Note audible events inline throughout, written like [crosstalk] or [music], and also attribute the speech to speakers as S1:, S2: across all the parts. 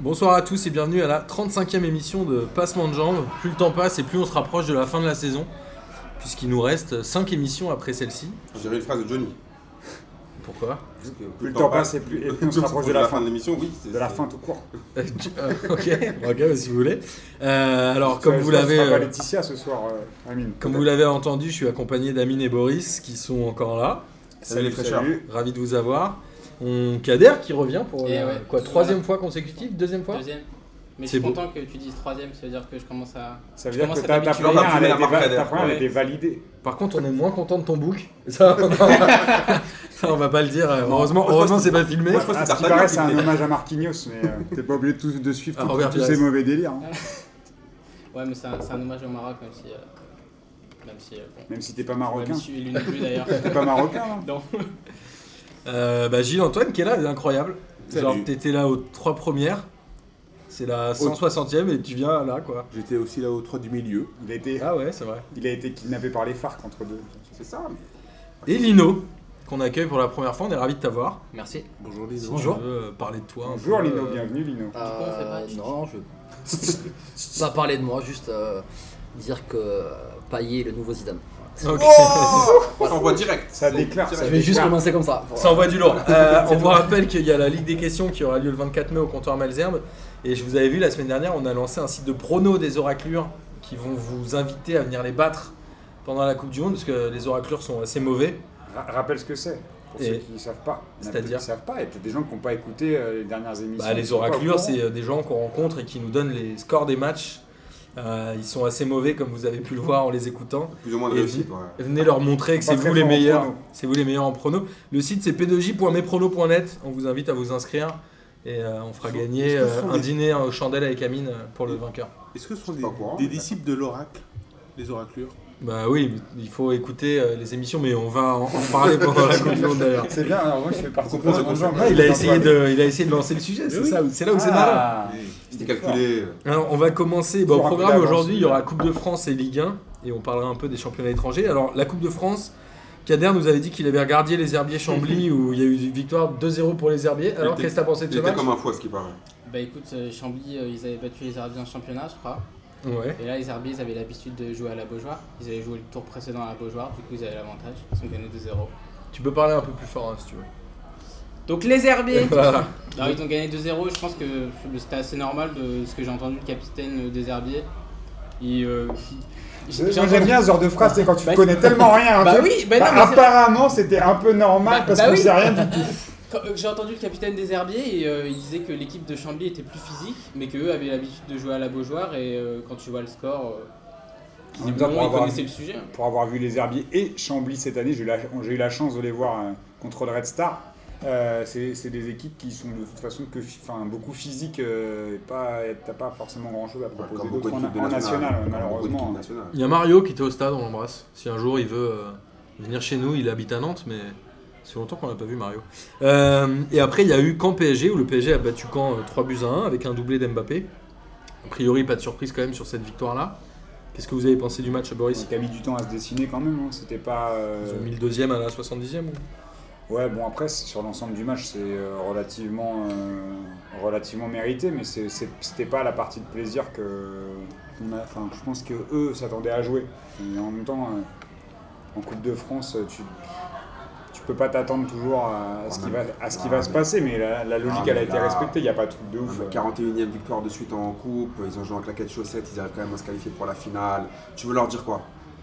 S1: Bonsoir à tous et bienvenue à la 35e émission de Passement de Jambes. Plus le temps passe et plus on se rapproche de la fin de la saison, puisqu'il nous reste 5 émissions après celle-ci.
S2: J'avais une phrase de Johnny.
S1: Pourquoi
S2: Parce que
S3: Plus le temps passe et plus, et plus on se rapproche de la fin.
S2: de l'émission, oui. c'est-
S3: De la
S2: c'est-
S3: fin tout court.
S1: Euh, [laughs] Ok, ok, bah, si vous voulez. Euh, alors, comme
S3: Ça,
S1: vous
S3: ça
S1: l'avez.
S3: sera pas
S1: euh,
S3: Laetitia ce soir, euh, Amine.
S1: Comme vous l'avez entendu, je suis accompagné d'Amine et Boris qui sont encore là.
S2: Salut,
S3: Salut,
S2: les fraîcheurs.
S3: salut.
S1: Ravi de vous avoir. On Kader qui revient pour
S4: Et
S1: la-
S4: ouais,
S1: quoi
S4: toujours
S1: troisième
S4: là.
S1: fois consécutive, deuxième fois.
S4: Deuxième. Mais je
S1: C'est
S4: suis
S1: beau.
S4: content que tu dises troisième, ça veut dire que je commence à.
S3: Ça veut
S4: Je
S3: dire
S4: commence
S3: que
S4: à
S3: ta, ta
S4: t'habituer.
S3: première, elle
S2: Ouais.
S3: a été, va-
S2: Ouais.
S3: ta première, elle a
S4: Ouais.
S3: été validée.
S1: Par contre, on est moins content de ton book. Ça, on va, [laughs] ça, on va pas le dire. euh, Heureusement, heureusement, c'est pas filmé.
S2: Moi, je pense que
S3: À Ah, ce
S2: c'est
S3: qui
S2: D'Artagnan
S3: paraît,
S2: qui
S3: c'est un
S2: fait.
S3: hommage à Marquinhos, mais euh, [laughs]
S5: T'es pas obligé de tous de suivre
S1: Ah,
S5: tout-
S1: Robert
S5: tous
S1: Pires.
S5: ces mauvais délires. hein.
S4: Ouais, mais c'est un, c'est un hommage au Maroc, même si. euh, Même si. euh, bon.
S3: même si t'es pas
S4: Ouais,
S3: marocain.
S4: mais je suis l'une plus d'ailleurs. [laughs]
S3: T'es pas marocain, [laughs] hein.
S4: Non.
S1: Euh, bah, Gilles Antoine qui est là, c'est incroyable.
S2: Salut.
S1: Genre, t'étais là aux trois premières. C'est la 160e et tu viens là quoi.
S5: J'étais aussi là au 3 du milieu.
S3: il a, été,
S1: Ah ouais, c'est vrai.
S3: il a été kidnappé par les FARC entre deux.
S2: C'est ça. mais-
S1: Et Lino qu'on accueille pour la première fois, on est ravi de t'avoir.
S4: Merci.
S5: Bonjour les
S1: Si
S5: autres.
S1: tu veux euh, parler de toi. un
S3: Bonjour
S1: peu,
S3: Lino,
S1: euh,
S3: bienvenue Lino.
S4: on fait pas
S6: Euh,
S4: les
S6: non, je vais [laughs] pas parler de moi, juste euh, dire que euh, Payet est le nouveau Zidane.
S1: euh, ok.
S3: Oh
S2: On s'envoie direct.
S3: Ça
S2: C'est-
S3: déclare,
S2: c'est-
S3: ça
S6: Je vais juste
S3: déclare.
S6: commencer comme ça.
S1: Ça envoie du
S3: [laughs]
S1: lourd. Euh, on vous rappelle qu'il y a la Ligue des questions qui aura lieu le 24 mai au comptoir Malzerbe. Et je vous avais vu la semaine dernière, on a lancé un site de pronos des oraclures qui vont vous inviter à venir les battre pendant la Coupe du Monde parce que les oraclures sont assez mauvais.
S3: Ra- Rappelle ce que c'est. Pour
S1: Et-
S3: ceux qui ne savent pas. Il y en a
S1: c'est-à-dire
S3: peut-être qui savent pas. Il y a peut-être des gens qui n'ont pas écouté euh, les dernières émissions.
S1: Bah, les
S3: qui sont pas au
S1: oraclures,
S3: courant.
S1: c'est euh, des gens qu'on rencontre et qui nous donnent les scores des matchs. Euh, ils sont assez mauvais comme vous avez pu le voir en les écoutant.
S2: Plus ou moins de
S1: Et
S2: réussite. ouais.
S1: Venez leur montrer que
S3: Pas
S1: c'est
S3: très
S1: vous les
S3: fort en
S1: meilleurs.
S3: pronos.
S1: C'est vous les meilleurs en prono. Le site c'est p2j.mespronos.net. On vous invite à vous inscrire et euh, on fera
S5: Ils sont-
S1: gagner
S5: est-ce que
S1: euh,
S5: ce sont
S1: un
S5: des-
S1: dîner aux chandelles avec Amine euh, pour le vainqueur.
S5: Est-ce que ce
S2: Je
S5: sont
S2: suis
S5: des,
S2: pas au courant,
S5: des
S2: mais-
S5: disciples de l'oracle Les oraclures
S1: Bah oui, mais il faut écouter euh, les émissions, mais on va en, en parler pendant la Coupe du Monde d'ailleurs.
S3: C'est bien, alors moi je fais partie
S2: Faut
S3: de ces
S2: comprendre ce
S3: gens.
S1: Ah, Il a essayé de, il a essayé de lancer le sujet. C'est
S5: oui.
S1: ça, c'est là où c'est
S3: Ah.
S1: marrant.
S2: Ah, C'était calculé. euh,
S1: Alors, on va commencer. Bon, au
S3: Toujours un peu
S1: programme
S3: d'avance,
S1: aujourd'hui, il y
S3: celui-là.
S1: aura Coupe de France et Ligue 1. Et on parlera un peu des championnats étrangers. Alors, la Coupe de France, Kader nous avait dit qu'il avait regardé les Herbiers [laughs] Chambly où il y a eu une victoire 2-0 pour les Herbiers. Alors,
S2: était-
S1: qu'est-ce que t'as pensé de
S2: Il
S1: ce
S2: était
S1: match
S2: comme un fou à ce qui paraît.
S4: Bah écoute, euh, Chambly, euh, ils avaient battu les Herbiers en championnat, je crois.
S1: Ouais.
S4: Et là, les Herbiers, ils avaient l'habitude de jouer à la Beaujoire. Ils avaient joué le tour précédent à la Beaujoire, du coup, ils avaient l'avantage. Ils ont gagné 2-0.
S1: Tu peux parler un peu plus fort hein, si tu veux.
S4: Donc
S1: [laughs]
S4: les Herbiers
S1: Voilà.
S4: Alors ils ont gagné 2-0, je pense que c'était assez normal de ce que j'ai entendu le capitaine euh, des Herbiers. Il, euh, [laughs] j'ai- j'ai
S3: J'aime
S4: entendu-
S3: bien ce genre de phrase, c'est quand tu
S4: Bah,
S3: connais tellement rien. hein,
S4: Bah
S3: tu-
S4: oui, bah non, mais
S3: Bah,
S4: c'est-
S3: apparemment, c'était un peu normal
S4: Bah-
S3: parce
S4: bah
S3: qu'on
S4: oui.
S3: sait rien
S4: [laughs]
S3: du tout.
S4: Quand- euh, J'ai entendu le capitaine des Herbiers et euh, il disait que l'équipe de Chambly était plus physique, mais qu'eux avaient l'habitude de jouer à la Beaujoire et euh, quand tu vois le score, euh,
S3: En même temps, pour,
S4: visiblement, ils
S3: avoir,
S4: connaissaient le sujet.
S3: pour avoir vu les Herbiers et Chambly cette année, j'ai eu la, j'ai eu la chance de les voir euh, contre le Red Star. Euh, c'est c'est des équipes qui sont de toute façon que, phy- enfin, beaucoup physiques. euh, et pas, t'as pas forcément grand chose à proposer
S2: Comme
S3: d'autre
S2: beaucoup
S3: en,
S2: d'équipes de
S3: en national,
S2: national. Comme beaucoup d'équipes
S3: malheureusement.
S2: nationales.
S1: Il y a Mario qui était au stade, on l'embrasse. Si un jour il veut euh, venir chez nous, il habite à Nantes, mais c'est longtemps qu'on l'a pas vu Mario. Euh, et après, il y a eu Caen PSG où le PSG a battu Caen euh, 3 buts à 1 avec un doublé d'Mbappé. A priori, pas de surprise quand même sur cette victoire-là. Qu'est-ce que vous avez pensé du match, Boris
S3: Donc, a mis du temps à se dessiner quand même. hein, C'était pas. euh,
S1: Ils ont mis le deuxième à la 70e ou
S3: Ouais, bon après c'est- sur l'ensemble du match c'est euh, relativement euh, relativement mérité, mais c'est- c'est- c'était pas la partie de plaisir que qu'on a- enfin je pense que eux s'attendaient à jouer. Mais en même temps, euh, en Coupe de France, euh, tu tu peux pas t'attendre toujours à, à ce qui va à ce qui va se passer, mais la, la logique
S2: Ah, mais
S3: elle a été
S2: là- ah,
S3: respectée. Il y a pas de truc de ouf.
S2: La 41e victoire de suite en coupe, ils ont joué en claquette chaussette, ils arrivent quand même à se qualifier pour la finale. Tu veux leur dire quoi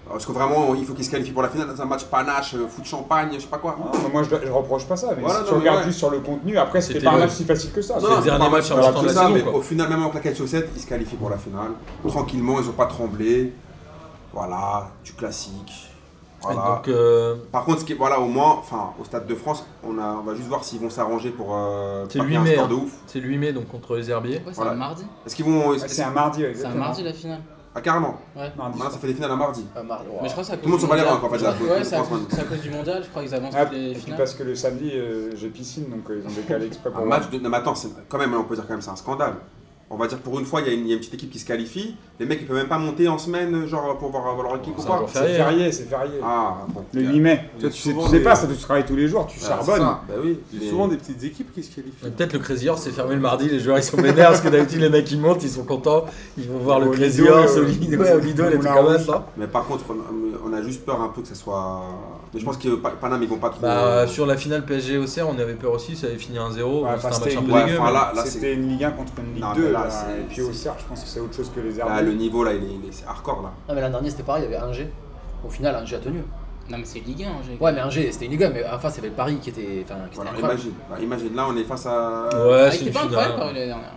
S2: Parce que vraiment, il faut qu'ils se qualifient pour la finale dans un match panache, euh, foot champagne, je sais pas quoi.
S3: Ah, mais moi je, je reproche pas ça, mais
S2: Voilà,
S3: si tu
S2: non, mais
S3: regardes
S2: ouais.
S3: juste sur le contenu, après c'était
S1: C'était
S3: pas un
S1: le-
S3: match si facile que ça.
S1: C'est le
S2: c'est
S1: dernier
S2: pas-
S1: match
S2: c'est
S1: avant
S2: pas
S1: la fin de la
S2: ça,
S1: saison,
S2: mais
S1: quoi.
S2: Au final, même en claquette chaussette, ils se qualifient pour la finale. Tranquillement, ils ont pas tremblé. Voilà, du classique. Voilà.
S1: Donc, euh,
S2: Par contre, ce qui est- voilà, au moins, enfin, au Stade de France, on, a, on va juste voir s'ils vont s'arranger pour euh,
S1: C'est
S2: pas
S1: lui,
S2: qu'il y ait
S1: mais,
S2: un
S1: hein.
S2: score de ouf.
S1: c'est le 8 mai donc contre les Herbiers.
S4: Ouais, c'est
S2: Voilà.
S4: un mardi.
S2: Est-ce qu'ils vont.
S3: Ouais, C'est un mardi, ouais,
S4: C'est un
S3: exactement.
S4: mardi la finale.
S2: Ah, carrément.
S4: Ouais.
S3: Mardi.
S2: Maintenant, ça fait des finales à mardi.
S6: Ah, Marlon.
S4: Mais je crois que c'est à
S2: Tout le monde
S4: cause du
S2: s'en bat les
S4: mondial.
S2: reins, quoi, en fait, la-
S4: Ouais, c'est à,
S2: la France,
S4: cause- c'est à cause du mondial, je crois qu'ils avancent
S3: Ah,
S4: toutes
S3: et
S4: les
S3: puis
S4: finales.
S3: parce que le samedi euh, j'ai piscine donc euh, ils ont décalé exprès pour
S2: Un
S3: moi.
S2: match de. Non, mais attends, c'est- quand même, on peut dire quand même, c'est un scandale. on va dire pour une fois, il y, a une- il y a une petite équipe qui se qualifie. Les mecs, ils peuvent même pas monter en semaine, genre pour voir euh, leur équipe ou
S1: c'est
S2: quoi.
S1: encore
S3: C'est
S1: Férié,
S3: férié, c'est férié.
S2: Ah, bon.
S3: Le 8 mai.
S5: Il y
S3: Tu,
S5: a
S3: tu sais,
S5: souvent
S3: tu sais
S5: des-
S3: pas, ça, tu travailles tous les jours, tu charbonnes.
S2: Ah, c'est ça. Bah oui.
S5: Il y
S2: mais-
S5: a souvent des petites équipes qui se qualifient.
S1: Mais Euh, Peut-être le Crazy Horse c'est fermé le mardi, les joueurs ils sont vénères parce que d'habitude les mecs ils montent, ils sont contents, ils vont voir le
S3: Au
S1: Crazy
S3: Lido,
S1: Horse,
S3: euh,
S1: au Lido, ouais, au Lido, les
S3: au
S1: trucs comme
S3: Larousse.
S1: ça.
S2: Mais par contre, on- on a juste peur un peu que ça soit. Mais je pense que Pa- Paname, ils vont pas trop. euh,
S1: Bah, sur la finale PSG OCR, on avait peur aussi, ça avait fini 1-0, donc
S3: Ouais,
S1: c'était un
S3: parce
S1: match
S3: que-
S1: un peu
S2: ouais,
S1: dégueu.
S2: enfin, là, là, c'est-
S3: C'était une Ligue 1 contre une Ligue
S2: Non, mais
S3: 2.
S2: là,
S3: là,
S2: c'est-
S3: et puis au CERF, je pense que c'est autre chose que les
S2: là,
S3: Herbiers.
S2: le niveau, là, il est, il est- c'est hardcore, là.
S6: Non, mais l'an dernier c'était pareil, il y avait un G. Au final, un G a tenu.
S4: Non, mais c'est Ligue 1, hein, j'ai-
S6: Ouais, mais un G c'était une Ligue 1, mais enfin, c'était le Paris qui était, enfin, qui était
S2: Voilà,
S6: incroyable.
S2: imagine. Bah, imagine, là, on est face à.
S1: Ouais,
S4: Ah,
S1: c'est
S4: C'était
S1: une
S4: pas
S1: finale.
S4: incroyable par l'année dernière.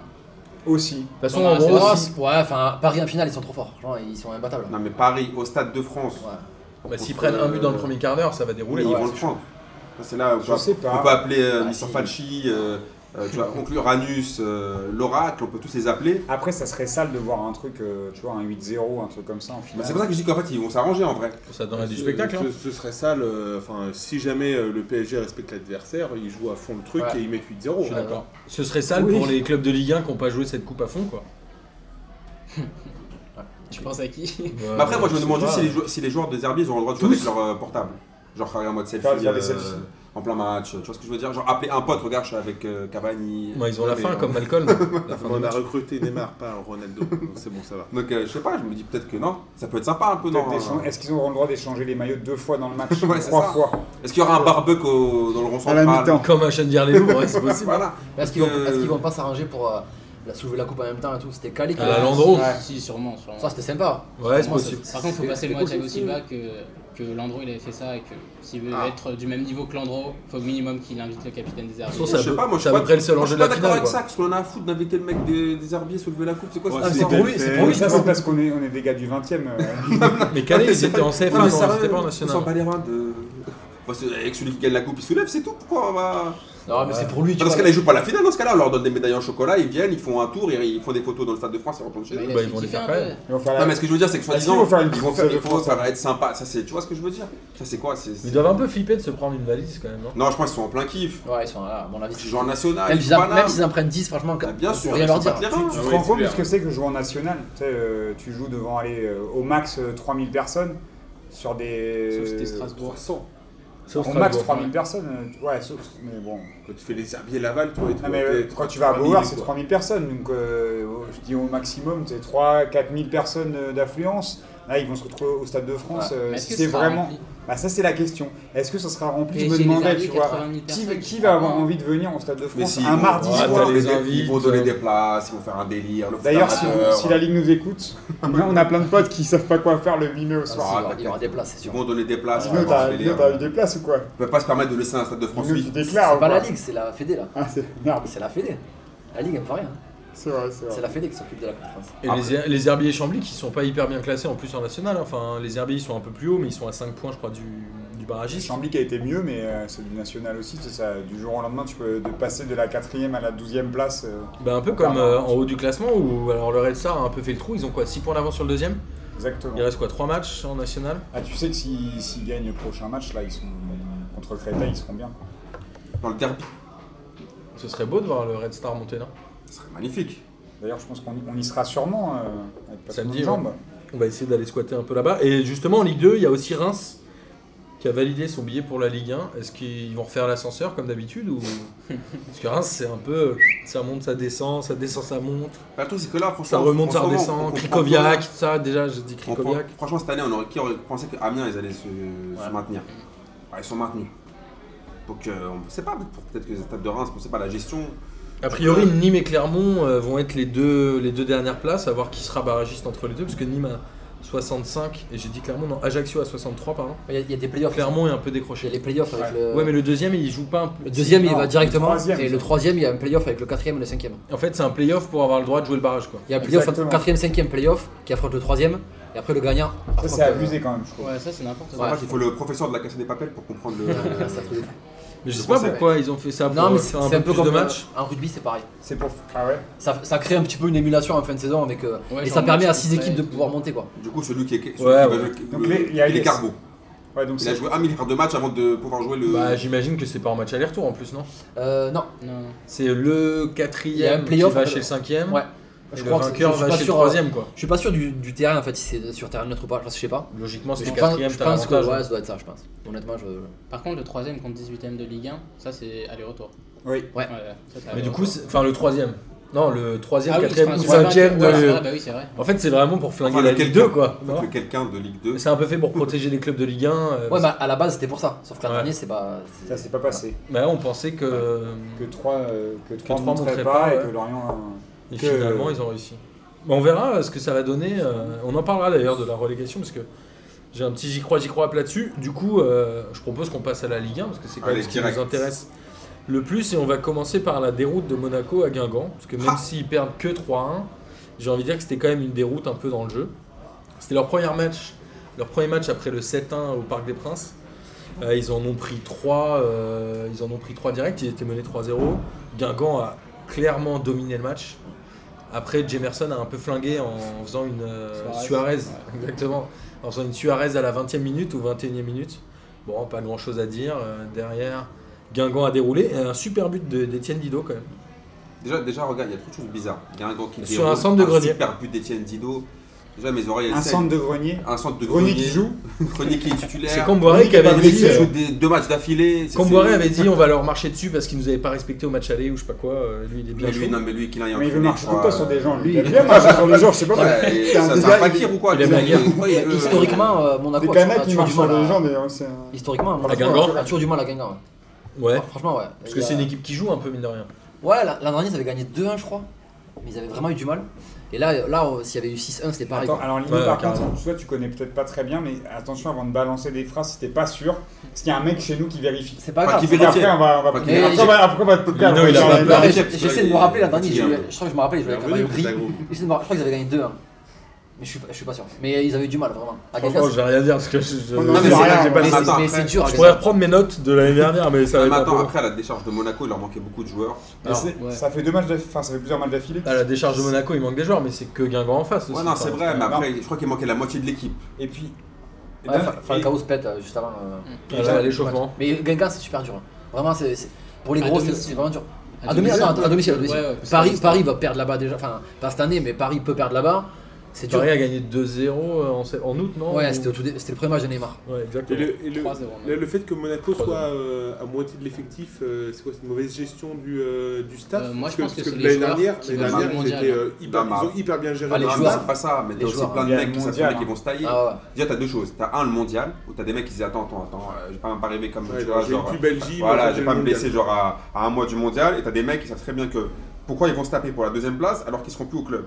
S3: Aussi.
S1: De toute façon,
S4: Pendant
S1: en
S4: la
S1: gros,
S4: saison,
S1: si,
S6: Ouais, enfin, Paris en finale, ils sont trop forts. Genre, ils sont imbattables.
S2: Non, mais Paris, au Stade de France.
S6: Ouais.
S1: bah, s'ils
S2: Contre,
S1: prennent un
S2: euh,
S1: but dans le premier quart d'heure, ça va
S2: Oui,
S1: dérouler.
S2: ils
S3: Ouais,
S2: vont le
S3: c'est
S2: prendre. Ça, C'est là où
S3: Je
S2: on peut-
S3: sais pas.
S2: on peut appeler euh,
S6: Bah,
S2: Mister
S6: si.
S2: Falchi, euh, euh, tu vois, Oncle Uranus, euh, l'Oracle, on peut tous les appeler.
S3: Après, ça serait sale de voir un truc, euh, tu vois, un 8-0, un truc comme ça en
S2: Bah,
S3: finale.
S2: c'est pour ça que je dis qu'en fait, ils vont s'arranger en vrai.
S1: Ça donnerait du
S5: Ce-
S1: spectacle.
S5: Ce,
S1: hein.
S5: Euh, ce serait ça, le- enfin, si jamais euh, le PSG respecte l'adversaire, ils jouent à fond le truc
S6: Ouais.
S5: et ils mettent 8-0.
S1: Je suis d'accord. Ce serait sale
S3: Oui.
S1: pour les clubs de Ligue 1 qui n'ont pas joué cette coupe à fond, quoi.
S4: Tu penses à qui
S2: [laughs] Mais après, moi, je me
S1: sais
S2: demande juste
S1: pas.
S2: si les, jou- si les joueurs des Zerbi, ils auront le droit de jouer avec leur euh, portable. Genre, faire un mode selfie,
S3: Faire- faire des
S2: euh,
S3: selfies.
S2: en plein match. Tu vois ce que je veux dire Genre, appeler un pote, regarde, je suis avec euh, Cavani.
S1: Ouais, ils ont la
S2: Mais,
S1: fin
S2: euh,
S1: comme
S2: [laughs]
S1: Malcolm. La fin du
S5: On a
S1: match.
S5: recruté Neymar, pas
S4: [laughs]
S5: Ronaldo. Donc C'est bon, ça va.
S2: Donc, euh, je sais pas, je me dis peut-être que non. Ça peut être sympa un peu,
S3: Peut-être
S2: non
S3: d'échan-
S2: euh,
S3: Est-ce qu'ils auront le droit d'échanger les maillots deux fois dans le match
S2: [laughs] Ouais, c'est
S3: Trois
S2: ça.
S3: fois
S2: Est-ce qu'il y aura un barbecue au- dans le rond
S3: À
S2: central
S3: la mi-temps.
S1: Comme à Chandler les Louvres, ouais, c'est possible.
S2: Voilà.
S6: Mais est-ce qu'ils vont,
S2: Euh,
S6: est-ce qu'ils vont pas s'arranger pour euh, la soulever la coupe en même temps et tout C'était calé.
S1: Ah, Landreau.
S4: Ouais. Si, sûrement, sûrement.
S6: Ça, c'était sympa.
S1: Ouais, c'est
S4: Moi,
S1: possible.
S4: c'est- Par contre, faut
S6: C'est-
S4: passer
S6: c'est
S4: le mot à
S6: cool,
S4: Thiago
S6: c'est-
S4: Silva que, que Landreau il avait fait ça et que s'il veut
S2: Ah.
S4: être du même niveau que Landreau, faut au minimum qu'il invite le capitaine des
S1: Je pense
S4: arbitres.
S1: que
S2: Je sais pas, moi je
S1: c'est
S2: suis
S1: à
S2: pas,
S1: peu près le seul
S2: moi,
S1: enjeu
S2: je
S1: de
S2: suis
S1: la
S2: pas d'accord
S1: finale.
S2: avec
S1: quoi.
S2: ça, parce qu'on a à foutre d'inviter le mec des, des herbiers soulever la coupe, c'est quoi
S5: Ouais,
S2: ça
S5: c'est
S6: c'est pour lui,
S5: bien
S6: c'est
S5: fait.
S6: pour lui.
S3: Ça, c'est parce qu'on est, on est des gars du 20 e [laughs]
S1: Mais
S2: [laughs]
S1: Calais, ils étaient en
S2: Non,
S1: CFA,
S2: mais
S1: non, ils
S2: sérieux,
S1: étaient pas en
S2: On s'en bat
S1: national.
S2: les reins de. [laughs] Bah, c'est- avec celui qui gagne la coupe, il soulève, c'est tout. Pourquoi on va.
S6: Non, mais c'est pour lui. Tu
S2: Dans ce
S6: vois,
S2: cas-là, ils jouent pas la finale. Dans ce cas-là, on leur donne des médailles en chocolat, ils viennent, ils font un tour, ils, ils font des photos dans le stade de France, ils retournent chez
S4: Mais
S2: eux.
S4: il a
S1: Bah,
S4: fait
S1: ils vont les
S4: kiffer
S1: faire
S4: un
S1: quand
S4: peu.
S1: même.
S2: Non, mais ce que je veux dire, c'est que
S3: Est-ce
S2: soi-disant,
S3: qu'ils vont faire une
S2: ils vont faire,
S3: petite salle de
S2: ils vont-
S3: France, hein
S2: ça va être sympa. Ça, c'est, tu vois ce que je veux dire Ça, c'est quoi c'est-
S1: Ils
S2: c'est-
S1: doivent un peu flipper de se prendre une valise quand même. hein.
S2: Non, je pense qu'ils sont en plein kiff.
S6: Ouais, ils sont là, à mon avis.
S2: Ils jouent en national,
S6: Même
S2: ils
S6: s'ils
S2: jouent
S6: en-
S2: Paname.
S6: même s'ils en prennent 10, franchement,
S2: Ah, Bien sûr,
S6: rien
S2: ils
S6: leur
S2: sont
S6: dire.
S2: pas les reins.
S3: Tu
S5: Ah
S3: te
S5: oui,
S3: rends
S5: c'est
S3: compte de
S5: clair.
S3: ce que c'est que jouer en national Tu sais, euh, tu joues devant aller au max euh, 3000 personnes sur des.
S4: Sauf si c'était Strasbourg.
S1: Sauf
S3: Au
S1: Strasbourg.
S3: max 3000 personnes, euh, ouais, sauf. Mais bon.
S5: Quand tu fais les herbiers Laval, toi et
S3: Non,
S5: toi,
S3: mais euh,
S5: t'es-
S3: quand tu vas à
S5: 3000,
S3: Beauvoir, c'est
S5: quoi.
S3: 3000 personnes. Donc, euh, je dis au maximum, c'est 3-4000 personnes euh, d'affluence. Là, ils vont se retrouver au Stade de France.
S4: Ouais.
S3: euh,
S4: Mais est-ce
S3: si
S4: que
S3: c'est
S4: ce sera
S3: vraiment.
S4: rempli
S3: Bah, ça, c'est la question. Est-ce que ça sera rempli Je me
S4: PSG, les
S3: demandais,
S4: Herbiers,
S3: tu vois.
S4: 80 000
S3: Qui, va- qui
S4: personnes.
S3: va avoir envie de venir au Stade de
S2: Mais
S3: France
S2: si, ils
S3: un
S2: vont-
S3: mardi
S2: ouais,
S3: soir
S2: t'as les-
S1: les
S2: Ils vont donner
S1: invites,
S2: des places, ils vont faire un délire. le foot
S3: D'ailleurs, si,
S2: amateur.
S3: si la Ligue nous [laughs] écoute, on a- on a plein de potes qui savent pas quoi faire le 8 mai au
S6: Ah, si,
S3: soir.
S6: il y aura- il y aura des places, c'est
S2: Ils
S6: sûr.
S2: vont donner des places.
S3: Dino,
S2: ils vont avoir
S3: t'as
S2: un
S3: Dino,
S2: délire.
S3: t'as eu des places ou quoi
S2: Ils peuvent pas se permettre de laisser un stade de France
S3: Dino, tu
S2: vide.
S3: déclares
S6: C'est
S3: ou
S6: pas
S3: quoi
S6: la Ligue, c'est la Fédé là.
S3: Ah, c'est- merde,
S6: C'est la Fédé. La Ligue, elle me fait rien.
S3: c'est vrai, c'est
S6: C'est
S3: vrai.
S6: la Fédé qui s'occupe de la Coupe de France.
S1: Et les, les Herbiers et Chambly qui sont pas hyper bien classés en plus en national. hein. Enfin, les Herbiers ils sont un peu plus haut, mais ils sont à 5 points, je crois, du, du barragiste.
S3: Chambly qui a été mieux, mais euh, c'est du national aussi. c'est ça. Du jour au lendemain, tu peux de passer de la 4ème à la 12ème place. euh,
S1: Bah, un peu comme euh, en haut du classement où alors le Red Star a un peu fait le trou. Ils ont quoi 6 points d'avance sur le deuxième
S3: exactement.
S1: Il reste quoi 3 matchs en national
S3: Ah, tu sais que s'ils s'ils gagnent le prochain match, là, ils sont contre Créteil, ils seront bien. quoi.
S2: Dans le derby.
S1: Ce serait beau de voir le Red Star monter là.
S2: Ce serait magnifique.
S3: D'ailleurs, je pense qu'on y- on y sera sûrement euh, avec pas trop
S1: Samedi,
S3: de jambes.
S1: On va essayer d'aller squatter un peu là-bas. Et justement, en Ligue 2, il y a aussi Reims qui a validé son billet pour la Ligue 1. Est-ce qu'ils vont refaire l'ascenseur comme d'habitude [laughs] ou Parce que Reims, c'est un peu. Ça monte, ça descend, ça descend, ça monte.
S2: Bah, Le truc, c'est que là, franchement.
S1: Ça remonte,
S2: en
S1: ça
S2: ce moment, on
S1: redescend.
S2: comprend
S1: Krikoviak,
S2: pas.
S1: ça, déjà, je dis
S2: On
S1: Krikoviak.
S2: prend- Franchement, cette année, on aurait, qui aurait pensé que Amiens, ils allaient se, se maintenir Ah, Ils sont maintenus. Donc, euh, on ne sait pas, peut-être pour- peut-être que les étapes de Reims, on ne sait pas la gestion.
S1: A priori, Nîmes et Clermont euh, vont être les deux, les deux dernières places, à voir qui sera barragiste entre les deux, parce que Nîmes a 65, et j'ai dit Clermont, non, Ajaccio a 63, pardon.
S6: Il y a- il y a des playoffs.
S1: Clermont est un peu
S6: Il y a les
S1: décroché.
S6: playoffs avec
S3: Ouais.
S6: le.
S1: Ouais, mais le deuxième, il joue pas un
S6: Le deuxième, il
S3: Non,
S6: va
S3: le
S6: directement.
S3: troisième,
S6: Et
S3: c'est
S6: le
S3: ça.
S6: troisième, il y a un playoff avec le quatrième et le cinquième.
S1: En fait, c'est un playoff pour avoir le droit de jouer le barrage, quoi.
S6: Il y a un playoff entre
S3: Exactement.
S6: quatrième, cinquième playoff qui affronte le troisième. Et après, le gagnant.
S3: Ça,
S6: affronte,
S3: c'est
S6: euh,
S3: abusé quand même, je trouve.
S4: Ouais, ça c'est n'importe
S2: C'est
S6: Ouais.
S4: quoi.
S2: vrai qu'il faut le professeur de la cassette des papels pour comprendre
S1: [laughs]
S2: le.
S6: euh, c'est un truc de fou.
S1: Mais je sais
S2: Je
S1: pas
S2: pense,
S1: pourquoi ils ont fait ça pour
S6: Non, mais
S1: euh,
S6: c'est
S1: faire un
S6: c'est
S1: peu
S6: un peu
S1: plus
S6: comme
S1: de
S6: euh,
S1: match.
S6: En rugby, c'est pareil.
S3: C'est pour. Ah ouais
S6: Ça, ça crée un petit peu une émulation en fin de saison avec. euh,
S4: Ouais,
S6: et
S4: genre
S6: ça permet
S4: match
S6: à six
S4: complet
S6: équipes de
S4: et tout.
S6: pouvoir monter quoi.
S2: Du coup, celui qui est. celui qui
S1: Ouais,
S2: va
S1: ouais.
S2: jouer-
S3: Donc,
S2: le-
S3: les- il y a
S2: il est
S3: les-
S2: carbo.
S3: Ouais, donc
S2: Il a
S3: c'est
S2: joué un milliard de matchs avant de pouvoir jouer le.
S1: Bah, j'imagine que c'est pas en match aller-retour en plus, non
S6: Euh, non.
S4: Non.
S1: C'est le
S6: Il y a un
S1: quatrième qui
S6: playoff,
S1: va
S6: en fait.
S1: chez le cinquième.
S6: Ouais.
S1: Et
S6: Je
S1: le
S6: crois que
S1: vainqueur
S6: je suis
S1: va
S6: pas
S1: chez le
S6: sûr, euh,
S1: troisième, quoi.
S6: Je suis pas sûr du, du terrain en fait, si c'est sur terrain neutre ou pas, je sais pas.
S1: Logiquement,
S6: Mais
S1: c'est
S6: je
S1: le
S6: pense,
S1: quatrième,
S6: je
S1: t'as
S6: pense que
S1: l'avantage. hein.
S6: ouais, ça doit être ça, je pense. Honnêtement, je.
S4: Par contre, le troisième contre 18ème de Ligue 1, ça c'est aller-retour.
S3: Oui.
S6: Ouais.
S4: ça, c'est
S1: Mais du
S4: aller-retour.
S1: coup, c'est- enfin le troisième. Non, le troisième,
S4: Ah oui,
S1: quatrième
S4: enfin,
S1: ou
S4: sur la
S1: cinquième.
S4: vainqueur-
S1: de-
S4: ouais, bah oui, c'est vrai.
S1: En fait, c'est vraiment pour flinguer
S2: Enfin,
S1: la
S2: le
S1: Ligue
S2: quelqu'un.
S1: 2, quoi.
S2: En fait, le quelqu'un de Ligue 2.
S1: C'est un peu fait pour protéger les clubs de Ligue 1. euh,
S6: Ouais, bah à la base c'était pour ça, sauf que l'an
S1: Ouais.
S6: dernier c'est pas.
S3: Ça s'est pas passé.
S1: bah, on pensait que. euh,
S3: Que 3 que trois
S1: trois
S3: montraient
S1: montraient
S3: pas,
S1: pas,
S3: et
S1: ouais.
S3: que Lorient. euh,
S1: Et
S3: que-
S1: finalement, ils ont réussi. Bah, on verra euh, ce que ça va donner. euh, on en parlera d'ailleurs de la relégation parce que j'ai un petit j'y crois, j'y crois là-dessus. Du coup, euh, je propose qu'on passe à la Ligue 1 parce que c'est quand même
S2: Allez,
S1: ce qui
S2: direct.
S1: nous intéresse le plus. Et on va commencer par la déroute de Monaco à Guingamp. Parce que même
S2: Ah.
S1: s'ils perdent que 3-1, j'ai envie de dire que c'était quand même une déroute un peu dans le jeu. C'était leur premier match, leur premier match après le 7-1 au Parc des Princes. Euh, ils en ont pris 3 ils en ont pris trois directs, ils étaient menés 3-0. Guingamp a clairement dominé le match. Après, Jemerson a un peu flingué en faisant une euh, Suarez,
S4: Suarez.
S1: [laughs] exactement, en faisant une Suarez à la 20e minute ou 21e minute. Bon, pas grand chose à dire. Euh, derrière, Guingamp a déroulé. Et un super but de- d'Étienne Didot quand même.
S2: Déjà, déjà, regarde, il y a trop de choses bizarres. Il y a un gars qui
S1: Sur
S2: déroule,
S1: un centre de grenier.
S2: super but d'Étienne Dido. Déjà, mes oreilles, elles
S3: Un
S2: saignent.
S3: centre de grenier.
S2: Un centre de
S3: Grenier
S2: grenier.
S3: qui joue.
S2: Grenier qui est titulaire.
S1: C'est Comboiré qui avait
S2: Grenier
S1: dit.
S2: qui
S1: euh,
S2: joue des- deux matchs d'affilée. C'est-
S1: Comboiré
S2: c'est-
S1: avait dit on va leur marcher dessus parce qu'ils nous avaient pas respecté au match aller ou je sais pas quoi. Euh, Lui, il est bien
S2: Mais lui,
S1: chaud.
S2: non, mais lui, qu'il aille en
S3: Mais il veut
S2: culé,
S3: marcher
S2: je
S3: tout le
S2: crois.
S3: temps sur des gens. lui. Il a bien marché sur des gens, je sais pas. pourquoi.
S2: Ouais, et
S3: C'est un
S2: ça- c'est
S3: délire,
S2: un fakir ou quoi
S1: il aime
S2: tu sais,
S1: la guerre.
S2: il- ouais, il- euh,
S6: Historiquement, euh,
S3: Des
S6: Monaco a toujours-
S3: Kanaks
S6: a
S3: qui
S6: toujours
S3: marchent
S6: du
S3: sur
S6: mal
S3: des gens,
S6: à.
S3: mais euh, c'est un.
S6: Historiquement, Monaco
S1: À Guingamp
S6: a toujours du mal à Guingamp. ouais.
S1: Ouais.
S6: Fran- Franchement, ouais.
S1: Parce
S6: Il
S1: que
S6: y a-
S1: c'est une équipe qui joue un peu mine de rien.
S6: Ouais, l'an l'an dernier ils avaient gagné 2-1, je crois. Mais ils avaient vraiment eu du mal. Et là, là euh, s'il y avait eu 6-1, c'était pareil.
S3: Attends,
S6: quoi.
S3: alors Lino,
S1: Ouais,
S3: par
S1: carrément.
S3: contre, toi tu connais peut-être pas très bien, mais attention avant de balancer des phrases si t'es pas sûr, parce qu'il y a un mec chez nous qui vérifie.
S6: C'est pas
S2: Pas
S6: grave.
S2: qu'il
S6: ça
S2: fait
S3: Et
S6: va.
S2: vérifier.
S3: après, on va, on va-
S2: Pas
S3: après,
S6: qu'il vérifier.
S3: on va- après, on va te couper,
S1: Lino,
S3: après,
S1: il a
S3: on
S1: pas
S3: va-
S1: peur.
S6: Non, mais
S2: Vérifier,
S6: j'-
S2: parce que
S6: J'essaie
S2: là,
S6: de me
S2: il-
S6: rappeler l'an
S2: il
S6: dernier,
S2: dit
S6: je
S2: un
S6: jouais-
S2: peu.
S6: je crois que je me rappelle, ils jouaient avec un maillot gris.
S5: Ils
S6: J'essaie de me rappeler, Je crois qu'ils avaient gagné 2-1. Mais je suis pas, je suis pas sûr. Mais ils avaient eu du mal vraiment. À Guingamp,
S1: Franchement, je vais rien dire parce que je, je-
S3: Non,
S1: je-
S2: Non, mais
S1: je- j'ai
S2: c'est-
S1: pas
S6: mais
S1: le-
S2: Attends,
S6: c'est- mais
S2: après.
S6: c'est dur. à
S1: Je pourrais
S6: Guingamp.
S1: reprendre mes notes de l'année dernière, mais ça va
S2: Ouais,
S1: être
S2: mais
S1: un
S2: attends,
S1: peu-
S2: après, à la décharge de Monaco, il leur manquait beaucoup de joueurs.
S3: Mais c'est-
S4: ouais.
S3: Ça fait deux matchs, d'aff- enfin ça fait plusieurs matchs d'affilée.
S1: À la décharge de Monaco, il manque des joueurs, mais c'est que Guingamp en face. aussi.
S2: Ouais, non, c'est
S1: Enfin,
S2: vrai, mais
S3: Non.
S2: après, je crois qu'il manquait la moitié de l'équipe.
S3: Et puis. et
S6: Ouais,
S3: ben-
S6: Fa- Falcao se pète euh, juste avant. euh,
S1: euh,
S3: Et là,
S1: L'échauffement.
S6: Mais Guingamp, c'est super dur. hein. Vraiment, c'est c'est- pour les
S4: À
S6: gros, c'est
S4: domicile.
S6: c'est vraiment dur. À domicile, attends, à domicile, à domicile.
S4: Ouais, ouais, parce que
S6: Paris,
S4: c'est-
S6: Paris va perdre là-bas déjà. Enfin, pas cette année, mais Paris peut perdre là-bas. C'est dur.
S1: Paris a gagné 2-0 en, sept- en août, non
S6: Ouais, c'était au tout dé- c'était le premier match de Neymar.
S1: Ouais,
S5: Et
S1: exactement.
S5: le, et le-
S4: 3-0,
S5: le- le fait que Monaco
S1: 3-0.
S5: soit euh, à moitié de l'effectif, euh, c'est quoi cette mauvaise gestion du, euh, du staff
S4: Euh, moi, je
S5: Parce
S4: pense que c'est les
S5: l'année
S4: joueurs
S5: dernière,
S4: qui
S5: l'année
S2: veulent
S5: dernière,
S4: le
S5: ils,
S4: mondial,
S5: étaient,
S4: hein.
S5: euh, hyper,
S2: Bah,
S5: ils ont hyper bien géré
S6: Ah, les
S5: le
S2: Non, mais
S6: joueurs.
S2: c'est pas ça, mais
S6: Les
S2: t'as aussi
S6: joueurs.
S2: plein
S3: Il
S2: de
S3: y a
S2: mecs
S3: le
S2: qui
S3: mondial,
S2: s'affirment
S3: hein.
S2: qui vont se tailler.
S6: Ah ouais.
S2: Déjà, t'as deux choses. T'as un, le mondial, où t'as des mecs qui disent Attends, attends, attends, euh, j'ai pas même pas rêvé comme
S5: Ouais,
S2: tu
S5: genre,
S2: vois,
S5: j'ai eu
S2: genre.
S5: plus Belgique.
S2: Voilà,
S5: j'ai
S2: j'ai
S5: eu
S2: pas me
S5: le mondial.
S2: blessé genre à, à un mois du mondial. Et t'as des mecs qui savent très bien que pourquoi ils vont se taper pour la deuxième place alors qu'ils seront plus au club.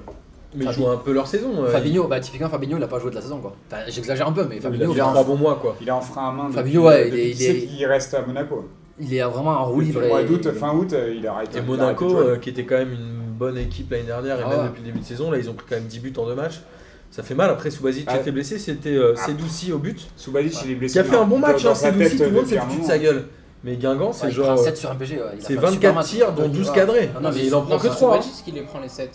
S1: Mais ils
S6: Fabinho.
S1: jouent un peu leur saison. euh, ils-
S6: Fabinho, bah typiquement Fabinho, il a pas joué de la saison quoi. Enfin, J'exagère un peu, mais
S1: Il a
S6: Fabinho,
S1: fait
S6: il,
S1: trois bons mois, quoi.
S3: Il est en frein à main. depuis- euh,
S6: Fabinho, ouais, il
S3: depuis
S6: est-
S3: qu'il
S6: il est-
S3: sait qu'il reste à Monaco.
S6: est vraiment en roue
S3: Depuis
S6: libre.
S3: le mois
S6: et-
S3: d'août, fin août, euh, il arrête.
S1: Et
S3: il
S1: Monaco,
S3: arrête de jouer.
S1: euh, qui était quand même une bonne équipe l'année dernière, et
S6: Ah
S1: même
S6: ouais.
S1: depuis le début de saison, là, ils ont pris quand même 10 buts en deux matchs. Ça fait mal. Après, Subasic
S3: Ah.
S1: était blessé, c'était euh,
S2: Ah.
S1: Sedouci au but.
S3: Soubalic, il est blessé.
S1: Qui a fait un bon
S3: dans-
S1: match,
S3: dans
S1: hein,
S3: sa
S1: Sedouci,
S3: tête,
S1: tout
S3: euh,
S1: le monde
S3: depuis
S1: s'est
S3: un
S1: foutu de
S3: moment. hein.
S1: sa gueule. Mais Guingamp,
S6: Ouais,
S1: c'est
S6: il
S1: genre.
S6: prend
S1: euh,
S6: 7 sur un PG. ouais, il a
S1: C'est
S6: fait un super
S1: 24
S6: match.
S1: tirs, dont 12
S6: Ouais.
S1: cadrés.
S6: Ah non, mais
S1: Et il en prend que
S4: c'est
S1: 3.
S4: Subasic qui les prend les 7.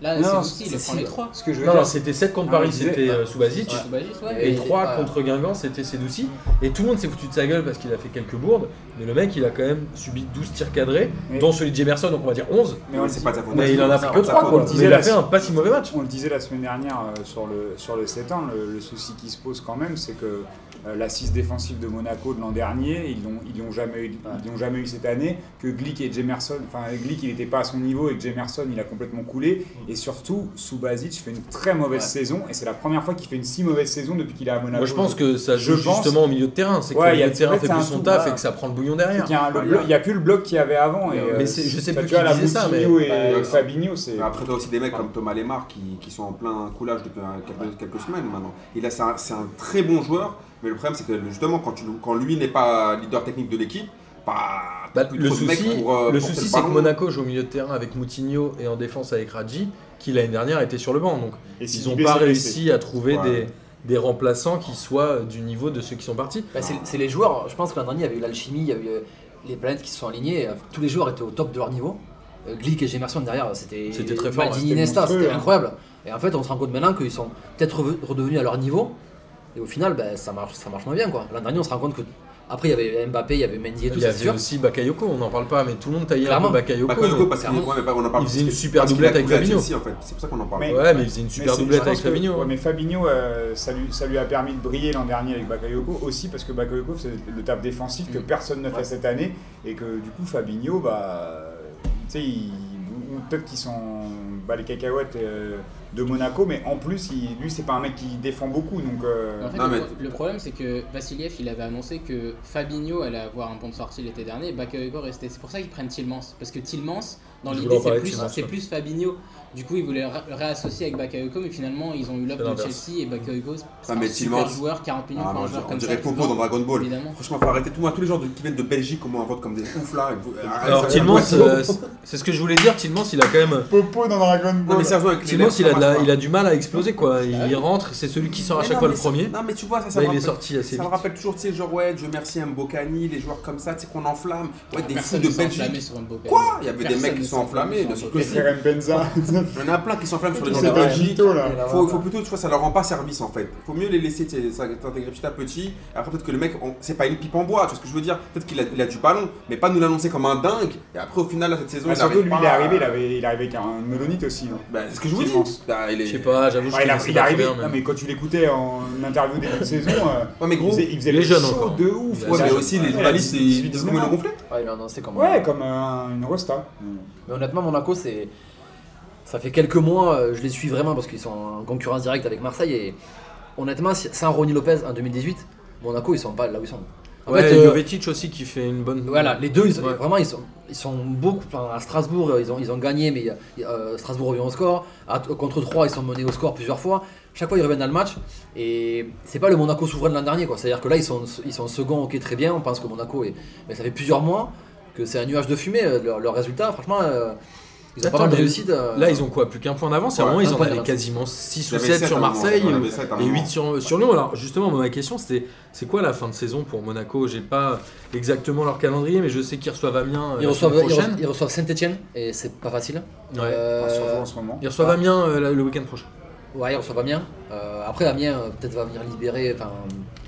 S4: Là,
S3: Non,
S4: c'est
S3: non,
S4: aussi, il les
S6: c'est
S4: prend les
S6: Sil.
S4: 3.
S3: Ce que je veux
S1: Non, non,
S3: dire,
S1: c'était 7 contre
S3: Ah,
S1: Paris,
S3: on disait,
S1: c'était euh,
S3: bah,
S1: Subasic.
S4: Subasic, ouais.
S1: Et
S6: Et-
S1: 3
S6: ouais.
S1: contre Guingamp, c'était Sedouci. Et tout le monde s'est foutu de sa gueule parce qu'il a fait quelques bourdes. Mais le mec, il a quand même subi 12 tirs cadrés,
S3: Oui. Ah, bah,
S1: dont celui de Jemerson, donc on va dire 11.
S3: mais on le
S2: c'est
S3: dit-
S2: pas ta faute.
S1: Mais il en a pris que
S6: on
S1: 3
S3: on
S1: quoi.
S3: disait
S1: Mais il
S3: la-
S1: a fait un pas si mauvais match.
S3: On le disait la semaine dernière euh, sur le, sur le 7 1 le, le souci qui se pose quand même, c'est que euh, l'assise défensive de Monaco de l'an dernier, ils l'ont ils l'ont jamais, eu- ils l'ont jamais eu cette année, que Glick et Jemerson, enfin Glick il n'était pas à son niveau et que Jemerson il a complètement coulé,
S1: Mm.
S3: et surtout Subasic fait une très mauvaise
S6: Ouais.
S3: saison, et c'est la première fois qu'il fait une si mauvaise saison depuis qu'il est à Monaco.
S1: Moi je pense que ça
S3: Je
S1: joue
S3: pense-
S1: justement au milieu de terrain, c'est que
S3: Ouais,
S1: le
S3: il y a-
S1: milieu de terrain
S3: en fait,
S1: fait
S3: c'est
S1: plus
S3: un
S1: son
S3: tout,
S1: taf
S3: ouais.
S1: et que ça prend le bouillon derrière.
S3: Il y a un- Eh le bloc- il n'y a, plus le bloc qu'il y avait avant. Et,
S1: Bah, Mais Bah, c'est- je sais
S3: t'as
S1: plus
S3: tu vois,
S1: qui
S3: la
S1: disait ça, mais-
S3: Moutinho et
S2: Ouais.
S3: Fabinho, c'est.
S2: Mais Après, toi aussi des mecs comme Thomas Lemar qui, qui sont en plein coulage depuis un- quelques, quelques semaines maintenant. Il a- C'est un, c'est un très bon joueur, mais le problème c'est que justement, quand, tu, le- quand lui n'est pas leader technique de l'équipe, bah, t'as
S1: Bah,
S2: plus
S1: le
S2: trop de mecs
S1: souci,
S2: pour, euh,
S1: le
S2: porter
S1: souci
S2: le
S1: c'est que
S2: ballon.
S1: Monaco joue au milieu de terrain avec Moutinho et en défense avec Radji, qui l'année dernière était sur le banc. Donc
S3: et
S1: ils
S3: Sidibé,
S1: n'ont pas
S3: c'est blessé.
S1: réussi à trouver
S2: Ouais.
S1: des, des remplaçants qui soient du niveau de ceux qui sont partis.
S6: Bah, c'est c'est les joueurs, je pense que l'an dernier il y a eu l'alchimie, il y a eu euh, les planètes qui se sont alignées, euh, tous les joueurs étaient au top de leur niveau. Euh, Glick et Gemerson derrière, c'était
S1: C'était très fort,
S6: Maldini,
S3: ouais, c'était
S6: Nesta,
S3: monstrueux,
S6: c'était
S3: hein.
S6: incroyable. Et en fait, on se rend compte maintenant qu'ils sont peut-être reve- redevenus à leur niveau. Et au final, bah, ça marche, ça marche moins bien quoi. L'an dernier, on se rend compte que Après, il y avait Mbappé, il y avait Mendy et tout,
S1: Il y
S6: c'est
S1: avait
S6: sûr.
S1: aussi Bakayoko, on n'en parle pas, mais tout le monde taillait un
S6: Clairement.
S1: peu Bakayoko.
S2: Bakayoko,
S1: mais-
S2: Bah, parce qu'il
S6: clairement.
S2: ouais, mais pas- on en parle
S1: Il faisait une
S2: parce que-
S1: super
S2: parce qu'il
S1: doublette
S2: a
S1: avec
S2: coulé à
S1: Fabinho.
S2: Chelsea, en fait. C'est pour ça qu'on en parle.
S3: Mais-
S1: Ouais, mais il faisait une
S3: Mais
S1: super
S3: c'est- je
S1: doublette
S3: pense
S1: avec
S3: que-
S1: Fabinho. hein.
S3: ouais, mais Fabinho, euh, ça, lui, ça lui a permis de briller l'an dernier avec Bakayoko aussi parce que Bakayoko c'est le taf défensif que
S1: Mm.
S3: personne ne fait cette année et que du coup Fabinho, bah, tu sais, il- on- peut-être qu'ils sont bah, les cacahuètes euh, de Monaco, mais en plus, il- lui, c'est pas un mec qui défend beaucoup, donc. euh,
S4: En fait,
S2: Non,
S4: le,
S2: mais-
S4: pro- le problème, c'est que Vassiliev, il avait annoncé que Fabinho allait avoir un pont de sortie l'été dernier et Bakayoko restait. C'est pour ça qu'ils prennent Tillmans. Parce que Tillmans, dans
S1: Je voulais
S4: l'idée,
S1: en parler
S4: c'est
S1: de
S4: plus,
S1: Tillmans,
S4: c'est
S1: ouais.
S4: plus Fabinho. Du coup, ils voulaient ra- réassocier avec Bakayoko, mais finalement, ils ont eu
S1: C'est
S4: l'offre de
S1: l'inverse.
S4: Chelsea et Bakayoko, c'est
S2: Ah,
S4: un
S2: mais
S4: super
S2: Tillmans-
S4: joueur, 40 millions
S2: Ah,
S4: pour
S2: non,
S4: un
S2: je-
S4: joueur
S2: on
S4: comme ça.
S2: dirait
S4: qui se
S2: Popo
S4: vend,
S2: dans Dragon Ball.
S4: Évidemment.
S2: Franchement, faut arrêter tout. Moi, tous les gens de- qui viennent de Belgique, on m'invote comme des oufs là. il faut-
S1: Alors
S2: arrête,
S1: Tillmans,
S2: arrête,
S1: euh, c'est c'est ce que je voulais dire, Tillmans il a quand même...
S3: Popo dans Dragon Ball.
S2: Non, mais sérieusement, avec les
S1: Tillmans
S2: lèvres,
S1: il a, de la-
S2: ça marche
S1: il a du mal à exploser quoi,
S4: Ah
S1: il
S4: oui.
S1: rentre, c'est celui qui sort à
S2: Mais
S1: chaque
S2: non,
S1: fois le
S2: mais
S1: premier.
S2: c'est- Non, mais tu vois, ça, ça
S1: Là
S2: me
S1: il est
S2: rappelle-
S1: sorti assez
S2: Ça me
S1: vite.
S2: rappelle toujours, tu sais, genre, ouais, Dieu merci, Mbokani, les joueurs comme ça, tu sais, qu'on enflamme. Ouais, des fous
S4: Personne
S2: de
S4: ne s'est enflammé
S2: Belgique.
S4: sur un beau cahier.
S2: Quoi Il y avait des
S4: Personne
S2: mecs qui
S4: ne
S2: sont
S4: s'est
S2: enflammés, bien sûr que
S4: enflammé.
S2: si.
S3: Frère Mbenza,
S2: Il y en a plein qui s'enflamment sur les gens
S3: c'est
S2: de
S3: pas
S2: Belgique.
S3: Gito là.
S2: Faut, faut plutôt, tu vois, ça leur rend pas service en fait. Faut mieux les laisser tu sais, s'intégrer petit à petit. Après, peut-être que le mec, on- c'est pas une pipe en bois, tu vois ce que je veux dire. Peut-être qu'il a, il a du ballon, mais pas nous l'annoncer comme un dingue. Et après, au final, là, cette saison,
S3: Bah,
S2: il
S3: surtout,
S2: arrive
S3: lui,
S2: pas
S3: il est
S2: à-
S3: arrivé, il, avait, il est arrivé avec un melonite aussi. hein.
S2: Bah, c'est ce que je vous dis.
S3: Tillmans.
S2: Bah, il est...
S1: Je sais pas, j'avoue je
S3: Bah, il, a-
S1: connaissais
S3: il est
S1: pas très
S3: arrivé,
S1: bien,
S3: non,
S1: mais-
S3: mais quand tu l'écoutais en interview début de saison, euh,
S2: Ouais, mais
S3: il
S2: gros,
S3: faisait, il faisait
S1: Il est
S3: le
S1: jeune
S3: show
S1: encore.
S3: de ouf.
S1: Il
S2: ouais,
S1: a-
S2: mais aussi les
S3: Ouais,
S2: journalistes, ils ils
S3: 18,
S2: disent comment ils l'ont gonflé.
S6: Ouais, il a annoncé comme.
S3: Ouais, comme euh, un- une rosta.
S2: Euh,
S6: Mais honnêtement, Monaco, c'est. Ça fait quelques mois, euh, je les suis vraiment parce qu'ils sont en concurrence directe avec Marseille. Et honnêtement, si- sans Ronny Lopez en 2018, Monaco, ils sont pas là où ils sont. En
S1: Ouais,
S6: fait, euh,
S1: Jovetic aussi qui fait une bonne.
S6: voilà, les deux, ils,
S1: Ouais.
S6: vraiment, ils sont, ils sont beaucoup. enfin, à Strasbourg, euh, ils ont, ils ont gagné, mais euh, Strasbourg revient au score. À- contre 3, ils sont menés au score plusieurs fois. Chaque fois, ils reviennent dans le match. Et c'est pas le Monaco souverain de l'an dernier, quoi. C'est-à-dire que là, ils sont, ils sont seconds, ok, très bien. On pense que Monaco est. Mais ça fait plusieurs mois que c'est un nuage de fumée, euh, leur, leur résultat. Franchement, euh, ils ont
S1: Attends,
S6: pas mal de
S1: mais
S6: réussite. euh,
S1: Là, ils ont quoi Plus qu'un point d'avance. À un
S2: Ouais,
S1: moment, ils
S6: un
S1: en
S6: point
S1: avaient
S6: d'avance.
S1: quasiment 6
S2: Il y
S1: ou
S2: avait
S1: 7
S2: sept à
S1: sur
S2: un moment,
S1: Marseille
S2: on avait sept à un
S1: et
S2: moment.
S1: 8 sur, sur Lyon. Alors, justement, moi, ma question, c'était c'est quoi la fin de saison pour Monaco J'ai pas exactement leur calendrier, mais je sais qu'ils reçoivent Amiens euh,
S6: Ils
S1: la
S6: reçoivent,
S1: semaine
S6: ils reçoivent-
S1: prochaine.
S6: ils reçoivent Saint-Etienne et c'est pas facile.
S1: Ouais.
S6: Euh,
S3: Surtout en ce moment.
S1: Ils reçoivent Amiens euh, la- le week-end prochain.
S6: ouais, ils reçoivent Amiens. Euh, après, Amiens euh, peut-être va venir libérer. Enfin,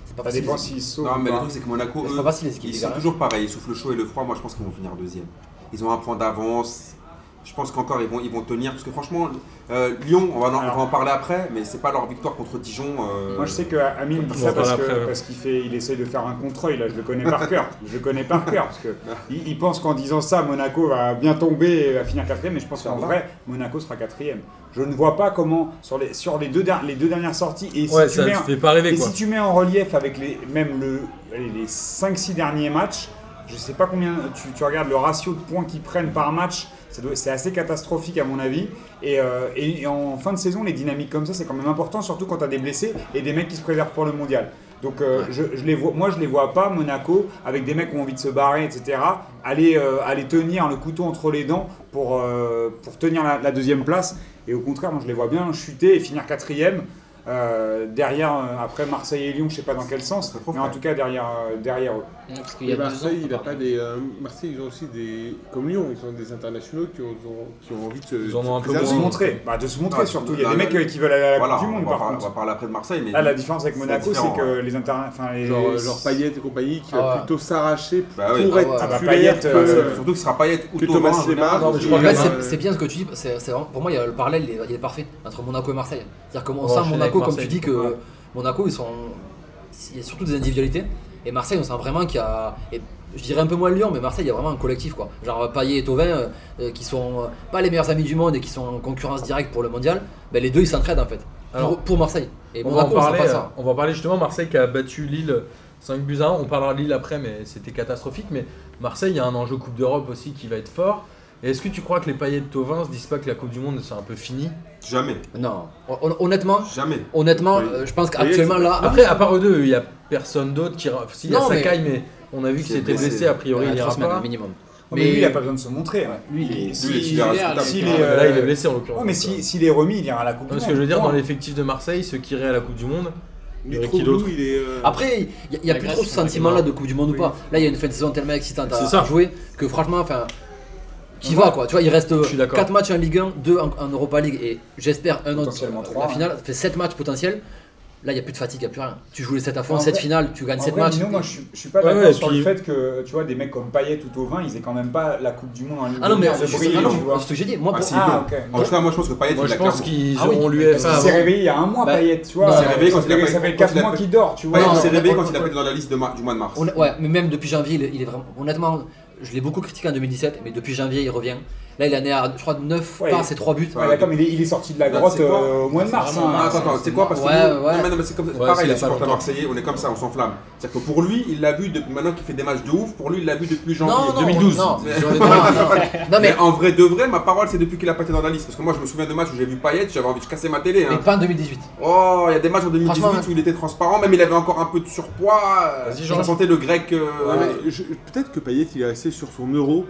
S6: c'est pas
S3: Ça
S6: facile.
S3: dépend s'ils sautent.
S2: Non,
S3: ou
S2: mais le
S3: pas.
S2: truc, c'est que Monaco,
S6: C'est
S2: eux,
S6: pas facile les équipes.
S2: Euh, Ils
S6: les
S2: sont
S6: gars.
S2: toujours pareils, ils soufflent le chaud et le froid. Moi, je pense qu'ils vont finir deuxième. Ils ont un point d'avance. Je pense qu'encore ils vont, ils vont tenir. Parce que franchement, euh, Lyon, on va, en, on va en parler après, mais c'est pas leur victoire contre Dijon. euh,
S3: Moi je sais que Amine
S1: On
S3: dit
S1: va
S3: ça parce
S1: parler après,
S3: que-
S1: ouais.
S3: parce qu'il fait, il essaye de faire un contre-œil là, je le connais par cœur, je le connais par cœur parce que il, il pense qu'en disant ça Monaco va bien tomber et va finir quatrième, mais je pense qu'en
S2: va.
S3: vrai Monaco sera quatrième. Je ne vois pas comment sur les sur les deux der- les deux dernières sorties et si
S1: ouais,
S3: tu
S1: ça
S3: mets
S1: te
S3: en-
S1: fait pas rêver
S3: et
S1: quoi.
S3: si tu mets en relief avec les, même le, allez, les 5-6 derniers matchs, je sais pas combien, tu, tu regardes le ratio de points qu'ils prennent par match, ça doit- c'est assez catastrophique à mon avis. Et, euh, et- et en fin de saison, les dynamiques comme ça, c'est quand même important, surtout quand tu as des blessés et des mecs qui se préservent pour le mondial. Donc euh, je, je les vois, moi je les vois pas Monaco avec des mecs qui ont envie de se barrer etc aller euh, aller tenir le couteau entre les dents pour euh, pour tenir la, la deuxième place et au contraire moi je les vois bien chuter et finir quatrième euh, derrière, euh, après Marseille et Lyon, je sais pas dans quel sens,
S2: Ça se trouve,
S3: mais en
S2: ouais.
S3: tout cas derrière, euh, derrière eux.
S4: Non, parce qu'il y
S5: Et
S4: a deux ans,
S5: Marseille, il a
S4: pardon.
S5: pas des, euh, Marseille, ils ont aussi des. Comme Lyon, ils ont des internationaux qui ont, qui ont- qui ont envie de se.
S1: Ils en ont un peu
S5: de
S3: De
S5: se
S3: se
S5: présenter.
S1: moins.
S3: montrer, bah, de se montrer
S2: Ah,
S3: surtout.
S2: c'est-
S3: Il y a
S2: non,
S3: des mecs
S2: mais-
S3: euh, qui veulent aller à la
S2: voilà,
S3: Coupe du Monde
S2: on, va
S3: par
S2: parler, on va
S3: contre.
S2: parler après de Marseille, mais
S3: Là, la différence avec
S2: c'est
S3: Monaco, c'est
S2: différent,
S3: que
S2: ouais.
S3: les interna- enfin les
S5: Genre, euh, genre Payet et compagnie qui
S6: Ah
S5: va
S6: ouais.
S5: plutôt s'arracher pour
S2: Bah oui.
S5: être
S6: Ah ouais.
S5: titulaire
S6: Ah
S3: bah, Payet,
S5: que-
S3: euh,
S2: surtout que ce sera Payet ou
S5: que Thomas
S2: Thomas
S5: Lemar.
S1: Non, mais je
S5: ou-
S1: crois que
S6: Ouais,
S5: euh,
S6: c'est c'est bien ce que tu dis, c'est c'est vraiment- pour moi il y a le parallèle il est, il est parfait entre Monaco et Marseille. C'est-à-dire que on
S1: va
S6: sent
S1: enchaîner
S6: Monaco,
S1: avec
S6: comme tu
S1: Marseille.
S6: dis que
S1: Ouais.
S6: Monaco ils sont. Il y a surtout des individualités. Et Marseille on sent vraiment qu'il y a. et je dirais un peu moins Lyon, mais Marseille il y a vraiment un collectif quoi. Genre Payet et Tauvin euh, euh, qui sont euh, pas les meilleurs amis du monde et qui sont en concurrence directe pour le mondial, ben, les deux ils s'entraident en fait. Pour,
S1: Alors,
S6: pour Marseille. Et
S1: On va, en
S6: Monaco on sent
S1: parler,
S6: pas
S1: euh,
S6: ça.
S1: on va parler justement Marseille qui a battu Lille 5 buts à 1. On parlera de Lille après, mais c'était catastrophique. Mais Marseille, il y a un enjeu Coupe d'Europe aussi qui va être fort. Et Est-ce que tu crois que les paillets de Tauvin se disent pas que la Coupe du Monde c'est un peu fini
S2: Jamais,
S1: euh,
S6: Non. Hon- Honnêtement,
S2: jamais.
S6: honnêtement,
S5: Oui.
S6: euh, je pense
S5: Payet,
S6: qu'actuellement
S5: c'est-
S6: là.
S1: Ah Après, à part eux deux, il y a personne d'autre qui. ra- Si, il y a
S6: Non, mais-
S1: Sakai, mais on a vu qu'il
S2: Il est
S1: s'était blessé,
S2: blessé.
S1: a priori,
S6: à
S1: il
S6: euh, trois
S1: ira
S6: semaines, un
S1: pas.
S6: minimum.
S3: Mais, lui, il a pas besoin de se montrer. ouais.
S6: Lui, il est-
S3: Si-
S2: lui, il est
S3: si-
S2: titulaire,
S3: si-
S2: c'est
S3: si
S2: clair.
S3: les,
S1: Là, il est
S3: euh,
S1: blessé en l'occurrence.
S3: ouais, mais si- s'il est remis, il ira à la Coupe
S1: Non,
S3: du
S1: ce
S3: Monde.
S1: que je veux dire, dans
S3: Point.
S1: l'effectif de Marseille, ceux qui iraient à la Coupe du Monde,
S5: Il
S1: Il y
S5: est
S1: a
S5: trop
S1: qui d'autre
S5: doux, il est. euh,
S6: Après, il n'y a,
S4: La
S6: plus
S4: Grèce,
S6: trop ce
S4: on va
S6: sentiment là
S4: dire.
S6: de Coupe du Monde
S5: Oui.
S6: ou pas. Là, il y a une fin de saison tellement excitante
S1: C'est
S6: à,
S1: ça.
S6: à jouer que franchement, enfin, qui va quoi. Tu vois, il reste
S1: Je suis d'accord.
S6: 4 matchs en Ligue 1, 2 en, en Europa League et j'espère un autre.
S3: Potentiellement
S6: euh,
S3: trois,
S6: La finale, ça fait 7 matchs potentiels. Là, il n'y a plus de fatigue, il n'y a plus rien. Tu joues les 7 à fond,
S3: En
S6: 7
S3: vrai-
S6: finales, tu gagnes
S3: En
S6: 7
S3: vrai,
S6: matchs.
S3: Mino, moi, je suis- je suis pas
S1: Ouais,
S3: d'accord
S1: ouais,
S3: sur
S1: puis-
S3: le fait que tu vois des mecs comme Payet ou Thauvin, ils aient quand même pas la Coupe du Monde en ligne.
S6: Ah non, mais
S3: de mire de
S6: c'est
S3: briller,
S6: ah non,
S3: tu vois.
S6: c'est ce que j'ai dit. Moi,
S2: Ah,
S6: pour-
S2: si.
S3: Ah, ok.
S2: En tout cas, moi je pense que Payet,
S1: Moi,
S2: il
S1: je
S2: a
S1: pense
S2: clairement.
S1: qu'ils
S6: Ah oui,
S1: auront
S6: mais
S3: Il
S1: l'UEFA
S3: s'est
S1: avant.
S3: réveillé il y a un mois,
S4: Bah,
S3: Payet, tu vois.
S6: bah,
S2: il s'est réveillé quand il a pas-
S3: Ça fait
S2: quand
S3: 4
S2: il a
S3: mois
S2: pas-
S3: qu'il dort, tu vois.
S2: Payet,
S6: Ouais,
S2: il
S6: non,
S2: s'est
S6: mais-
S2: réveillé quand il a fait dans la liste de ma- du mois de mars.
S6: on- ouais, mais même depuis janvier, il, est- il est vraiment. Honnêtement, je l'ai beaucoup critiqué en 2017, mais depuis janvier, il revient. Là, il en est à, je crois, 9
S3: Ouais.
S6: passes et 3 buts.
S3: Ouais, d'accord, mais il est- il est sorti de la
S2: Là,
S3: grotte
S2: c'est quoi
S3: euh, au mois de mars.
S4: vraiment
S3: hein.
S2: Non, Ah, attends, attends, c'est quoi Parce que
S6: Ouais,
S2: nous-
S6: ouais.
S2: non, mais non, mais c'est comme ça.
S1: Ouais,
S2: pareil, hein,
S1: c'est
S2: les
S1: la
S2: supporters
S1: période.
S2: marseillais, on est comme ça, on s'enflamme. C'est-à-dire que pour lui, il l'a vu depuis maintenant qu'il fait des matchs de ouf. Pour lui, il l'a vu depuis janvier
S6: Non, non,
S2: 2012.
S6: non.
S2: Mais-
S6: Non, non, non,
S2: mais,
S6: mais,
S2: en vrai de vrai, ma parole, c'est depuis qu'il a pas été dans la liste. Parce que moi, je me souviens de matchs où j'ai vu Payet, j'avais envie de casser ma télé.
S6: mais
S2: hein.
S6: pas en 2018.
S2: Oh, il y a des matchs en 2018
S6: Franchement, ouais.
S2: où il était transparent, même il avait encore un peu de surpoids. euh,
S1: Vas-y,
S2: Je
S1: Jean.
S2: sentais le grec. euh,
S5: Ouais, mais je- Peut-être que Payet il est resté sur son euro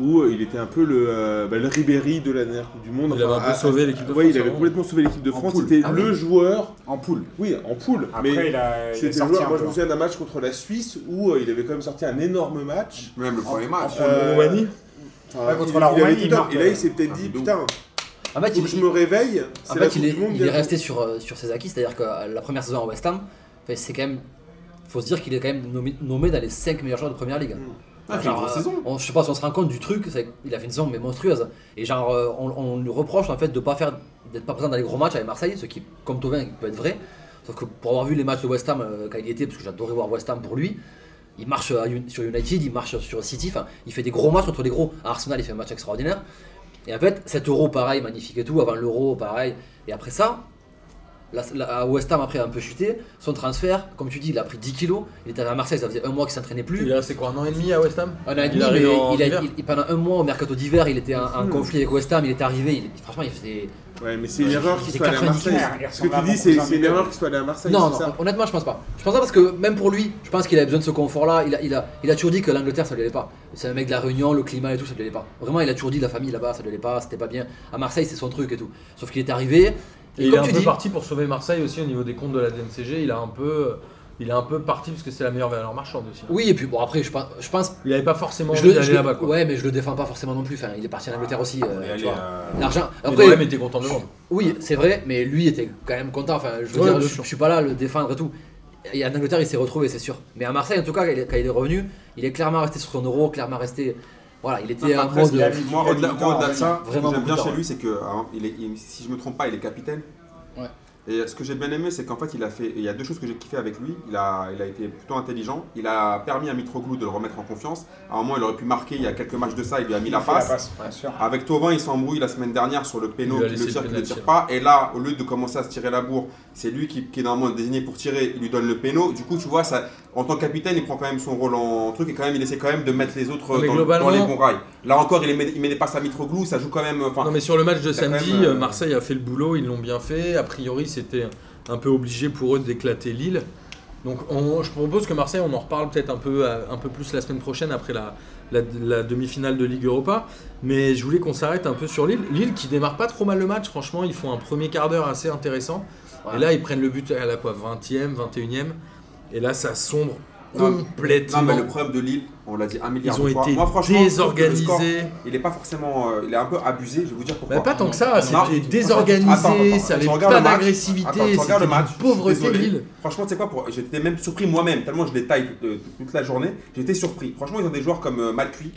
S5: où euh, il était un peu le, euh, bah, le Ribéry de la dernière Coupe du Monde. ah, euh,
S1: Il avait un peu sauvé l'équipe de
S5: ouais,
S1: France
S5: il avait
S1: avant.
S5: complètement sauvé l'équipe de
S2: En
S5: France.
S2: poule.
S5: C'était
S6: Ah oui.
S5: le joueur,
S2: En poule.
S5: oui, en poule.
S3: Après,
S5: mais
S3: il a il est
S5: c'était le
S3: sorti
S5: joueur.
S3: un
S5: Moi, je
S3: peu. hein.
S5: me souviens d'un match contre la Suisse où euh, il avait quand même sorti un énorme match.
S2: Même le premier match.
S5: en- Euh,
S1: Roumanie
S5: Enfin,
S3: Ouais, contre la
S5: il- il avait
S3: Roumanie,
S5: tout
S3: il
S5: tort.
S3: marque,
S5: Et là,
S3: euh,
S5: il s'est peut-être
S2: un
S5: dit
S2: bidon.
S5: putain,
S6: En fait,
S5: faut
S6: il,
S5: que je me réveille.
S6: en
S5: C'est la
S6: fait,
S5: Coupe
S6: il, est,
S5: du Monde. hein.
S6: il est resté sur, euh, sur ses acquis. C'est-à-dire que euh, la première saison à West Ham, enfin, c'est quand même. Faut se dire qu'il est quand même nommé, nommé dans les 5 meilleurs joueurs de première
S5: Mm.
S6: ligue.
S2: Ah, c'est une
S6: Genre,
S2: grosse
S6: euh,
S2: saison.
S6: on- je sais pas si on se rend compte du truc, c'est- il a fait une saison mais monstrueuse. Et genre, euh, on, on lui reproche en fait de pas faire, d'être pas présent dans les gros matchs avec Marseille, ce qui, comme Tovin, peut être vrai. Sauf que pour avoir vu les matchs de West Ham euh, quand il y était, parce que j'adorais voir West Ham pour lui, il marche à Un- sur United, il marche sur City, enfin, il fait des gros matchs contre les gros. À Arsenal, il fait un match extraordinaire. Et en fait, cet euro, pareil, magnifique et tout, avant l'euro, pareil. Et après ça, la, la- à West Ham, après, a un peu chuté. Son transfert, comme tu dis, il a pris 10 kilos. Il était à Marseille, ça faisait un mois qu'il s'entraînait plus.
S1: Il est resté quoi Un an et demi à West Ham
S6: Un an et
S1: Il
S6: demi,
S1: arrive
S6: mais
S1: en
S6: il a-
S1: hiver.
S6: il- il- pendant un mois au mercato d'hiver, il était en, en conflit avec West Ham, il était arrivé, il- franchement, il faisait.
S5: Ouais, mais c'est une
S6: Ouais,
S5: erreur
S6: il
S5: qu'il
S6: fait
S5: soit allé à
S6: 90.
S5: Marseille.
S3: Il
S5: Ce que
S3: ressemble à
S5: tu
S3: mon
S5: dis, c'est
S3: cousin
S5: c'est une
S3: Miguel.
S5: erreur qu'il soit allé à Marseille.
S6: Non,
S5: c'est
S6: non,
S5: ça
S6: honnêtement, je pense pas. Je pense pas parce que même pour lui, je pense qu'il avait besoin de ce confort-là. Il a, il, a, il a toujours dit que l'Angleterre, ça lui allait pas. C'est un mec de la Réunion, le climat et tout, ça lui allait pas. Vraiment, il a toujours dit la famille là-bas, ça lui allait pas, c'était pas bien. À Marseille, c'est son truc et tout. Sauf qu'il est arrivé.
S1: Et il est un peu parti pour sauver Marseille aussi au niveau des comptes de la DNCG. Il a un peu, il est un peu parti parce que c'est la meilleure valeur marchande aussi.
S6: Oui, et puis bon, après, je pense. Je pense
S1: Il n'avait pas forcément
S6: je
S1: envie
S6: le, je
S1: d'aller
S6: le-
S1: là-bas quoi.
S6: ouais, mais je le défends pas forcément non plus. Enfin, il est
S2: Ah,
S6: parti en Angleterre aussi. euh,
S2: Et
S6: tu
S2: allez,
S6: vois.
S2: euh,
S6: L'argent.
S1: Après,
S6: Après,
S1: mais t'es content de le vendre.
S6: Oui, c'est vrai, mais lui était quand même content. Enfin, je veux
S1: Ouais,
S6: dire,
S1: bien
S6: je,
S1: sûr.
S6: je suis pas là à le défendre et tout. Et en Angleterre, il s'est retrouvé, c'est sûr. Mais à Marseille, en tout cas, quand il est, quand il est revenu, il est clairement resté sur son euro, clairement resté. Voilà, il était
S2: Ah,
S6: en
S2: après,
S6: mode.
S3: il a
S6: euh,
S3: mis-
S2: Moi,
S3: il a
S2: au-delà
S3: mis du temps
S2: au-delà
S3: à
S2: de ça, ce que
S6: Vraiment
S2: j'aime bien
S6: beaucoup de
S2: chez
S6: temps,
S2: lui, c'est que, hein, il est- il- si je me trompe pas, il est capitaine.
S4: Ouais.
S2: Et ce que j'ai bien aimé, c'est qu'en fait, il a fait. Il y a deux choses que j'ai kiffé avec lui. Il a, il a été plutôt intelligent. Il a permis à Mitroglou de le remettre en confiance. À un moment, il aurait pu marquer. Il y a quelques matchs de ça, il lui a mis la
S3: fait la
S2: passe.
S3: passe, bien sûr.
S2: Avec Tovin, il s'embrouille la semaine dernière sur le péno
S1: Il lui a
S2: qui
S1: laissé
S2: le
S1: le
S2: tire, qui ne
S1: penalty,
S2: tire pas. Et là, au lieu de commencer à se tirer la bourre, c'est lui qui, qui est normalement désigné pour tirer, il lui donne le péno. Du coup, tu vois, ça, en tant que capitaine, il prend quand même son rôle en truc et quand même, il essaie quand même de mettre les autres
S1: Non, mais
S2: dans,
S1: globalement-
S2: dans les bons rails. Là encore, il met, il met des passes à Mitroglou, ça joue quand même. Enfin,
S1: Non mais sur le match de
S2: t'as quand
S1: samedi,
S2: même, euh,
S1: euh, Marseille a fait le boulot, ils l'ont bien fait. A priori, c'était un peu obligé pour eux d'éclater Lille. Donc on- je propose que Marseille, on en reparle peut-être un peu, euh, un peu plus la semaine prochaine après la, la- la demi-finale de Ligue Europa. Mais je voulais qu'on s'arrête un peu sur Lille. Lille qui démarre pas trop mal le match, franchement, ils font un premier quart d'heure assez intéressant.
S6: Ouais.
S1: Et là, ils prennent le but à la quoi 20e, 21e. Et là, ça sombre
S2: Non,
S1: complètement.
S2: Non, mais le problème de Lille, on l'a dit un milliard
S1: ils ont
S2: de fois.
S1: été
S2: Moi, franchement, je trouve que le
S1: désorganisés.
S2: score, il est pas forcément. euh, il est un peu abusé, je vais vous dire pourquoi.
S1: Bah, pas tant que ça,
S2: Non.
S1: c'était
S2: Attends, attends, attends.
S1: désorganisé, ça
S2: Tu
S1: avait pas
S2: regardes le match. Attends,
S1: d'agressivité,
S2: tu regardes
S1: c'était
S2: le match,
S1: une
S2: je suis
S1: pauvreté de
S2: désolé.
S1: Lille.
S2: Franchement, tu sais quoi, pour- j'étais même surpris moi-même, tellement je les taille toute, toute- toute la journée, j'étais surpris. Franchement, ils ont des joueurs comme euh, Malcuit,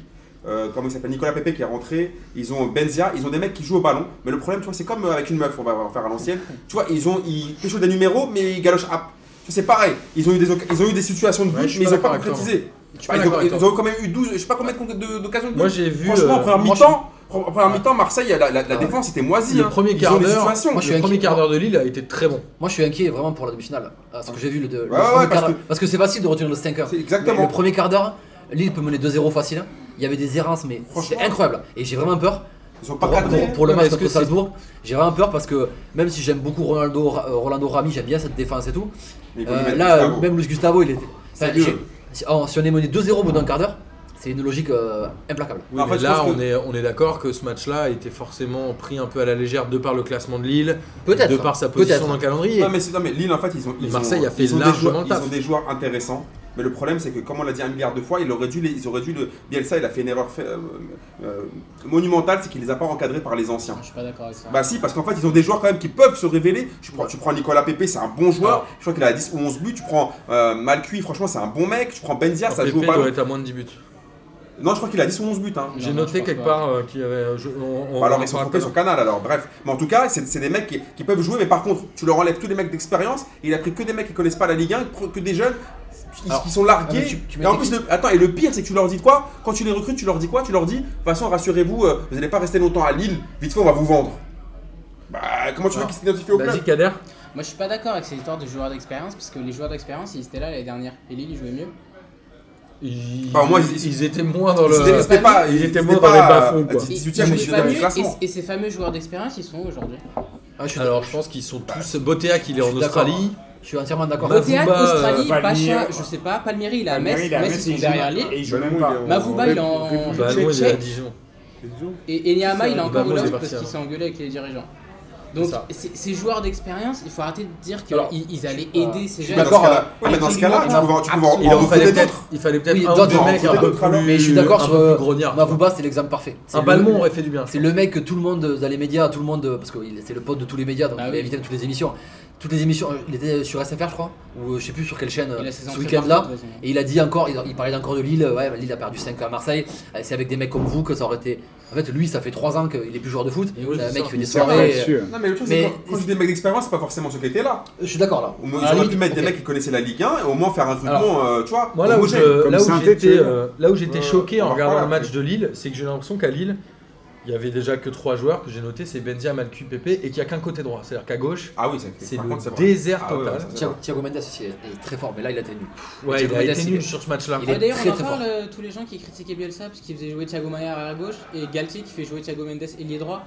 S2: euh, comment il s'appelle, Nicolas Pepe qui est rentré, ils ont Benzia, ils ont des mecs qui jouent au ballon, mais le problème, tu vois, c'est comme euh, avec une meuf, on va faire à l'ancienne, tu vois, ils ont, ils pêchent des numéros, mais ils galochent app. Tu sais, c'est pareil, ils ont, eu des, oc- ils ont eu des situations de but,
S1: Ouais, je suis
S2: mais ils
S1: pas
S2: n'ont pas
S1: d'accord avec toi, hein.
S2: concrétisé.
S1: suis
S2: Ah,
S1: pas
S2: ils, ont,
S1: d'accord avec
S2: ils
S1: toi.
S2: ont quand même eu 12, je sais pas combien de- de- d'occasions de but.
S1: Moi j'ai vu.
S2: Franchement, en
S1: euh,
S2: première
S1: moi,
S2: mi-temps, pre- première mi-temps, Marseille, la, la- la
S6: Ah.
S2: défense était
S1: je-
S2: moisie.
S1: le
S2: hein.
S1: premier
S2: Ils
S1: quart
S2: ont des
S1: d'heure,
S2: situations.
S6: Moi, je suis
S1: le premier
S6: inquiet.
S1: quart d'heure de Lille a été très bon.
S6: euh, Moi, je suis inquiet vraiment pour la demi-finale. à ce que j'ai vu, le, le
S2: ouais,
S6: premier
S2: parce
S6: quart
S2: que-
S6: d'heure- parce que c'est facile de retenir le 5 heures.
S2: C'est exactement.
S6: Le premier quart d'heure, Lille peut mener 2-0 facile. hein. Il y avait des errances, mais
S2: Franchement.
S6: c'était incroyable. Et j'ai vraiment peur.
S2: Ils sont pas
S6: Pour,
S2: cadrés.
S6: pour- pour le
S1: Non, mais
S6: match
S1: est-ce
S6: contre
S1: que c'est-
S6: Salzbourg, j'ai vraiment peur parce que même si j'aime beaucoup Ronaldo, Ra- euh, Rolando Rami, j'aime bien cette défense et tout,
S2: Mais il faut lui
S6: Euh,
S2: mettre
S6: là,
S2: Gustavo.
S6: euh, même Luis Gustavo, il est. Enfin,
S2: mieux.
S6: j'ai- si, oh, si on est mené 2-0 au bout d'un quart d'heure, c'est une logique euh, implacable.
S1: Oui,
S2: En
S1: mais
S2: fait, je
S1: là,
S2: pense que-
S1: on est, on est d'accord que ce match-là a été forcément pris un peu à la légère de par le classement de Lille,
S6: Peut-être.
S1: de par sa
S6: Peut-être.
S1: position dans le calendrier.
S2: Non mais, c'est- non, mais Lille en fait ils ont ils
S1: Marseille
S2: ont,
S1: a fait
S2: ils ont des
S1: largement
S2: joueurs,
S1: le taf.
S2: ils ont des joueurs intéressants Mais le problème, c'est que, comme on l'a dit un milliard de fois, il aurait dû les- ils auraient dû le. Bielsa, il a fait une erreur fa- euh, euh, monumentale, c'est qu'il les a pas encadrés par les anciens.
S4: Je suis pas d'accord avec ça.
S2: Bah si, parce qu'en fait, ils ont des joueurs quand même qui peuvent se révéler. Tu prends, tu prends Nicolas Pepe, c'est un bon joueur. Je crois qu'il a 10 ou 11 buts. Tu prends euh, Malcuit, franchement, c'est un bon mec. Tu prends Benzia, ça
S1: Pepe
S2: joue au ballon.
S1: doit être à moins de 10 buts.
S2: Non, je crois qu'il a 10 ou 11 buts. Hein.
S4: Non,
S1: J'ai
S4: non, je
S1: noté
S4: pense
S1: quelque
S4: pas.
S1: part euh, qu'il y avait. je- on- on-
S2: Bah alors,
S1: on
S2: ils sont
S1: fera
S2: trompés
S1: appel.
S2: sur Canal, alors bref. Mais en tout cas, c'est c'est des mecs qui, qui peuvent jouer, mais par contre, tu leur enlèves tous des mecs d'expérience. et Il a pris que des mecs qui connaissent pas la Ligue 1, que- que des jeunes qui,
S6: Alors,
S2: qui sont largués.
S1: ah,
S6: mais tu- tu
S2: et en
S6: mettais
S2: plus, le- attends, et le pire, c'est que tu leur dis de quoi Quand tu les recrutes, tu leur dis quoi Tu leur dis, de toute façon, rassurez-vous, euh, vous n'allez pas rester longtemps à Lille, vite fait, on va vous vendre. Bah, comment tu veux
S1: Alors,
S2: qu'ils s'identifient au club
S1: Ah. Vas-y, Kader.
S4: Moi, je suis pas d'accord avec ces histoires de joueurs d'expérience, parce que les joueurs d'expérience, ils étaient là l'année dernière. Et Lille, ils jouaient mieux.
S1: Ils,
S2: Bah, moi, ils-
S1: ils, étaient moins dans le.
S2: Ils étaient- c'était pas-
S1: ils étaient
S2: c'était
S1: moins dans les
S2: pas,
S1: bas-fonds,
S2: euh,
S1: quoi.
S4: Ils
S2: 18e,
S4: jouaient
S2: je suis
S4: pas
S2: dans le
S4: mieux,
S2: classement.
S4: et, et ces fameux joueurs d'expérience, ils sont où aujourd'hui
S6: Ah,
S2: Bah,
S6: je suis
S1: Alors, je pense qu'ils sont tous. Botea, qu'il est
S6: je
S1: en
S6: suis d'accord.
S1: Australie.
S6: Je suis entièrement d'accord.
S1: Bah,
S6: Mavouba,
S1: Mavouba,
S4: Théâtre, Australie,
S3: euh,
S4: Pacha,
S3: Palmieri,
S4: je sais pas, Palmieri, il est à Metz,
S3: Palmieri, il est à
S4: Metz,
S3: Metz,
S4: Ah,
S3: joue
S4: ils sont derrière
S3: même-
S4: Lille,
S3: Et il joue même
S5: Ballon,
S3: pas.
S5: il est en-
S4: Mavuba, il est en-
S5: République
S4: Bah,
S1: Ballon, il est à
S4: Tchèque.
S1: Dijon.
S5: Dijon.
S4: et, et Niama, il est
S1: Bah,
S4: encore
S1: moi,
S4: au
S1: j'ai
S4: LOSC
S1: parti
S4: parce qu'il
S1: avant.
S4: s'est engueulé avec les dirigeants.
S1: C'est
S4: Donc,
S1: ça.
S4: ces ces joueurs d'expérience, il faut arrêter de dire
S6: Alors,
S4: qu'ils allaient
S6: suis pas-
S4: aider ces
S2: Je suis
S4: jeunes.
S2: d'accord.
S1: euh,
S2: euh,
S4: Absolument.
S2: Ouais, mais dans ce cas-là, tu pouvais, tu pouvais en-
S1: Il
S2: en
S1: en fallait
S2: recruter
S1: peut-être.
S2: d'autres.
S1: Il fallait peut-être
S6: Oui,
S1: un ou
S6: d'autres
S1: deux
S2: mecs,
S1: mecs un
S2: peut-être
S1: peu
S2: d'autres alors.
S1: plus.
S6: Mais je suis d'accord
S1: un
S6: sur
S1: peu
S6: euh,
S1: plus grognard.
S6: Mavouba, c'est l'exemple parfait. C'est
S1: Un
S6: le-
S1: Balmond aurait fait du bien.
S6: C'est le mec que tout le monde euh, dans les médias, tout le monde, euh, parce que il- c'est le pote de tous les médias, donc
S4: Ah
S6: il est
S4: oui.
S6: invité dans toutes les émissions. Toutes les émissions, euh, il était sur SFR, je crois, ou euh, je sais plus sur quelle chaîne,
S4: Il
S6: euh,
S4: a ses
S6: ce
S4: entrées
S6: week-end-là.
S4: partout, de toute façon.
S6: Et il a dit encore, il, il parlait encore de Lille, euh, ouais, Lille a perdu 5 à Marseille, euh, c'est avec des mecs comme vous que ça aurait été. En fait, lui, ça fait 3 ans qu'il est plus joueur de foot,
S1: Et oui,
S6: c'est un
S1: c'est
S6: mec
S1: ça.
S6: qui fait des
S3: Il sert pas
S6: soirées. euh,
S3: là-dessus.
S2: Non, mais le truc,
S6: Mais-
S2: c'est que quand tu dis des mecs d'expérience, c'est pas forcément ceux qui étaient là.
S6: Je suis d'accord là.
S2: Ou Ils
S6: À la
S1: Ah
S2: auraient
S6: limite,
S2: pu mettre des
S6: ok.
S2: mecs qui connaissaient la Ligue 1 et au moins faire un recrutement, euh, tu vois,
S1: Moi, là où,
S2: homogène.
S1: je-
S3: comme
S1: là où
S3: Saint-Étienne.
S1: j'étais euh, là où j'étais
S2: Ouais,
S1: choqué
S2: on
S1: en
S2: va
S1: regardant le
S2: reparler
S1: match de Lille, c'est que j'ai l'impression qu'à Lille, il y avait déjà que trois joueurs que j'ai noté, c'est Benzia, Malcu, Pépé, et qu'il n'y a qu'un côté droit. C'est-à-dire qu'à gauche,
S2: Ah oui, ça-
S1: c'est
S2: par
S1: le
S2: contre, c'est vrai.
S1: désert
S2: Ah ouais,
S1: total.
S2: ouais, ça, c'est
S6: Thiago,
S2: vrai.
S6: Thiago Mendes aussi est, est très fort, mais là il a été nul.
S1: Ouais, il
S6: Thiago
S1: a
S6: Mendes,
S1: été
S6: il
S1: nul
S6: est-
S1: sur ce match-là.
S6: il
S4: Ouais, Ah, bah, D'ailleurs,
S6: très,
S4: on en
S6: très
S4: parle
S6: fort.
S4: euh, tous les gens qui critiquaient Bielsa parce qu'il faisait jouer Thiago Maia à gauche et Galtier qui fait jouer Thiago Mendes ailier droit.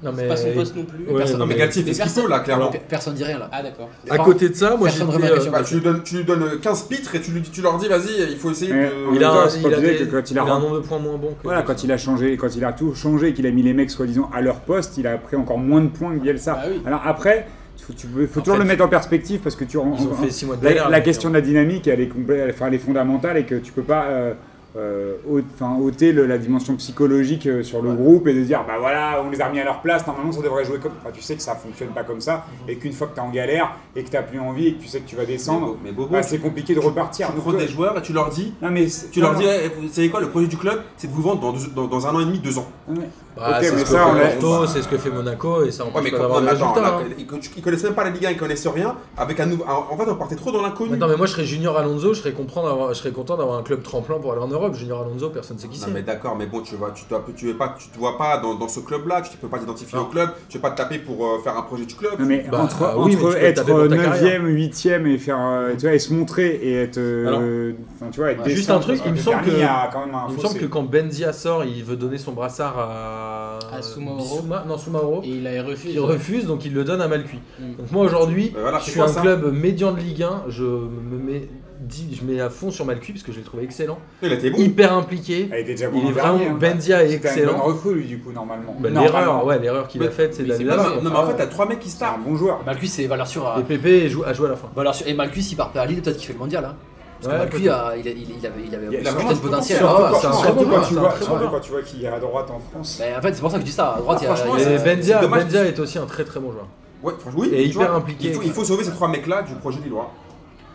S1: Non,
S4: C'est
S1: mais...
S4: pas son poste non plus.
S1: Ouais,
S6: personne-
S2: Non, mais Galtier fait ce qu'il peut là, clairement.
S6: Pe- Personne dit rien là.
S4: Ah d'accord.
S1: À côté de ça, moi
S6: Personne
S1: j'étais...
S6: remarque
S1: euh,
S6: sur-
S2: Bah, tu, lui donnes, tu lui donnes 15 pitres et tu, lui, tu leur dis, vas-y, il faut essayer
S3: Mais-
S2: de.
S3: En
S1: Il a,
S3: même temps,
S1: un,
S3: c'est
S1: il
S3: pas
S1: a
S3: obligé
S1: des-
S3: que quand il
S1: il
S3: a
S1: a un
S3: rendu-
S1: nombre de points moins bon que.
S3: Voilà, quand il a changé, quand il a tout changé, qu'il a mis les mecs soi-disant à leur poste, il a pris encore moins de points que Bielsa.
S4: Bah oui.
S3: Alors après, faut, tu peux- faut
S1: En
S3: toujours
S1: fait,
S3: le mettre en perspective parce que tu
S1: Ils ont fait 6 mois de
S3: la,
S1: galère,
S3: la
S1: les
S3: question
S1: gars.
S3: de la dynamique, elle est complète, elle- enfin, elle est fondamentale et que tu peux pas euh, euh, ôte- enfin, ôter le- la dimension psychologique euh, sur le groupe et de dire bah voilà, on les a remis à leur place, normalement ça devrait jouer comme. Enfin, tu sais que ça fonctionne pas comme ça et qu'une fois que t'es en galère et que t'as plus envie et que tu sais que tu vas descendre,
S2: Mais Bobo,
S3: bah, c'est compliqué de
S2: tu
S3: repartir. Donc,
S2: prends
S3: euh,
S2: des joueurs et tu leur dis.
S3: non, mais
S2: Tu leur dis, eh, vous savez quoi, le projet du club, c'est de vous vendre dans, deux- dans- dans un an et demi, deux ans.
S1: Bah,
S3: Ok,
S1: c'est
S3: mais
S1: ce que
S3: ça, on
S1: fait
S3: l'a-
S1: Porto, c'est ce que fait Monaco, et ça
S2: Ouais,
S1: empêche
S2: mais
S1: pas
S2: quand-
S1: d'avoir
S2: non,
S1: des
S2: mais attends,
S1: résultats.
S2: là,
S1: hein.
S2: ils ils connaissaient même pas la Ligue 1, ils connaissaient rien. Avec un nouveau. En fait, on partait trop dans l'inconnu.
S1: Non mais moi je serais Junior Alonso, je serais, comprendre d'avoir- je serais content d'avoir un club tremplin pour aller en Europe. Junior Alonso, personne ne sait qui
S2: Non
S1: c'est.
S2: mais d'accord, mais bon, tu vois, tu ne tu es pas, tu te vois pas dans, dans ce club-là, tu ne peux pas t'identifier
S1: Non.
S2: au club, tu ne peux pas te taper pour euh, faire un projet du club.
S3: Non, mais
S1: Bah,
S3: entre,
S1: euh, oui, mais
S3: entre
S1: tu peux
S3: être
S1: taper pour ta
S3: 9ème, 8ème et faire euh, tu vois, et se montrer et être euh, enfin, tu vois, être
S1: Juste
S3: décent,
S1: un truc,
S3: parce
S1: il me
S3: le
S1: semble
S3: dernier
S1: que-
S3: a quand même un
S1: Il me
S3: fossé.
S1: semble que quand Benzia sort, il veut donner son brassard à,
S4: À Soumaoro.
S1: Bissouma- non, Soumaoro.
S4: Et il a refusé.
S1: Il refuse, donc il le donne à Malcuit.
S4: Mm.
S1: Donc moi aujourd'hui,
S2: Bah voilà,
S1: je
S2: c'est
S1: suis
S2: quoi,
S1: un
S2: ça
S1: club médian de Ligue 1, je me mets, dix- je mets à fond sur Malcuit parce que je l'ai trouvé excellent,
S2: Il était bon.
S1: hyper impliqué.
S3: Elle était déjà bon
S1: Il est
S3: l'an dernier,
S1: vraiment
S3: hein.
S1: Benzia est
S3: C'était un bon
S1: excellent.
S3: recrue lui du coup normalement.
S1: Bah,
S3: Normalement.
S1: L'erreur, ouais, l'erreur qu'il a
S2: Mais-
S1: faite, c'est Ah
S4: mais c'est
S1: d'aller
S4: pas
S2: Non,
S1: là.
S4: vrai.
S2: mais, non, mais en fait, t'as trois mecs qui
S3: C'est un
S2: startent.
S3: bon joueur.
S6: Malcuis c'est valeur sûre à.
S1: Et Pépé joue- a joué à la fin.
S6: Valeur sûre. Et Malcuis s'il part pas à Lille, peut-être qu'il fait le mondial. Hein. Parce
S1: Ouais,
S6: que Malcuis, a- il, a- il- il avait, il avait,
S3: Il a
S6: peut-être
S2: vraiment
S6: le
S2: du
S1: potentiel.
S6: potentiel. Ah ouais, c'est un
S1: Surtout
S6: très bon
S1: quand
S6: joueur,
S1: tu
S6: c'est un
S1: vois-
S6: très bon
S1: surtout
S6: joueur.
S3: quand tu vois qu'il est à droite en France.
S6: Mais en fait, c'est pour ça que je dis ça. À droite, il y a.
S2: Franchement,
S6: il y a-
S1: Et Benzia,
S2: c'est dommage.
S1: Benzia est aussi un très très bon joueur.
S2: Ouais, franchement, oui.
S1: Et
S2: tu
S1: hyper
S2: vois,
S1: impliqué,
S2: Il faut,
S1: quoi.
S2: il faut sauver ces trois mecs-là du projet Lillois.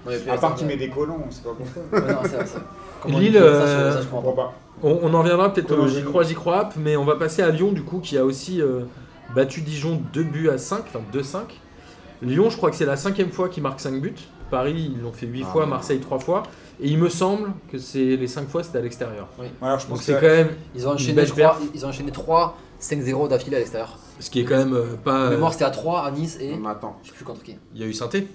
S6: Ouais, puis,
S3: À part
S6: ça,
S3: qu'il met des collants, on sait pas pourquoi.
S6: ouais, non, c'est vrai, ça. Comment
S1: Lille,
S6: on dit ça,
S1: euh,
S6: je- ça, je
S3: On
S6: comprends
S3: comprend
S6: pas.
S3: pas.
S1: On, on en reviendra peut-être au
S3: Comment
S1: J'y
S3: on-
S1: crois, j'y crois, app, mais on va passer à Lyon du coup qui a aussi euh, battu Dijon 2 buts à 5, enfin 2-5. Lyon, je crois que c'est la cinquième fois qu'il marque 5 buts. Paris, ils l'ont fait 8
S2: Ah
S1: fois,
S2: ouais.
S1: Marseille 3 fois. Et il me semble que c'est les 5 fois c'était à l'extérieur.
S3: Voilà, je
S1: Donc
S3: pense
S1: c'est
S3: que
S1: quand même.
S6: Ils ont
S1: Une
S6: enchaîné,
S1: belle
S6: je crois,
S1: perf.
S6: ils ont enchaîné 3 5-0 d'affilée à l'extérieur.
S1: Ce qui est quand même euh, pas. euh,
S6: En mémoire, c'était à 3 à Nice et.
S2: Non, mais attends.
S6: Je sais plus contre qui.
S1: Il y a eu Sainté.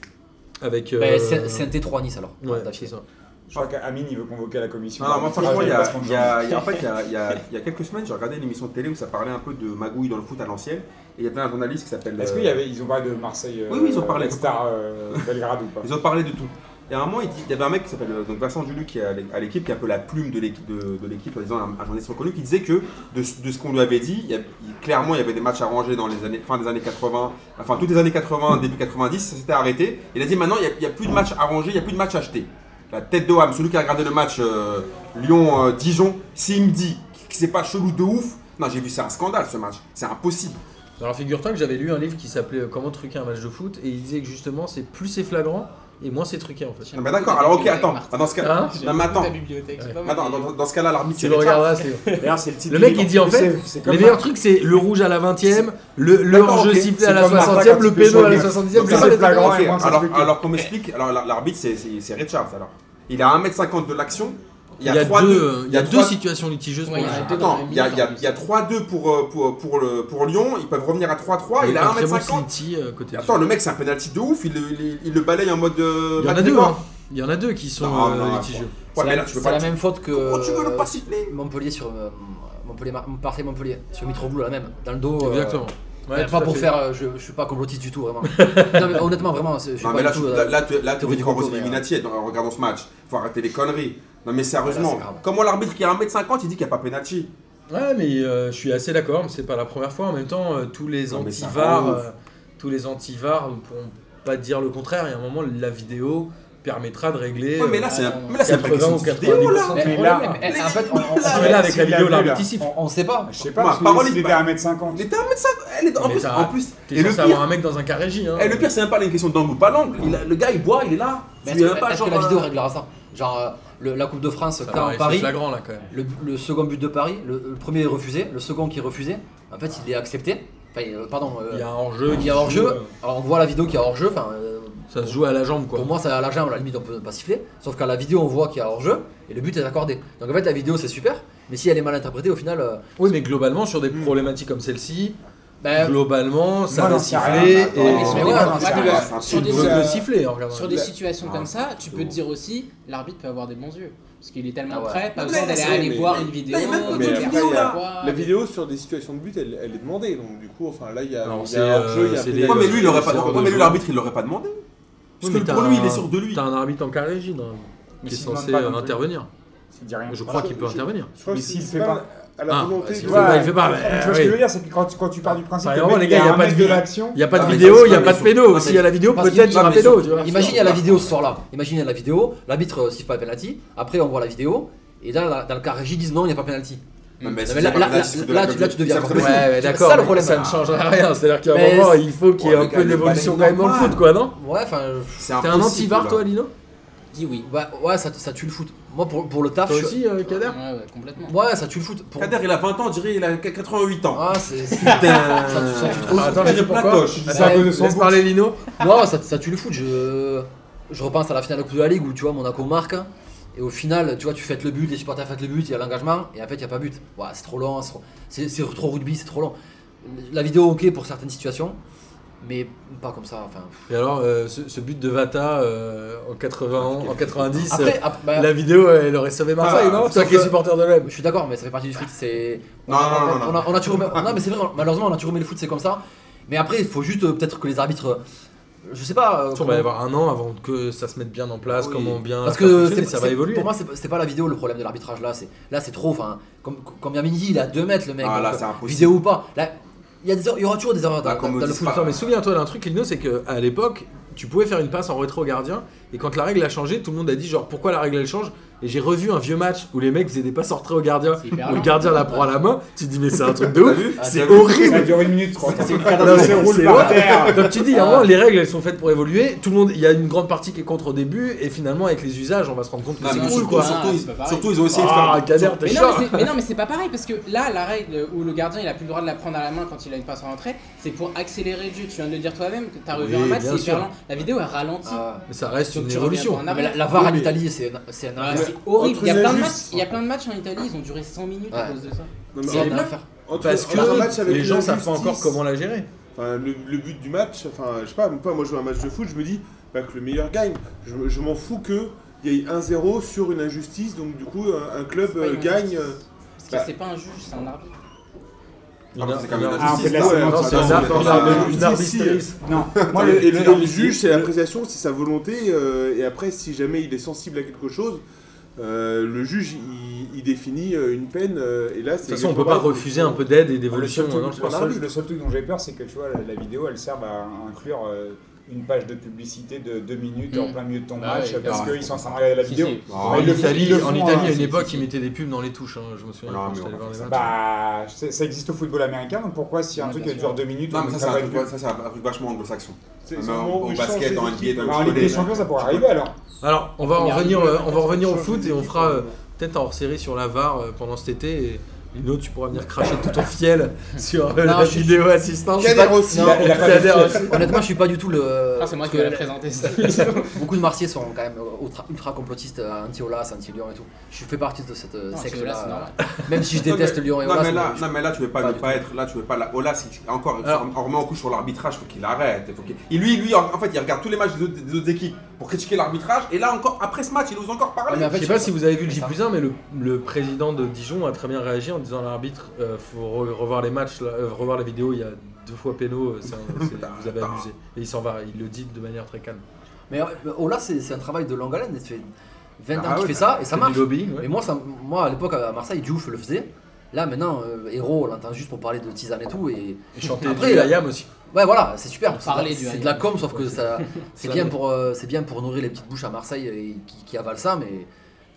S1: Avec. euh,
S6: Bah, c'est c'est un T3 à Nice alors.
S1: Ouais,
S6: d'affilée.
S1: c'est ça.
S3: je crois qu'Amine il veut convoquer la commission.
S2: Non, non, moi, franchement,
S3: Ah,
S2: il y
S3: pas
S2: a,
S3: se prendre
S2: il y a-
S3: jambe.
S2: il y a- en fait, il y a, il y a- il y a quelques semaines, j'ai regardé une émission de télé où ça parlait un peu de magouille dans le foot à l'ancienne. Et il y avait un journaliste qui s'appelle.
S3: Est-ce
S2: euh,
S3: qu'il y avait, ils ont parlé de Marseille euh,
S2: Oui, oui, ils ont parlé.
S3: Star euh, Belgrade ou pas
S2: Ils ont parlé de tout. Et à un moment, il, dit- il y avait un mec qui s'appelle euh, donc Vincent Duluc qui est à l'é- à l'équipe, qui est un peu la plume de l'équipe, de, de l'équipe, en disant un, un journaliste reconnu, qui disait que de, ce- de ce qu'on lui avait dit, il y a- il- clairement, il y avait des matchs arrangés dans les années, fin des années 80, enfin toutes les années 80, début 90, ça s'était arrêté. Il a dit maintenant, il n'y a, il y a plus de matchs arrangés, il n'y a plus de matchs achetés. la tête de Ham, celui qui a regardé le match euh, Lyon-Dijon, s'il me dit que c'est pas chelou de ouf, non, j'ai vu, c'est un scandale ce match, c'est impossible.
S1: Alors figure-toi que j'avais lu un livre qui s'appelait euh, Comment truquer un match de foot et il disait que justement c'est plus c'est flagrant et moins c'est truqué en fait.
S2: Non, mais Ah bah, ben, d'accord, alors ok, attends,
S4: Martin.
S2: Ah, dans ce cas,
S1: Hein
S4: J'ai
S2: Non, mais attends.
S4: ta bibliothèque, j'ai pas
S2: non, attends,
S4: marqué.
S2: dans, dans ce cas-là, l'arbitre
S1: Tu
S2: c'est
S1: le
S2: Richard.
S1: regarderas, c'est
S3: D'ailleurs, c'est le titre
S1: Le
S3: du
S1: mec,
S3: livre,
S1: il dit, en
S3: plus,
S1: fait,
S3: c'est- c'est comme
S1: Les meilleurs trucs, c'est le rouge à la 20ème, le, le
S2: D'accord,
S1: hors-jeu
S2: ok.
S1: sifflé à
S3: C'est
S1: la
S3: comme Martin
S1: 60ème, le
S3: quand il fait
S1: péno à la
S3: chaud,
S1: 70ème, le
S3: donc ça,
S1: bal
S3: c'est
S1: est dedans.
S3: flagrant.
S2: Ok,
S3: et moins
S2: alors,
S3: s'expliquer.
S2: alors qu'on m'explique, alors la- l'arbitre c'est- c'est c'est Richards alors. Il a 1m50 de l'action, il
S1: Il
S2: y a 3-2.
S1: deux, euh, il y a deux
S2: trois-
S1: situations litigieuses pour
S4: Ouais,
S1: le
S4: il y a
S1: jeu.
S4: deux dans
S2: Attends,
S4: la
S2: il y a,
S4: minute,
S2: il y a-
S4: en plus.
S2: il y a 3-2 pour, euh, pour, pour, le- pour Lyon, ils peuvent revenir à 3-3, il
S1: Avec
S2: a
S1: un Ah, très bon
S2: 1m50.
S1: City, euh, côté
S2: Attends,
S1: gauche.
S2: le mec c'est un penalty de ouf, il, le- il- il le balaye en mode. euh,
S1: il y en a
S2: Matt
S1: deux,
S2: Leblanc.
S1: hein. il y en a deux qui sont
S2: Non,
S1: euh,
S2: non, attends.
S1: litigieux.
S2: Ouais,
S6: C'est
S2: mais
S6: la,
S2: là Ah, tu peux
S6: c'est
S2: pas.
S6: la
S2: le-
S6: même faute que
S2: Comment tu veux le
S6: euh,
S2: pas siffler
S6: Montpellier sur euh, Montpellier, Mar- Marseille Montpellier sur Mitroglou la même dans le dos. euh,
S1: Exactement.
S6: mais
S1: Ouais, tout
S6: pas
S1: à
S6: pour
S1: fait.
S6: faire, euh, je, je suis pas complotiste du tout vraiment. non mais honnêtement vraiment, c'est- je suis
S2: Non,
S6: pas
S2: mais là
S6: du
S2: tu
S6: tout.
S2: là-
S6: euh,
S2: là, tu- là, tu
S6: théorie
S2: veux
S6: du
S2: croire aux
S6: complot, mais,
S2: Illuminati en regardant ce match. Faut arrêter les conneries. Non mais
S6: Ouais,
S2: sérieusement,
S6: là, c'est grave.
S2: comment l'arbitre qui a 1m50 il dit qu'il n'y a pas penalty
S1: Ouais, mais euh, je suis assez d'accord, mais c'est pas la première fois. En même temps, euh, tous les
S2: Non, mais ça
S1: antivars,
S2: rend
S1: euh, tous les antivars ne pourront pas dire le contraire. Il y a un moment, la vidéo permettra de régler.
S2: Ouais, mais
S1: euh,
S2: là c'est un-
S4: non, non.
S2: mais là, c'est pas une
S1: 80
S2: question
S1: ou
S2: de vidéo là
S1: 90%.
S6: mais-
S3: Mais
S6: mais
S3: là-
S6: là, mais- mais Eh, en fait, on, on,
S1: Parce que là, avec la
S3: S'il l'a
S1: vidéo,
S3: vu,
S1: l'arbitre
S3: là.
S1: il siffle.
S6: on- on sait pas.
S3: Je sais
S2: Ma
S3: pas, parce
S2: parole,
S3: que
S2: il
S3: il était
S2: va-
S3: à 1m50.
S2: Il était à 1m50 elle est- En
S1: Mais
S2: plus,
S1: ça-
S2: en plus
S1: T'es
S2: et le
S1: censé avoir un
S2: pire,
S1: mec dans un cas régie. Hein.
S2: et le pire, c'est même pas une question d'angle ou pas d'angle. Il a- Le gars il boit, il est là.
S6: Mais
S2: Tu
S6: est-ce
S2: lui as
S6: que,
S2: pas
S6: est-ce
S2: genre,
S6: que la vidéo
S2: euh,
S6: réglera ça Genre euh, le- la Coupe de France
S1: Ça
S6: quand
S1: paraît- c'est
S6: Paris,
S1: flagrant là quand même.
S6: le, le second but de Paris, le, le premier est refusé, le second qui est refusé, en fait il est accepté. Enfin euh, pardon, euh,
S1: Il y a un hors-jeu.
S6: il
S1: qui
S6: y a
S1: se
S6: hors-jeu.
S1: joue, euh,
S6: Alors on voit la vidéo qui est hors jeu. Enfin euh,
S1: Ça se joue à la jambe quoi.
S6: Pour moi, ça à la jambe, à la limite, on peut pas siffler. Sauf qu'à la vidéo, on voit qu'il y a hors-jeu et le but est accordé. Donc en fait, la vidéo, c'est super, mais si elle est mal interprétée, au final, euh,
S1: Oui, mais globalement, sur
S2: Hmm.
S1: des problématiques comme celle-ci,
S6: ben,
S1: globalement, ça
S3: moi,
S1: va
S3: j'en sais rien,
S1: siffler.
S3: mais
S1: Et
S3: attends.
S6: Mais
S1: on
S6: ouais,
S1: peut-
S6: non,
S2: c'est
S4: Ouais,
S2: grave,
S4: mais
S2: c'est un
S4: sur
S1: on
S4: des-
S1: peut
S4: euh,
S1: que siffler en regardant.
S4: Sur
S1: la-
S4: des situations
S2: Ah,
S4: comme ça, tu
S2: c'est
S4: peux te
S2: bon.
S4: dire aussi, l'arbitre peut avoir des bons yeux. Parce qu'il est
S6: Ah
S4: tellement
S6: ouais.
S4: prêt, pas
S2: Non,
S4: besoin
S2: mais
S4: d'aller
S2: c'est-
S4: aller
S5: mais-
S4: voir une
S2: mais
S4: vidéo.
S2: il y a même pas
S4: euh,
S5: de
S4: regarder
S2: vidéo, là.
S4: quoi.
S5: La vidéo sur des situations de but, elle, elle est demandée. Donc, du coup, enfin, là, il y a,
S1: Alors,
S5: il y a
S1: c'est,
S5: un hors-jeu,
S1: euh,
S5: il y a
S1: c'est
S5: un
S1: les-
S5: pénalty.
S2: Ouais, mais lui, il l'aurait pas.
S1: C'est hors
S2: ouais, mais
S1: de
S2: lui,
S1: jeu.
S2: l'arbitre, il l'aurait pas demandé. Parce
S1: Oui, mais
S2: que pour
S1: t'as
S2: lui,
S1: un-
S2: il est sûr de lui.
S1: T'as un arbitre en cas régie non,
S3: Mais
S1: qui est
S3: s'il demande
S1: censé
S3: pas
S1: euh,
S3: non plus.
S1: intervenir.
S3: S'il dit rien.
S1: Je crois qu'il peut intervenir.
S5: Je crois
S3: Mais
S5: que
S3: s'il
S5: c'est
S3: fait
S5: pas
S3: pas-
S5: à la
S1: Ah,
S5: volonté
S1: bah,
S5: de-
S1: c'est- Ouais, il fait pas,
S3: tu
S1: mais-
S3: vois ce que
S1: Eh oui.
S3: je veux dire, c'est que quand, quand tu pars du principe
S1: Bah,
S3: que
S1: vraiment,
S3: le
S1: les
S3: mec
S1: gars,
S3: est
S1: y a
S3: à
S1: pas
S3: un
S1: de
S3: mètre
S1: vidéo.
S3: l'action,
S1: Il n'y a pas
S2: Ah,
S1: de
S2: mais
S1: vidéo,
S2: ça,
S1: il n'y a
S2: mais
S1: pas de
S2: sur-
S1: pédo.
S2: non, mais-
S1: S'il y a la vidéo,
S6: parce
S1: peut-être il
S6: qu'il-
S1: y aura
S2: non, mais
S1: pédo.
S2: sur-
S1: tu vois.
S6: imagine, il y a la vidéo ce soir-là. Imagine, il y a la vidéo, l'arbitre euh, siffle pas penalty, après, on voit la vidéo, et là, dans- dans le cas régie, ils disent non, il n'y a pas
S2: Non,
S6: penalty.
S2: mais
S6: Non,
S2: si
S6: mais
S2: c'est
S6: là,
S2: pas
S6: là-
S2: grave, c'est
S6: là-
S2: de
S6: là,
S2: la
S6: tu- là, tu deviens
S2: Ça me
S6: complètement-
S2: fait-
S1: Ouais, ouais,
S6: C'est
S1: d'accord.
S6: ça, le
S1: mais
S6: problème.
S4: Ah.
S1: Ça ne changera rien. C'est-à-dire qu'à un
S6: Mais
S1: moment,
S6: c'est-
S1: il faut qu'il y ait
S2: Ouais,
S1: un
S2: mais
S1: peu
S2: le
S1: d'évolution quand
S2: balaye
S1: même dans le
S2: normal.
S1: foot, quoi, non
S6: Ouais, enfin, je-
S2: C'est
S1: T'es un
S2: impossible,
S1: anti-var,
S2: là.
S1: toi, Lino
S4: Dis oui.
S6: ouais, ouais, ça, ça tue le foot. Moi, pour, pour le taf,
S1: Toi
S6: je-
S1: aussi, euh, Kader
S4: Ouais, ouais, complètement.
S6: ouais, ça tue le foot. Pour...
S2: Kader, il a 20 ans, on dirait il a 88 ans.
S6: Ah, c'est- c'est-
S2: Putain.
S6: ça tue- ça tue trop.
S1: Ah, Attends,
S2: J'ai
S1: je sais
S2: plein de
S1: pourquoi.
S2: toches.
S6: ça à cause de son
S1: Laisse parler Lino.
S6: Non, ça, ça tue le foot. Je, je repense à la finale de la Coupe de la Ligue où tu vois Monaco marque. Et au final, tu vois, tu fêtes le but, les supporters fêtent le but, il y a l'engagement, et en fait, il n'y a pas but. Ouah, c'est trop lent, c'est trop- c'est c'est trop rugby, c'est trop lent. La vidéo, ok pour certaines situations, mais pas comme ça. Enfin.
S1: Et alors, euh, ce, ce but de Vata euh, en, 91, en 90,
S6: Après, ap- bah,
S1: euh, la vidéo, elle aurait sauvé Marseille,
S2: Ah,
S1: non
S2: sauf
S1: Toi qui es
S6: que-
S1: supporter de l'OM.
S6: je suis d'accord, mais ça fait partie du foot. C'est.
S2: Non,
S6: on a-
S2: non, non,
S6: on a-
S2: non,
S6: on a- on a toujours remis- non, mais c'est vrai, on- malheureusement, on a toujours remis le foot, c'est comme ça. Mais après, il faut juste euh, peut-être que les arbitres. euh, Je sais pas. euh,
S1: On
S6: comment-
S1: va y avoir un an avant que ça se mette bien en place,
S2: Oui.
S1: comment bien.
S6: Parce
S1: faire
S6: que
S1: fonctionner,
S6: c'est-
S1: ça va
S6: c'est-
S1: évoluer.
S6: Pour moi, c'est c'est pas la vidéo le problème de l'arbitrage là. C'est là, c'est trop. Enfin, comme comme Yamini dit, il a 2 mètres le mec.
S2: Ah, là,
S6: donc,
S2: c'est impossible.
S6: vidéo ou pas. Là, il y, a des erreurs- il y aura toujours des erreurs dans,
S2: Ah, comme
S6: dans-
S2: on
S6: dans le
S2: dit,
S6: foot.
S2: c'est
S1: Attends, mais souviens-toi d'un truc, Lino, c'est qu'à l'époque, tu pouvais faire une passe en rétro gardien, et quand la règle a changé, tout le monde a dit genre pourquoi la règle elle change Et j'ai revu un vieux match où les mecs faisaient des passes en retrait au gardien,
S4: C'est hyper
S1: où le
S4: lent.
S1: gardien la prend à la main, tu te dis mais c'est un truc de
S2: T'as
S1: ouf,
S2: vu
S1: c'est
S2: T'as vu
S1: horrible
S3: ça dure une minute, je crois.
S1: Non, mais
S3: Il se roule
S1: c'est
S3: par
S1: vrai.
S3: terre.
S1: Comme tu dis, à un moment, les règles elles sont faites pour évoluer, tout le monde, il y a une grande partie qui est contre au début, et finalement avec les usages on va se rendre compte que
S2: Non,
S1: c'est
S2: mais
S1: cool
S2: surtout,
S1: quoi.
S2: surtout,
S4: Ah,
S2: ils-
S4: c'est pas pareil.
S2: surtout, ils ont essayé de faire.
S1: Ah, Kader, t'es
S4: Mais non,
S1: chiant
S4: mais c'est- mais non, mais c'est pas pareil parce que là, la règle où le gardien il a plus le droit de la prendre à la main quand il a une passe en rentrée, c'est pour accélérer le jeu. Tu viens de le dire toi-même que t'as revu
S1: Oui,
S4: un match,
S1: bien
S4: c'est hyper
S1: sûr.
S4: lent. La vidéo elle ralentit.
S6: Ah,
S1: Mais ça reste
S4: Donc
S1: une
S4: tu reviens
S1: évolution.
S4: pour un
S6: non, mais la,
S4: arbitre.
S6: la VAR
S5: Oui,
S6: en
S5: mais-
S6: Italie, c'est un- c'est un
S4: Ah,
S6: enfer.
S4: c'est horrible.
S5: Entre
S4: Il y, a
S5: les
S4: plein de
S5: injustes.
S4: matchs, il y a plein de matchs en Italie, ils ont duré 100 minutes à
S6: Ouais.
S4: cause de ça.
S5: Non, mais
S6: C'est un
S5: entre-
S6: enfer.
S5: entre-
S1: Parce
S5: entre un match
S1: que
S5: avec
S1: les gens savent pas
S5: l'injustice-
S1: encore comment la gérer.
S5: Enfin, le, le but du match, enfin, je sais pas, moi, moi je joue un match de foot, je me dis bah, que le meilleur gagne. Je, je m'en fous que il y ait 1-0 sur une injustice, donc du coup un, un club
S4: C'est pas
S5: euh,
S4: une
S5: gagne.
S4: injustice.
S5: euh,
S4: Parce
S5: bah-
S4: que c'est pas un juge, c'est un arbitre.
S2: Ah, mais c'est quand même
S1: Une-
S2: la
S3: Ah, on fait
S2: justice.
S3: de la
S2: là.
S1: Non,
S5: ouais, non,
S1: c'est
S5: Attends,
S1: un
S5: mais
S1: arbre,
S5: attends,
S1: une
S5: mais
S1: arbre- une
S5: ici,
S1: arbitrice.
S3: Non, moi
S5: et
S3: le,
S5: le,
S3: le-
S5: le juge, c'est l'appréciation, c'est sa volonté, euh, et après, si jamais il est sensible à quelque chose, euh, le juge il, il définit euh, une peine, euh, et là,
S1: De
S5: c'est.
S1: toute façon, on peut pas refuser un peu d'aide et
S3: Ah, le ah,
S1: d'évolution.
S3: seul
S1: hein,
S3: truc-
S1: non, je pense.
S3: le seul- le seul truc dont j'ai peur, c'est que tu vois, la, la vidéo, elle serve à inclure euh, une page de publicité de 2 minutes
S4: Mm.
S3: en plein milieu de ton
S4: Ah
S3: match
S4: ouais,
S3: parce
S1: ah
S3: qu'ils sont en train de regarder la
S4: Si,
S3: vidéo.
S4: si.
S2: Ah,
S1: En
S3: ils le- ils
S1: Italie,
S3: le
S1: en
S3: font,
S1: Italie,
S3: hein,
S1: à une
S3: si,
S1: époque,
S3: si,
S1: ils
S3: si.
S1: mettaient des pubs dans les touches. hein, Je me souviens
S2: Non,
S1: quand
S2: mais
S1: j'étais
S2: on
S1: allé
S2: va
S1: voir les
S2: faire
S1: matchs.
S3: Bah, c'est- ça existe au football américain, donc pourquoi si un
S4: Ouais,
S3: truc
S4: bien
S3: qui dure
S4: sûr.
S3: 2 minutes,
S2: Non,
S3: on
S2: mais ça,
S3: met
S2: c'est
S3: pas
S2: un
S3: de
S2: truc,
S3: pub
S2: ouais, ça, c'est un truc vachement anglo-saxon.
S5: C'est
S2: Ah, Mais
S5: c'est le
S2: en-
S5: moment
S2: au
S5: où ils
S2: basket,
S5: changent les
S2: en NBA,
S5: équipes.
S2: dans
S3: Bah, En Ligue des Champions, ça pourrait arriver alors.
S1: Alors, on va en
S4: Première
S1: revenir,
S4: ligue,
S1: euh, on va revenir au
S5: change
S1: foot
S5: les
S1: et on
S5: équipes,
S1: fera
S5: ouais.
S1: euh, peut-être un hors-série sur la VAR euh, pendant cet été. Et Lino, tu pourras venir cracher tout ton fiel [laughs] sur euh,
S6: Non,
S1: la
S6: je suis-
S1: vidéo assistante.
S5: Kader aussi.
S6: Non,
S3: il a pas de
S1: Kader
S3: fiel.
S1: aussi.
S6: Honnêtement, je suis pas du tout le.
S4: Ah, c'est moi
S6: parce
S4: qui
S6: que
S4: vais la présenter. ça.
S6: Beaucoup de Marseillais sont quand même ultra, ultra complotistes, euh, anti-Olas, anti-Lyon et tout. Je fais partie de cette euh,
S4: Non,
S6: secte
S4: anti-Olas, c'est
S6: là.
S4: normal.
S6: [laughs] Même si je
S2: Non,
S6: déteste
S2: mais-
S6: Lyon et
S2: non,
S6: Olas.
S2: mais là,
S6: mais je-
S2: non, mais là, tu veux pas,
S6: Pas
S2: ne
S6: du
S2: pas être, là, tu veux pas la. Ola, si- encore,
S1: Alors-
S2: on remet en couche sur l'arbitrage, faut qu'il arrête. Faut qu'il- Il, lui, lui, en, en fait, il regarde tous les matchs des autres, des autres équipes pour critiquer l'arbitrage, et là encore, après ce match, il ose encore parler.
S6: Ouais, mais en
S1: Je
S6: fait,
S1: sais pas si vous avez vu le
S6: C'est
S1: J
S6: ça.
S1: 1, mais le, le président de Dijon a très bien réagi en disant à l'arbitre euh, faut re- revoir les matchs, là, euh, revoir la vidéo, il y a deux fois péno, euh, c'est un-
S2: [laughs]
S1: c'est- vous avez abusé. Et il s'en va, il le dit de manière très calme.
S6: Mais euh, Olas, c'est c'est un travail de longue haleine. Ça fait 20
S2: Ah
S6: ans qu'il
S2: ouais,
S6: fait ça et ça
S1: C'est
S6: marche.
S1: Du lobbying, ouais.
S6: Mais moi, ça, moi à l'époque à Marseille, Diouf le faisait. Là maintenant, euh, Héros, on l'entend juste pour parler de tisane et tout. Et
S1: Et chanter
S6: Après,
S1: du
S6: là-
S1: Ayam aussi.
S6: ouais, voilà, c'est super.
S4: Pour
S6: C'est de la-
S4: parler du
S6: C'est de
S4: Hayam.
S6: la com, sauf que ça, c'est
S1: la
S6: bien
S1: mode.
S6: pour, euh, c'est bien pour nourrir les petites bouches à Marseille euh, et qui, qui avalent ça, mais.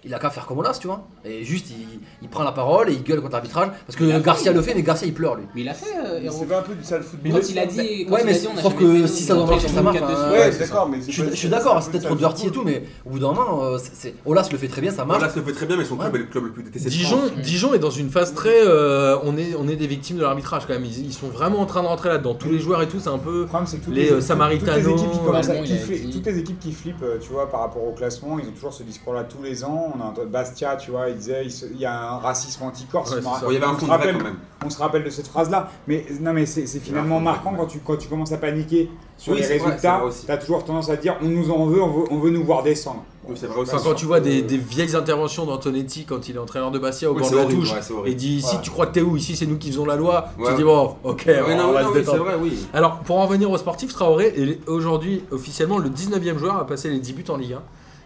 S6: Il a qu'à faire comme Olas, tu vois. Et juste, il, il prend la parole et il gueule contre l'arbitrage. Parce que
S4: Il a fait,
S6: Garcia
S4: il-
S6: le fait, mais Garcia il pleure lui.
S4: Mais il a fait, euh,
S5: Mais
S4: Héros.
S5: C'est pas un peu du sale football.
S4: Quand il a dit. quand
S6: ouais,
S4: il
S6: mais
S4: a dit, on a
S6: sauf
S4: jamais
S6: que
S4: fait
S6: si
S4: nous,
S6: ça
S4: on a
S6: doit
S4: pris
S6: marcher,
S4: sur
S6: ça
S4: nous
S6: marche,
S4: quatre
S6: hein.
S4: dessus.
S5: Ouais,
S1: c'est
S5: d'accord, mais
S6: Je
S5: c'est
S6: suis,
S5: pas-
S6: je suis
S5: c'est un
S6: d'accord,
S5: peu
S6: c'est
S5: du
S6: peut-être trop
S5: sale
S6: dirty et
S5: football.
S6: tout, mais au bout d'un moment, euh, c'est- c'est- Olas le fait très bien, ça marche.
S2: Ola se fait très bien, mais son club est le club le plus détesté. de
S1: Dijon,
S2: France.
S1: Dijon est dans une phase très. euh, on, est, on est des victimes de l'arbitrage quand même. Ils, ils sont vraiment en train de rentrer là-dedans. Tous les joueurs et tout, c'est un peu.
S3: Le problème, c'est que toutes
S1: Les,
S3: les,
S1: euh,
S3: toutes-
S1: Samaritano,
S3: toutes les équipes qui
S2: euh,
S3: commencent à
S4: Allemand, il a
S3: kiffer-
S4: dit.
S3: toutes les équipes qui flippent, euh, tu vois, par rapport au classement, ils ont toujours ce discours-là tous les ans. On a un truc- Bastia, tu vois, il disait, il, se- il y a un racisme anti-corse.
S1: Ouais,
S3: Je me
S1: c'est
S3: rappelle-
S2: Bon, il y avait un
S3: on se
S2: fond de vrai
S3: rappelle-
S2: quand même.
S3: on se rappelle de cette phrase-là. Mais non, mais c'est c'est finalement
S2: Il y a un fond de
S3: marquant
S2: vrai,
S3: quand tu, quand tu commences à paniquer sur
S2: Oui,
S3: les
S2: c'est vrai, c'est
S3: résultats.
S2: vrai aussi.
S3: T'as toujours tendance à dire, on nous en veut, on veut, on veut nous voir descendre.
S2: Oui, c'est vrai aussi.
S1: Enfin, quand tu vois des, des vieilles interventions d'Antonetti quand il est entraîneur de Bastia au
S2: Oui,
S1: bord
S2: c'est
S1: de la
S2: horrible,
S1: touche,
S2: ouais, c'est
S1: il
S2: horrible.
S1: dit ici
S3: Ouais.
S1: tu crois que t'es où Ici c'est nous qui faisons la loi. Tu
S2: Ouais.
S1: dis bon, ok,
S2: Ouais,
S1: eh, on
S2: non,
S1: va
S2: non,
S1: se
S2: oui, c'est
S1: détendre.
S2: vrai, oui.
S1: Alors, pour en revenir au sportif, Traoré est aujourd'hui officiellement le 19e joueur à passer les 10 buts en Ligue 1.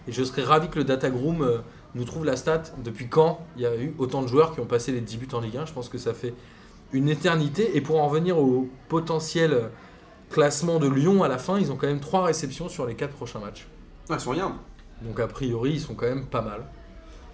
S1: Et je serais ravi que le Data Groom euh, nous trouve la stat. Depuis quand il y a eu autant de joueurs qui ont passé les 10 buts en Ligue 1 Je pense que ça fait une éternité. Et pour en revenir au potentiel classement de Lyon à la fin, ils ont quand même 3 réceptions sur les 4 prochains matchs.
S2: Ah, sur rien.
S1: Donc, a priori, ils sont quand même pas mal.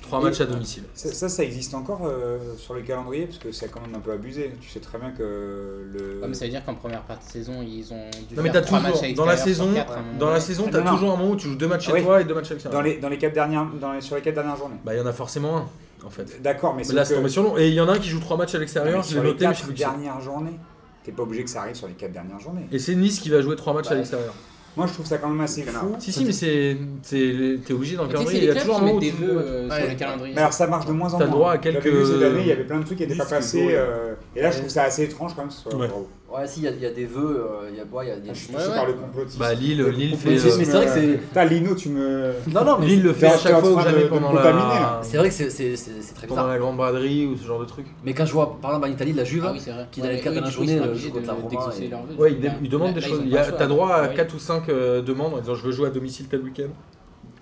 S1: 3 matchs à domicile.
S3: Ça, ça, ça existe encore euh, sur le calendrier parce que c'est quand même un peu abusé. Tu sais très bien que le.
S1: Ah,
S4: Ouais, mais ça veut dire qu'en première partie de saison, ils ont dû
S1: Non, mais t'as
S4: faire trois
S1: toujours-
S4: matchs à
S1: dans la
S4: l'extérieur sur
S1: saison,
S4: quatre, à un moment
S1: Dans la
S4: donné.
S1: saison,
S3: Ah,
S1: t'as
S3: non, non.
S1: toujours un moment où tu joues 2 matchs chez
S3: Oui.
S1: toi et 2 matchs à
S3: dans
S1: l'extérieur.
S3: les, dans les quatre dernières, dans les- sur les quatre dernières journées.
S1: Bah, il y en a forcément un, en fait.
S3: D'accord, mais
S1: Mais là,
S3: que-
S1: c'est tombé sur long. Et il y en a un qui joue 3 matchs à
S3: Non, mais
S1: l'extérieur, je
S3: sur
S1: l'ai
S3: les
S1: noté, mais je sais
S3: quatre
S1: plus qui c'est.
S3: dernières journées. T'es pas obligé que ça arrive sur les quatre dernières journées.
S1: Et c'est Nice qui va jouer 3 matchs à
S4: Bah,
S1: l'extérieur.
S3: Moi, je trouve ça quand même assez fou.
S1: Si, si, mais c'est. t'es- T'es obligé dans le
S4: Mais Tu
S1: calendrier.
S4: sais, c'est
S1: Il y
S4: les
S1: a
S4: clubs
S1: toujours un
S4: qui
S1: moment
S4: mettent
S1: où
S4: des
S1: tu-
S4: vœux euh, sur
S6: Ouais.
S4: le calendrier.
S3: Mais alors, ça marche de moins en moins.
S1: T'as droit à
S3: J'avais
S1: quelques-
S3: vu cette année, il y avait plein de trucs qui n'étaient pas
S5: Disques,
S3: passés.
S5: ouais.
S3: euh, et là, je trouve ça assez étrange quand même. que ce soit-
S1: Ouais.
S3: Bravo.
S6: Ouais, si, il y, a- il y a des vœux, euh, il y a. ouais, il y a des-
S3: Je suis
S4: Ouais,
S3: touché
S4: ouais.
S3: par le complotisme.
S1: Bah, Lille,
S3: Le
S1: Lille fait.
S3: complotisme,
S1: euh,
S6: Mais c'est vrai que c'est-
S3: euh, Putain, Lino, tu me.
S6: Non, non, mais
S1: Lille le fait à
S3: t'es en
S1: chaque fois ou
S3: train de-
S1: jamais
S3: de
S1: pendant
S3: contaminer,
S1: la.
S3: là.
S6: c'est vrai que c'est- c'est c'est- c'est très
S1: Pendant
S6: bizarre.
S1: la grande braderie ou ce genre de truc.
S6: Mais quand je vois par exemple en Italie la Juve,
S4: Ah oui, c'est vrai.
S6: qui dans les
S4: mais
S6: quatre
S4: eux,
S6: dernières
S4: du coup, ils sont
S6: journées,
S4: obligés
S6: jouent contre
S4: de-
S6: la Roma
S4: d'exaucer
S6: et-
S4: leurs vœux.
S1: Ouais, ils,
S4: Là,
S1: dé- ils demandent
S4: là,
S1: des
S4: ils
S1: choses.
S4: ont
S1: Il y
S4: pas
S1: a-
S4: le choix.
S1: T'as droit à
S4: Ouais.
S1: 4 ou 5 demandes en disant je veux jouer à domicile tel week-end.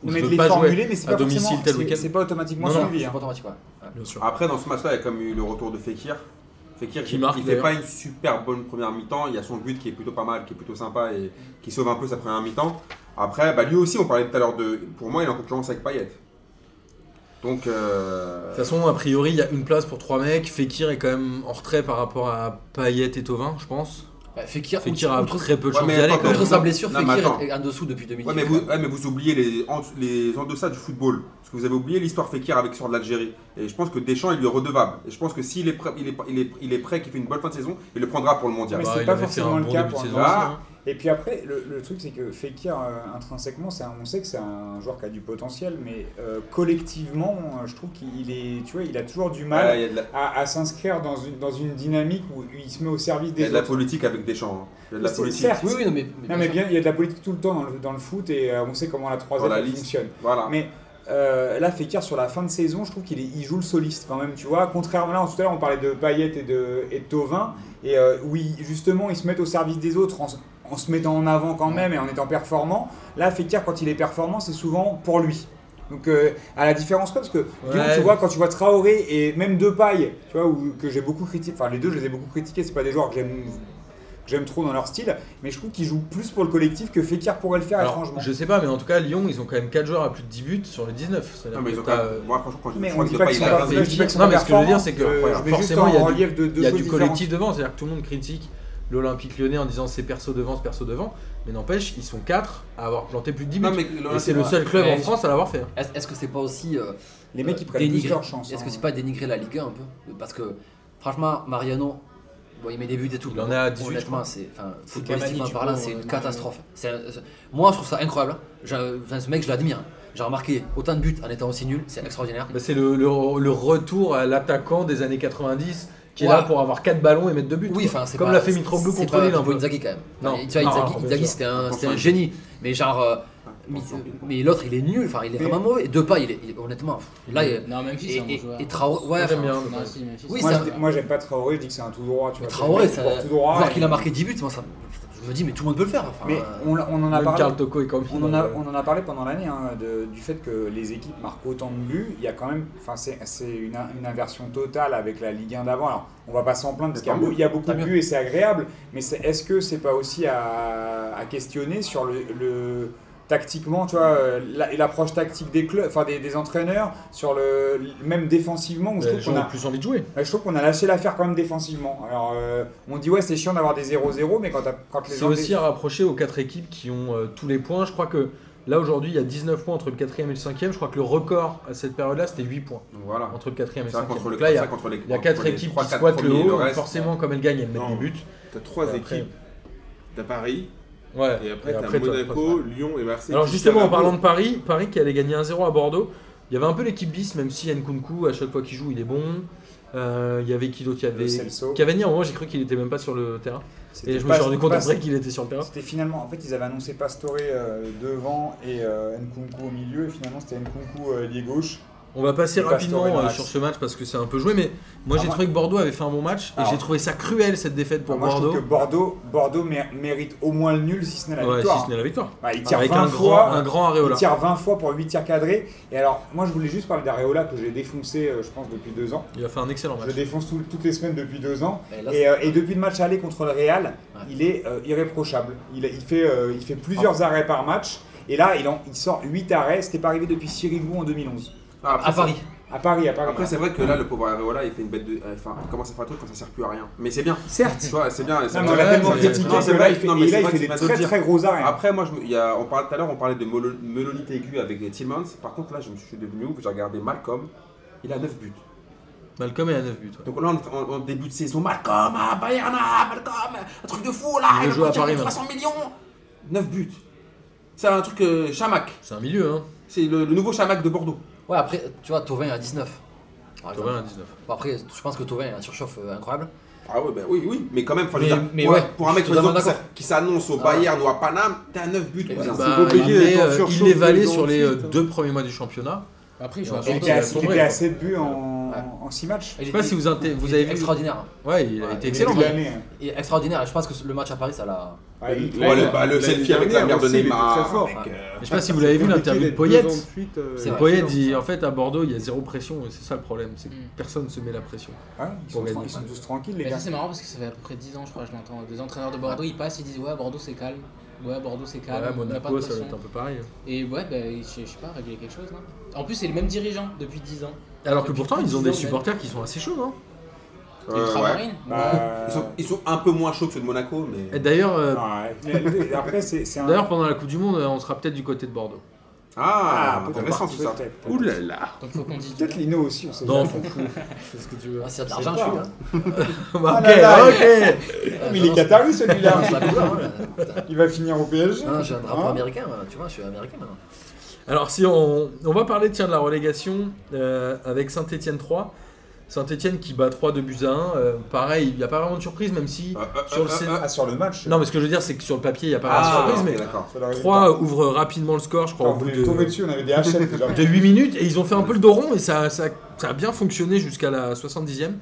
S1: Ou
S3: Mais
S1: je
S3: de
S1: veux
S3: les
S1: pas
S3: formuler,
S1: jouer.
S3: mais c'est
S1: à
S3: pas
S1: domicile
S3: forcément-
S1: tel
S3: c'est-
S1: week-end.
S3: C'est pas automatiquement
S1: Non, non.
S3: suivi.
S6: C'est
S3: hein.
S6: pas automatique, ouais. Ouais.
S1: Bien sûr.
S2: Après, dans ce match-là, il y a comme eu le retour de Fekir. Fekir,
S1: Qui
S2: il-
S1: marque,
S2: il fait pas
S1: d'ailleurs.
S2: une super bonne première mi-temps. Il y a son but qui est plutôt pas mal, qui est plutôt sympa et qui sauve un peu sa première mi-temps. Après, bah, lui aussi, on parlait tout à l'heure de. Pour moi, il est en concurrence avec Payet. Donc. euh,
S1: De toute façon, a priori, il y a une place pour 3 mecs. Fekir est quand même en retrait par rapport à Payet et Tovin, je pense.
S6: Bah, Fekir,
S1: Fekir a
S6: outre,
S1: très peu de
S2: Ouais,
S1: chances
S2: mais
S1: d'y aller
S2: attends,
S1: quand
S6: outre
S1: même.
S2: contre-
S6: sa blessure,
S2: Non, mais attends.
S6: Fekir est en dessous depuis 2000.
S2: Ouais mais, vous, ouais, mais vous oubliez les en, les en deçà du football. Parce que vous avez oublié l'histoire Fekir avec l'histoire de l'Algérie. Et je pense que Deschamps, il lui est redevable. Et je pense que s'il est prêt, il est, il est, il est prêt, qu'il fait une bonne fin de saison, il le prendra pour le mondial.
S3: Mais
S1: Bah,
S3: c'est
S1: il
S3: pas
S1: avait fait un
S3: forcément le
S1: bon
S3: cas
S1: début de
S3: pour un
S1: saison
S2: Barça,
S1: aussi,
S2: hein.
S1: hein.
S3: Et puis après, le, le truc, c'est que Fekir, euh, intrinsèquement, c'est un- on sait que c'est un joueur qui a du potentiel, mais euh, collectivement, euh, je trouve qu'il est, tu vois, il a toujours du
S2: Ah,
S3: mal
S2: il y a de la,
S3: à, à s'inscrire dans une, dans une dynamique où il se met au service
S2: il y a
S3: des
S2: de la
S3: autres.
S2: politique avec Deschamps. hein. Il y a de la
S3: C'est-
S2: politique.
S3: certes.
S6: Oui, oui, non, mais.
S3: Non, mais bien, il y a de la politique tout le temps dans le, dans le foot et euh, on sait comment la
S2: Dans la
S3: 3
S2: liste.
S3: fonctionne.
S2: Voilà.
S3: Mais euh, là, Fekir, sur la fin de saison, je trouve qu'il est- il joue le soliste quand même, tu vois. Contrairement, là, tout à l'heure, on parlait de Payet et de, et de Thauvin, et euh, où ils- justement, ils se mettent au service des autres en, se- en se mettant en avant quand même et en étant performant. Là, Fekir, quand il est performant, c'est souvent pour lui. Donc, euh, à la différence près, parce que Guillaume,
S1: Ouais.
S3: tu vois, quand tu vois Traoré et même Depay, tu vois, ou, que j'ai beaucoup critiqué, enfin les deux, je les ai beaucoup critiqués, c'est pas des joueurs que j'aime que j'aime trop dans leur style, mais je trouve qu'ils jouent plus pour le collectif que Fekir pourrait le faire,
S1: Alors,
S3: étrangement.
S1: je sais pas, mais en tout cas, Lyon, ils ont quand même 4 joueurs à plus de 10 buts sur les 19. C'est-à-dire
S2: Non, mais
S1: que
S2: ils ont quand
S1: t'as,
S2: même. Moi, franchement, quand je
S3: Mais
S2: je
S3: on
S2: crois
S3: dit
S2: qu'il
S3: pas
S2: a
S3: que
S2: pas.
S3: c'est
S2: il a
S3: pas
S1: pas
S3: vrai, je dis pas que c'est
S1: Non,
S3: pas
S1: mais ce que je veux dire, c'est que,
S3: performant,
S1: voilà,
S3: je mets juste
S1: forcément,
S3: en
S1: il y a du-
S3: relief de deux
S1: Il y a
S3: choses
S1: du collectif devant, c'est-à-dire que tout le monde critique l'Olympique lyonnais en disant c'est perso devant, c'est perso devant, mais n'empêche, ils sont 4 à avoir planté plus de 10 buts.
S2: Non, mais
S1: et c'est le seul club
S6: Ouais,
S1: en
S6: je-
S1: France à l'avoir fait.
S6: Est-ce est-ce que c'est pas aussi euh,
S3: différentes. Les mecs qui
S6: euh,
S3: prennent plus
S6: dénigrer-
S3: leur chance.
S6: Est-ce que
S3: hein.
S6: c'est pas dénigrer la Ligue 1 un peu Parce que franchement, Mariano, bon, il met des buts et tout.
S1: Il
S6: mais
S1: en
S6: bon,
S1: a 18, je
S6: Honnêtement, c'est, enfin,
S4: Cavani,
S6: footballistiquement
S4: du
S6: parlant,
S4: coup,
S6: c'est
S4: euh,
S6: une
S4: Mariano.
S6: catastrophe. C'est un- c'est- moi, je trouve ça incroyable. J'ai- enfin, ce mec, je l'admire. J'ai remarqué autant de buts en étant aussi nul, c'est extraordinaire.
S1: Bah, c'est le, le- le retour à l'attaquant des années 90 qui est
S6: Ouais.
S1: là pour avoir 4 ballons et mettre 2 buts.
S6: Oui,
S1: quoi.
S6: enfin, c'est
S1: Comme
S6: pas-
S1: l'a fait Mitroglou
S6: c'est
S1: contre
S6: pas
S1: Lille un
S6: Tipo
S1: peu.
S6: Inzaghi, quand même.
S1: Non.
S6: Tu vois,
S1: Non,
S6: Inzaghi,
S1: bien
S6: Inzaghi,
S1: sûr.
S6: c'était un, c'était un
S2: Attention.
S6: génie. Mais genre, euh, mi- mais l'autre, il est nul. Enfin, il est
S3: Mais-
S6: vraiment mauvais. Et Depay, il est, il- honnêtement, pff, là, il-
S4: Non, Memphis,
S6: et,
S4: c'est un bon
S6: et,
S4: joueur.
S6: et Traoré, ouais,
S1: J'aime
S6: enfin,
S1: bien.
S4: Non, si, Memphis,
S6: Oui,
S4: c'est
S3: Moi,
S4: un
S3: je-
S6: ça-
S4: bon
S3: moi,
S4: joueur.
S3: j'aime pas Traoré, je dis que c'est un tout droit. Tu vois,
S6: Mais Traoré,
S3: c'est un
S6: ça,
S3: mec qui court tout droit
S6: voir
S3: et-
S6: qu'il a marqué 10 buts, moi ça, je me dis mais tout le monde peut le faire. Enfin,
S3: Mais
S6: euh,
S3: on, l'a- on en a
S1: Même
S3: parlé.
S1: Carl Toko et Campi.
S3: On en, a,
S1: dans le-
S3: on en a parlé pendant l'année hein, de- du fait que les équipes marquent autant de buts. Il y a quand même, enfin c'est c'est une, une inversion totale avec la Ligue 1 d'avant. Alors on va pas s'en plaindre parce qu'il y a
S2: Tant
S3: beau- il y, a beaucoup
S6: Tant
S3: de
S6: mieux.
S3: buts et c'est agréable. Mais c'est- est-ce que c'est pas aussi à, à questionner sur le, le- tactiquement, tu vois, euh, la- et l'approche tactique des clubs, enfin des, des entraîneurs sur le même défensivement où je
S1: Bah, les
S3: trouve
S1: gens
S3: qu'on a
S1: ont plus envie de jouer.
S3: Ouais, Je trouve qu'on a lâché l'affaire quand même défensivement. Alors, euh, on dit ouais, c'est chiant d'avoir des 0-0, mais quand, t'as- quand les
S1: C'est
S3: gens-
S1: aussi à rapprocher aux 4 équipes qui ont euh, tous les points. Je crois que là aujourd'hui, il y a 19 points entre le 4 et le 5 Je crois que le record à cette période-là, c'était 8 points
S2: Voilà.
S1: entre le 4 et le
S2: Ah. C'est ça
S1: 5
S2: contre le
S1: Donc là, il y a
S2: ça contre les-
S1: Il y a
S2: contre
S1: quatre
S2: les
S1: équipes
S2: trois,
S1: qui
S2: quatre
S1: squattent le
S2: premiers,
S1: haut,
S2: reste,
S1: forcément, comme elles gagnent, elles mettent
S5: Non.
S1: des buts.
S5: T'as trois
S1: Et après-
S5: équipes. T'as Paris,
S1: Ouais.
S5: et après,
S1: après,
S5: t'as
S1: toi,
S5: Monaco, Lyon et Marseille.
S1: Alors,
S5: qui
S1: justement,
S5: servent
S1: en
S5: à
S1: parlant
S5: bout.
S1: de Paris, Paris qui allait gagner 1-0 à Bordeaux, il y avait un peu l'équipe bis, même si Nkunku, à chaque fois qu'il joue, il est bon. Euh, Il y avait qui d'autre Il y
S3: Le
S1: avait
S3: Celso.
S1: Cavani, à un moment, j'ai cru qu'il était même pas sur le terrain.
S3: C'était
S1: Et je me
S3: pas-
S1: suis rendu compte
S3: pas-
S1: après qu'il était sur le
S6: Hein
S1: terrain.
S3: C'était finalement, en fait, ils avaient annoncé Pastore euh, devant et euh, Nkunku au milieu, et finalement c'était Nkunku euh, ailier gauche.
S1: On va passer
S3: Et Pastore
S1: rapidement
S3: dans
S1: euh,
S3: l'axe.
S1: sur ce match parce que c'est un peu joué, mais moi
S3: Ah,
S1: j'ai
S3: moi-
S1: trouvé que Bordeaux avait fait un bon match et
S3: Alors-
S1: j'ai trouvé ça cruel cette défaite pour
S3: Enfin, moi,
S1: Bordeaux.
S3: je trouve que Bordeaux, Bordeaux mé- mérite au moins le nul, si ce n'est la
S1: Ouais, si
S3: victoire.
S1: ce n'est la victoire.
S3: Bah, il tire
S1: Avec
S3: 20
S1: un
S3: fois,
S1: grand, un grand
S3: Il
S1: Areola.
S3: tire 20 fois pour 8 tirs cadrés. Et alors, moi, je voulais juste parler d'Areola que j'ai défoncé, euh, je pense, depuis deux ans.
S1: Il a fait un excellent
S3: Je
S1: match.
S3: défonce tout- toutes les semaines depuis deux ans.
S6: et là,
S3: Et, euh, et depuis le match aller contre le Real,
S6: Ouais.
S3: il est euh, irréprochable. Il, il fait, euh, il fait
S6: Ah.
S3: plusieurs arrêts par match. Et là, il, en- il sort 8 arrêts. C'était pas arrivé depuis Sirigu en 2011.
S2: Ah, après,
S6: à
S2: c'est-
S6: Paris.
S3: À Paris, à Paris.
S2: Après, c'est vrai que là, le pauvre Areola, il fait une bête de. euh, Enfin, il commence à faire un truc quand ça sert plus à rien. Mais c'est bien.
S3: Certes.
S2: Tu vois, c'est bien. c'est
S3: Non,
S2: bien.
S3: mais on l'a
S1: Ouais,
S3: tellement
S1: mais-
S3: critiqué
S2: Non,
S3: que
S2: c'est
S3: là,
S2: vrai,
S3: il fait,
S2: non, mais
S3: et
S2: c'est
S3: là, il
S2: vrai
S3: fait
S2: que
S3: des
S2: c'est
S3: très
S2: pas de dire.
S3: très gros arrêts.
S2: Après, moi, je me- il y a- on parlait tout à l'heure, on parlait de molo- melonite aiguë avec les Tillmans. Par contre, là, je me suis devenu ouf. J'ai regardé Malcolm. Il a 9 buts.
S1: Malcolm est à 9 buts. ouais.
S2: Donc là, on est en, en début de saison. Malcolm, ah, Bayern, ah, Malcolm, un truc de fou là.
S1: Il veut
S2: va
S1: jouer à
S2: coûter
S1: Paris,
S2: 300 millions. 9 buts. C'est un truc euh, chamac.
S1: C'est un milieu, hein.
S2: C'est le, le nouveau chamac de Bordeaux.
S6: Ouais, après, tu vois, Tauvin est à 19. par exemple.
S1: Thauvin à 19.
S6: Bon, après, je pense que Tauvin il a un surchauffe euh, incroyable.
S2: Ah ouais, bah oui, oui, mais quand même, enfin, je
S6: Mais-
S2: veux dire,
S6: mais
S2: pour,
S6: ouais,
S2: pour un mec
S6: je
S2: par
S6: suis totalement
S2: exemple, qui s'a-
S6: d'accord.
S2: qui s'annonce au
S6: Ah.
S2: Bayern ou à Paname, t'as 9 buts. cousin.
S1: Bah,
S5: compliqué
S1: il,
S5: d'être en
S1: est,
S5: surchauffe,
S1: il les valait
S5: ils ont
S1: sur les euh,
S5: ensuite, hein.
S1: deux premiers mois du championnat.
S4: Après, je
S1: Et
S4: vois
S1: ensuite,
S3: Il
S1: Bordeaux,
S3: était à-
S1: il a
S3: il
S1: sombré,
S3: était à
S1: quoi.
S3: 7 buts en, en 6 matchs.
S1: Je sais pas si vous, inté- vous avez vu.
S6: Extraordinaire.
S1: Ouais, il a
S6: Ouais,
S1: été
S6: il
S1: excellent.
S3: Début de
S1: mais-
S3: l'année, hein.
S6: Et extraordinaire. Je pense que le match à Paris, ça l'a.
S3: Ouais, il-
S2: Ouais, le- bah, le
S5: L'année
S2: selfie avec la mère
S5: dernière
S2: de
S5: aussi, il était
S2: Neymar,
S5: très fort.
S2: mec,
S6: Ouais.
S2: euh,
S1: Je sais pas si vous l'avez vu l'interview de Poyet.
S6: C'est vrai.
S1: Poyet dit en fait à Bordeaux il y a zéro pression et c'est ça le problème, c'est que
S4: Mm.
S1: personne ne se met la pression.
S3: Ouais, ils, sont
S1: Pour
S3: tra-
S1: gagner.
S3: ils sont tous tranquilles, les
S4: Mais
S3: gars.
S4: Bah, ça c'est marrant parce que ça fait à peu près 10 ans je crois je l'entends. Des entraîneurs de Bordeaux ils passent, ils disent ouais Bordeaux c'est calme, ouais Bordeaux c'est calme,
S1: Voilà,
S4: on n'a pas de
S1: Monaco ça va
S4: pression.
S1: être un peu pareil.
S4: Et ouais bah je sais je sais pas régler quelque chose non En plus c'est le même dirigeant depuis 10 ans.
S1: Alors que
S4: Depuis
S1: pourtant
S4: plus de
S1: ils ont
S4: 10
S1: des
S4: ans,
S1: supporters qui sont assez chauds. hein.
S2: euh, ouais.
S4: Ultramarine
S3: Bah,
S2: Ils sont, ils sont un peu moins chauds que ceux de Monaco, mais.
S1: Et D'ailleurs, euh,
S3: ouais. Mais Après, c'est c'est un.
S1: d'ailleurs pendant la Coupe du Monde euh, on sera peut-être du côté de Bordeaux.
S2: Ah,
S3: peut-être,
S2: intéressant tout ça.
S3: peut-être, peut-être.
S2: Ouh là là
S4: Donc faut qu'on dise.
S3: Peut-être Lino aussi, on sait
S1: Non, on
S3: jamais.
S1: s'en fout. C'est ce que tu veux.
S6: Ah, c'est de
S3: C'est
S6: l'argent,
S3: pas-
S6: je suis là.
S1: Bah,
S3: Ah là là,
S1: ok, ok.
S6: Ah,
S3: Mais
S6: non,
S3: il est
S6: non,
S3: Qatari
S6: c'est- non,
S3: celui-là.
S1: [laughs]
S6: c'est la couleur, hein, putain.
S3: Il va finir au PSG.
S6: Non, j'ai un drapeau
S3: Hein
S6: américain, hein, tu vois, je suis américain maintenant.
S1: [laughs] Alors si on, on va parler tiens, de la relégation euh, avec Saint-Etienne 3. Saint-Etienne qui bat 3 de buts à 1. euh, pareil, il n'y a pas vraiment de surprise même si
S2: Euh, euh,
S1: sur le scén-
S3: Ah, sur le match.
S1: Non mais ce que je veux dire c'est que sur le papier il n'y a pas
S2: Ah,
S1: vraiment de
S2: ok,
S1: surprise
S2: d'accord.
S3: Ça leur
S1: mais
S3: est
S1: 3 ouvre rapidement le score je
S3: pas.
S1: crois
S3: On
S1: au bout
S3: voulait
S1: de,
S3: tomber dessus, on avait des hachettes déjà.
S1: de 8 minutes et ils ont fait un peu le dos rond et ça, ça, ça a bien fonctionné jusqu'à la 70e.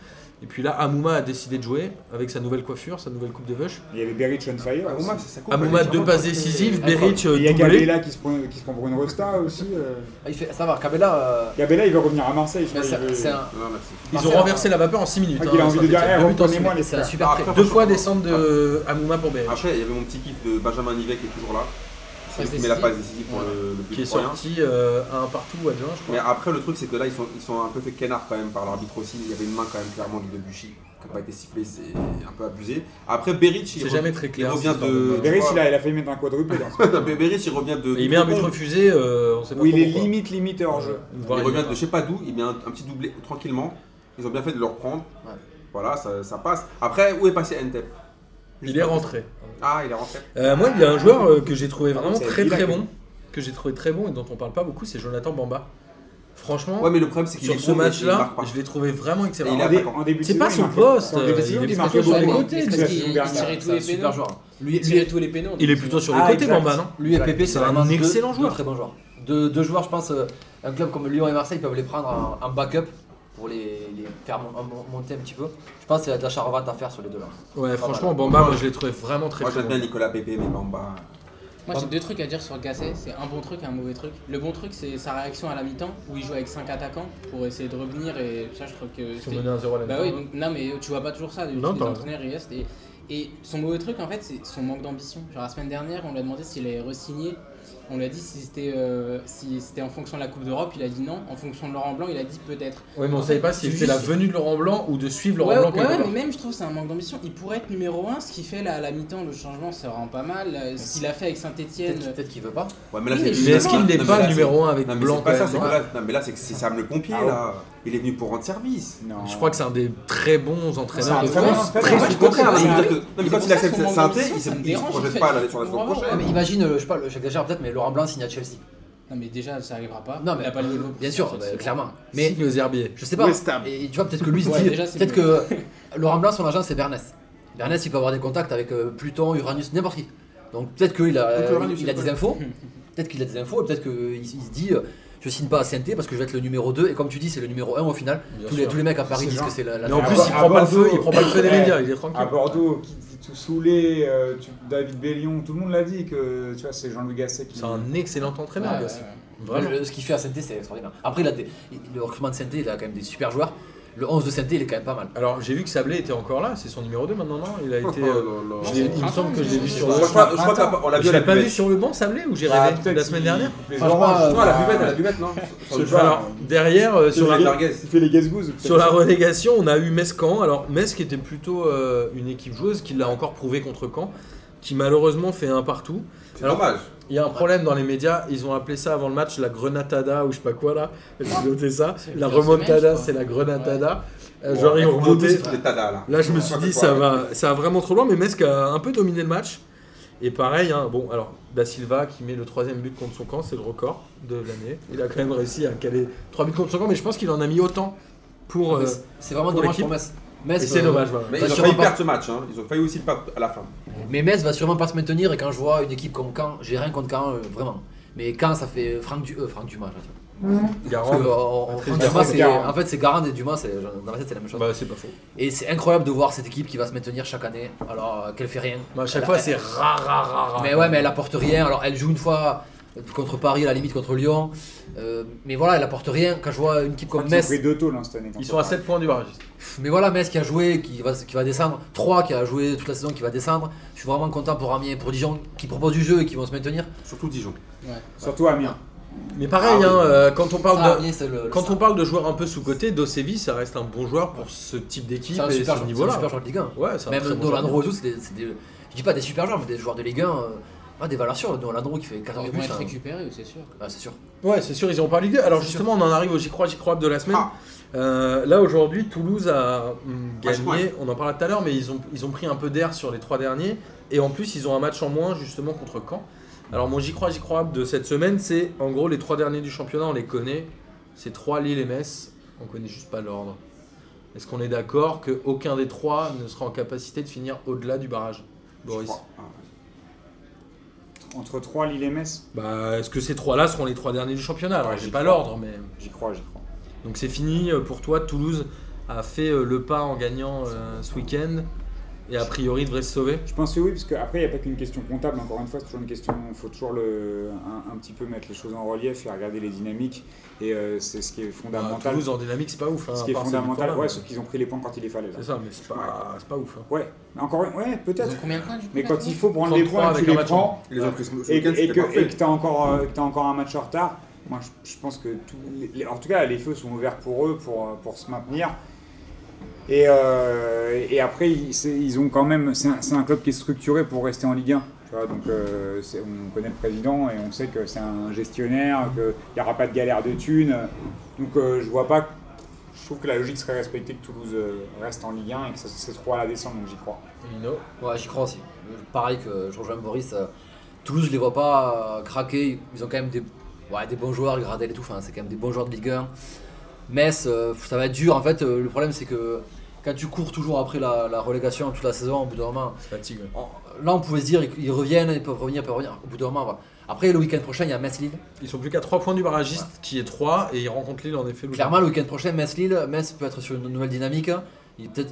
S1: Et puis là, Amouma a décidé de jouer avec sa nouvelle coiffure, sa nouvelle coupe de vache.
S3: Il y avait Berich on fire. aussi.
S2: Amouma, c'est sa coupe,
S1: Amouma,
S2: elle est
S1: deux
S2: charmante.
S1: passes décisives,
S4: Incroyable.
S1: Beric euh,
S3: Et il y a
S1: doublé.
S3: Gabella qui se prend, qui se prend pour une Rosta aussi. euh.
S6: Ah, il fait, ça va, Cabella, euh,
S3: Gabella, il veut revenir à Marseille. Je
S6: bah,
S3: crois, il
S6: c'est
S3: veut-
S6: c'est un,
S2: Non, merci.
S1: Ils ont renversé la vapeur en 6 minutes.
S3: Ah, qu'il a
S1: hein,
S3: envie de dire,
S1: Saint-Etienne.
S3: eh,
S1: Deux buts en six
S3: reprenez-moi
S1: minutes.
S3: les
S6: c'est un
S3: frères.
S6: super
S2: Ah,
S6: prêt.
S1: Deux fois descendre de Amouma pour Beric,
S2: Après, il y avait mon petit kiff de Benjamin Nivet qui est toujours là. C'est lui
S4: Passe
S2: qui met la
S4: décisive.
S2: passe décisive pour
S1: Voilà.
S2: le, le but
S1: qui est
S2: pour rien.
S1: sorti euh, à un partout ou à deux, un, je crois.
S2: Mais après, le truc, c'est que là, ils sont, ils sont un peu fait canard quand même par l'arbitre aussi. Il y avait une main quand même clairement de Debuchy qui n'a pas été sifflée, c'est un peu abusé. Après, Beric, il,
S1: C'est
S2: re-
S1: jamais très
S2: il
S1: clair.
S2: revient
S1: cette
S2: de.
S1: histoire
S3: Berich, il a, il a failli mettre un quadruple. dans ce match.
S2: Beric, il revient de.
S1: Et il met un but refusé, euh, on sait pas
S3: Où il est
S1: pourquoi.
S3: limite, limite hors jeu.
S1: Voire
S2: Il revient de
S1: pas.
S2: je sais pas d'où, il met un, un petit doublé tranquillement. Ils ont bien fait de le reprendre.
S6: Ouais.
S2: Voilà, ça, ça passe. Après, où est passé Entep
S1: Il est rentré.
S2: Ah, il est rentré.
S1: Euh, moi, il y a un joueur euh, que j'ai trouvé
S3: Ah,
S1: vraiment
S3: c'est
S1: très
S3: Villa
S1: très
S3: que-
S1: bon, que j'ai trouvé très bon et dont on parle pas beaucoup, c'est Jonathan Bamba. Franchement,
S2: Ouais, mais le problème, c'est qu'il est
S1: sur ce
S2: bon, mais il
S1: match-là,
S2: marque pas.
S1: je l'ai trouvé vraiment excellent.
S2: Et il
S3: En
S2: a-
S3: dé- en début de
S1: C'est
S3: saison,
S1: pas son
S3: il marquait-
S1: poste,
S3: En début de
S1: il
S3: saison,
S1: est
S3: il
S1: plutôt
S3: marquait
S1: sur
S3: beaucoup
S1: les
S3: de
S1: côtés,
S3: buts.
S1: parce
S3: C'est la
S4: qu'il-
S3: saison
S4: il
S3: dernière.
S4: tirait tous
S6: c'est un
S4: les
S6: super
S4: pénaux.
S6: joueur.
S4: Il
S6: Lui,
S4: tirait
S6: lui,
S4: tous les pénaux. euh,
S1: Il est plutôt sur les
S6: Ah,
S1: côtés,
S6: exact.
S1: Bamba, non
S6: lui et Pépé, c'est
S1: C'est
S6: vraiment
S1: un
S6: deux-
S1: excellent
S6: deux
S1: joueur.
S6: très bons joueurs. Deux, deux joueurs, je pense, euh, un club comme Lyon et Marseille peuvent les prendre en, en backup pour les, les faire mon- mon- monter un petit peu. Je pense qu'il y a de la revente à faire sur les deux là.
S1: Ouais, franchement, Bamba, moi, je l'ai trouvé vraiment très
S2: Moi,
S1: très
S2: j'aime bien
S1: bon.
S2: Nicolas Pépé, mais Bamba.
S4: Moi j'ai deux trucs à dire sur Gasset, c'est un bon truc et un mauvais truc. Le bon truc c'est sa réaction à la mi-temps où il joue avec 5 attaquants pour essayer de revenir et ça je trouve que
S1: Ils sont
S4: c'était-
S1: menés à 0 à la
S4: Bah
S1: mi-temps.
S4: oui, donc, non mais tu vois pas toujours ça, les
S1: Non,
S4: les
S1: t'as
S4: entraîneurs ils restent et, et son mauvais truc en fait c'est son manque d'ambition. Genre la semaine dernière on lui a demandé s'il allait re-signer, on lui a dit si c'était euh, si c'était en fonction de la Coupe d'Europe, il a dit non, en fonction de Laurent Blanc il a dit peut-être.
S1: Ouais, mais on savait pas si
S4: C'est
S1: c'était la
S4: juste-
S1: venue de Laurent Blanc ou de suivre Laurent
S4: ouais,
S1: Blanc
S4: ouais,
S1: quelque
S4: ouais,
S1: part.
S4: mais même je trouve que c'est un manque d'ambition. Il pourrait être numéro 1, ce qu'il fait là à la mi-temps, le changement c'est vraiment pas mal. Euh, Ce qu'il a fait avec euh, Saint-Etienne.
S6: Peut-être qu'il- peut-être qu'il veut pas.
S2: Ouais, mais là,
S4: Oui,
S2: c'est-
S4: mais
S1: Mais est-ce
S4: justement,
S1: qu'il n'est
S2: Non, mais
S1: pas
S2: là,
S1: numéro 1 avec
S2: Non mais
S1: Blanc
S2: c'est pas
S1: quand
S2: ça,
S1: même, hein
S2: c'est que
S1: non
S2: là, non, mais là c'est que c'est Sam le pompier
S3: Ah,
S2: là. Il est venu pour rendre service.
S3: Non.
S1: Je crois que c'est un des très bons entraîneurs de
S3: C'est un très bon
S1: France.
S3: entraîneur.
S1: Très
S2: En fait, je
S1: sous-coté.
S2: comprends,
S4: c'est
S2: mais je veux
S4: ça.
S2: dire que- non, mais
S4: C'est
S2: quand
S4: pour
S2: il
S4: ça que
S2: accepte
S4: son manque
S2: Saint-Étienne,
S4: d'ambition,
S2: il se-
S4: ça
S2: il
S4: me
S2: se
S4: dérange,
S2: projette
S4: en fait.
S2: pas là, sur la saison
S4: Vraiment,
S2: prochaine.
S6: Ouais, mais imagine, euh, je sais pas, le- j'exagère peut-être, mais Laurent Blanc signe à Chelsea.
S4: Non mais déjà ça arrivera pas.
S6: Non, mais
S4: il a pas le niveau.
S6: Bien sûr, bah,
S4: [laughs]
S6: clairement.
S1: Mais
S6: Mais
S1: Signe aux herbiers.
S6: je sais pas.
S5: West Ham.
S6: Et tu vois, peut-être que lui, il se
S4: Ouais,
S6: dit-
S4: déjà, c'est
S6: peut-être que Laurent Blanc, son agent, c'est Bernès. Bernès, il peut avoir des contacts avec euh, Pluton, Uranus, n'importe qui. Donc peut-être qu'il a,
S2: Donc, Uranus,
S6: il a
S2: c'est
S6: des infos. Peut-être qu'il a des infos et peut-être qu'il il se dit. euh, Je signe pas à CNT parce que je vais être le numéro 2 et comme tu dis c'est le numéro 1 au final.
S1: Bien
S6: Tous les,
S1: sûr.
S6: tous les mecs à Paris
S3: C'est
S6: disent
S3: genre-
S6: que c'est la, la
S1: Mais en
S3: à
S6: terre.
S1: plus,
S3: Bo-
S1: il
S3: à
S1: prend pas le
S3: Bordeaux-
S1: feu, il prend pas le feu des
S3: Ouais.
S1: médias, il est
S3: À
S1: tranquille.
S3: Bordeaux, qui dit tout saoulé, euh, tu- David Bellion, tout le monde l'a dit que tu vois, c'est Jean-Louis Gasset qui.
S1: C'est un excellent entraîneur,
S4: Ouais,
S1: Gasset.
S4: ouais, ouais.
S1: Vraiment.
S6: Le- ce qu'il fait à CNT c'est extraordinaire. Après il a des- il- le recrutement de CNT il a quand même des super joueurs. Le 11 de CNT il est quand même pas mal.
S1: Alors, j'ai vu que Sablé était encore là, c'est son numéro 2 maintenant, [laughs] non Il a été.
S2: Oh,
S1: euh,
S2: non, non.
S1: je l'ai-
S4: Non, c'est le
S1: il me semble
S4: printemps,
S1: que je l'ai vu
S4: je-
S1: sur
S2: Moi,
S1: le.
S2: je crois- je crois qu'on l'a- on l'a vu
S1: Je
S2: à la
S1: l'ai pas vu
S2: buvette.
S1: sur le banc, Sablé, ou j'ai
S3: Ah,
S1: rêvé
S3: peut-être
S1: la semaine
S3: qu'il-
S1: dernière
S3: qu'il plaisante.
S6: Franchement, euh,
S2: Non, à la
S6: bah,
S2: buvette, à la buvette, non
S1: Je
S2: Sur
S1: sais
S2: le
S1: pas. Alors, derrière, euh, sur la.
S2: la Darguez.
S3: Il fait les gazgouzes. peut-être.
S1: Sur la relégation, on a eu Metz Caen. Alors Metz qui était plutôt euh, une équipe joueuse, qui l'a encore prouvé contre Caen, qui malheureusement fait un partout.
S2: C'est dommage.
S1: Il y a un problème dans les médias, ils ont appelé ça avant le match la grenatada ou je sais pas quoi là. [laughs] Ils ont noté ça.
S4: C'est
S1: La
S4: le pire semaine,
S1: remontada,
S4: je crois.
S1: c'est la grenatada. Euh,
S2: Bon,
S1: genre ils ont
S2: on remonte
S1: remonté.
S2: tous les tadas, là.
S1: Là je me
S2: Ouais,
S1: suis
S2: ouais,
S1: dit
S2: ouais.
S1: ça va, ça va vraiment trop loin, mais Metz qui a un peu dominé le match. Et pareil, hein, bon alors Da Silva qui met le troisième but contre son camp, c'est le record de l'année. Il a quand même réussi à caler trois buts contre son camp, mais je pense qu'il en a mis autant pour. euh,
S6: Ah, mais c'est- C'est vraiment
S1: pour
S6: dommage
S1: l'équipe.
S6: pour Metz.
S1: et
S6: Metz
S1: c'est
S6: euh,
S1: dommage. voilà.
S2: Mais
S6: Bah,
S2: ils ont
S6: sur
S2: failli
S6: un pas-
S2: perdre ce match, hein. ils ont failli aussi le perdre à la fin.
S6: Mais Metz va sûrement pas se maintenir et quand je vois une équipe comme Caen, j'ai rien contre Caen, euh, vraiment. Mais Caen, ça fait euh, Franck, du, euh, Franck Dumas. j'allais dire. Parce
S1: Garand.
S6: que, euh, on- on-
S1: Patrice
S6: Franck
S1: Garand.
S6: Dumas, c'est-
S3: Garand.
S6: en fait, c'est Garand et Dumas, c'est- dans la tête, c'est la même chose.
S1: Bah, c'est pas faux.
S6: Et c'est incroyable de voir cette équipe qui va se maintenir chaque année, alors euh, qu'elle fait rien.
S1: Bah, à chaque
S6: Elle-
S1: fois,
S6: elle-
S1: c'est rare, rare, rare. rare.
S6: Mais ouais, mais elle apporte rien. Alors, elle joue une fois euh, contre Paris, à la limite contre Lyon. Euh, mais voilà, elle apporte rien. Quand je vois une équipe comme
S3: Ils ont
S6: Metz,
S3: pris deux tôles hein, cette année.
S1: Ils sont à 7 points du barragiste.
S6: mais voilà, Metz qui a joué, qui va, qui va descendre. 3 qui a joué toute la saison, qui va descendre. Je suis vraiment content pour Amiens et pour Dijon qui proposent du jeu et qui vont se maintenir.
S2: Surtout Dijon.
S3: Surtout Amiens.
S1: Mais pareil,
S2: Ah oui.
S1: hein, euh, quand on parle
S6: Ça,
S1: de.
S6: Amiens, Ah, c'est le- le-
S1: Quand on parle de joueurs un peu sous-côté, Dosevi, ça reste un bon joueur pour ce type d'équipe
S6: C'est un
S1: et
S6: super
S1: ce
S6: joueur, c'est un
S1: niveau-là.
S6: super joueur de Ligue 1.
S1: Ouais, c'est un
S6: Même
S1: très bon
S6: Nolan
S1: joueur.
S6: Rowe et tout, c'est des, c'est des- je dis pas des super joueurs, mais des joueurs de Ligue 1, euh, ah, des valeurs sûres. Nolan Rowe qui fait
S4: Ils
S1: Ah,
S6: 14 buts,
S4: vont être
S6: hein.
S4: récupérés, c'est sûr.
S6: Ah, c'est sûr.
S1: Ouais, c'est sûr, ils n'ont pas l'idée. Alors
S6: C'est sûr.
S1: justement, on en arrive au J'y crois, J'y crois de la semaine.
S2: Ah.
S1: Euh, là aujourd'hui, Toulouse a mm,
S2: Ah, je crois.
S1: gagné. On en parlait tout à l'heure, mais ils ont, ils ont pris un peu d'air sur les trois derniers. Et en plus, ils ont un match en moins justement contre Caen. Alors mon J'y crois, J'y crois de cette semaine, c'est en gros les trois derniers du championnat, on les connaît. C'est trois Lille et Metz. On connaît juste pas l'ordre. Est-ce qu'on est d'accord que aucun des trois ne sera en capacité de finir au-delà du barrage, Boris
S2: Je crois. Ah,
S3: Entre 3, Lille et Metz,
S1: Bah, est-ce que ces trois-là seront les trois derniers du championnat Alors
S3: Ouais,
S1: j'ai
S3: j'y
S1: pas
S3: crois.
S1: l'ordre, mais.
S3: j'y crois, j'y crois.
S1: Donc c'est fini euh, pour toi, Toulouse a fait euh, le pas en gagnant euh, ce week-end et a priori devrait se sauver.
S3: Je pense que oui, parce qu'après, il n'y a pas qu'une question comptable, encore une fois, c'est toujours une question, il faut toujours le, un, un petit peu mettre les choses en relief et regarder les dynamiques, et euh, c'est ce qui est
S1: Bah,
S3: fondamental.
S1: Toulouse en dynamique, c'est pas ouf. hein,
S3: ce
S1: à
S3: qui est
S1: part ces
S3: fondamental,
S1: victoires-là,
S3: ouais,
S1: mais-
S3: sauf qu'ils ont pris les points quand il les fallait. là.
S1: C'est ça, mais c'est pas, c'est pas ouf. hein.
S3: Ouais, encore une- ouais, peut-être.
S4: Ils ont combien de points du coup
S3: Mais
S4: là,
S3: quand
S4: Toulouse
S3: il faut prendre les
S1: 33
S3: points, tu
S1: avec un
S3: les
S1: match en-
S3: prends,
S2: Ils les ont pris ce ce
S3: et,
S2: week-end,
S3: et
S2: c'était
S3: que et
S2: parfait.
S3: que t'as encore, euh, que t'as encore un match en retard, moi je, je pense que tout- les- en tout cas les feux sont ouverts pour eux pour, euh, pour se maintenir. Et, euh, et après ils, c'est- ils ont quand même c'est un, c'est un club qui est structuré pour rester en Ligue 1. tu vois, donc euh, c'est- on connaît le président et on sait que c'est un gestionnaire, qu'il n'y aura pas de galère de thunes. Donc euh, je vois pas. Je trouve que la logique serait respectée que Toulouse euh, reste en Ligue 1 et que ça- c'est trop à la descente, donc j'y crois.
S1: Lino.
S6: Ouais, j'y crois aussi. Euh, Pareil que je rejoins Boris, euh, Toulouse, je les vois pas euh, craquer. Ils ont quand même des, ouais, des bons joueurs, Gradel et tout. Enfin, c'est quand même des bons joueurs de Ligue 1. Metz, euh, ça va être dur. En fait, euh, le problème, c'est que quand tu cours toujours après la, la relégation toute la saison, au bout d'un moment,
S1: C'est fatigue. ouais.
S6: on- là, on pouvait se dire ils reviennent, ils peuvent revenir, ils peuvent revenir. Au bout d'un moment, voilà. Après, le week-end prochain, il y a Metz-Lille.
S1: Ils sont plus qu'à 3 points du barragiste qui est 3 et ils rencontrent Lille en effet. le
S6: Clairement, le week-end prochain, Metz-Lille, Metz peut être sur une nouvelle dynamique. Il peut-être,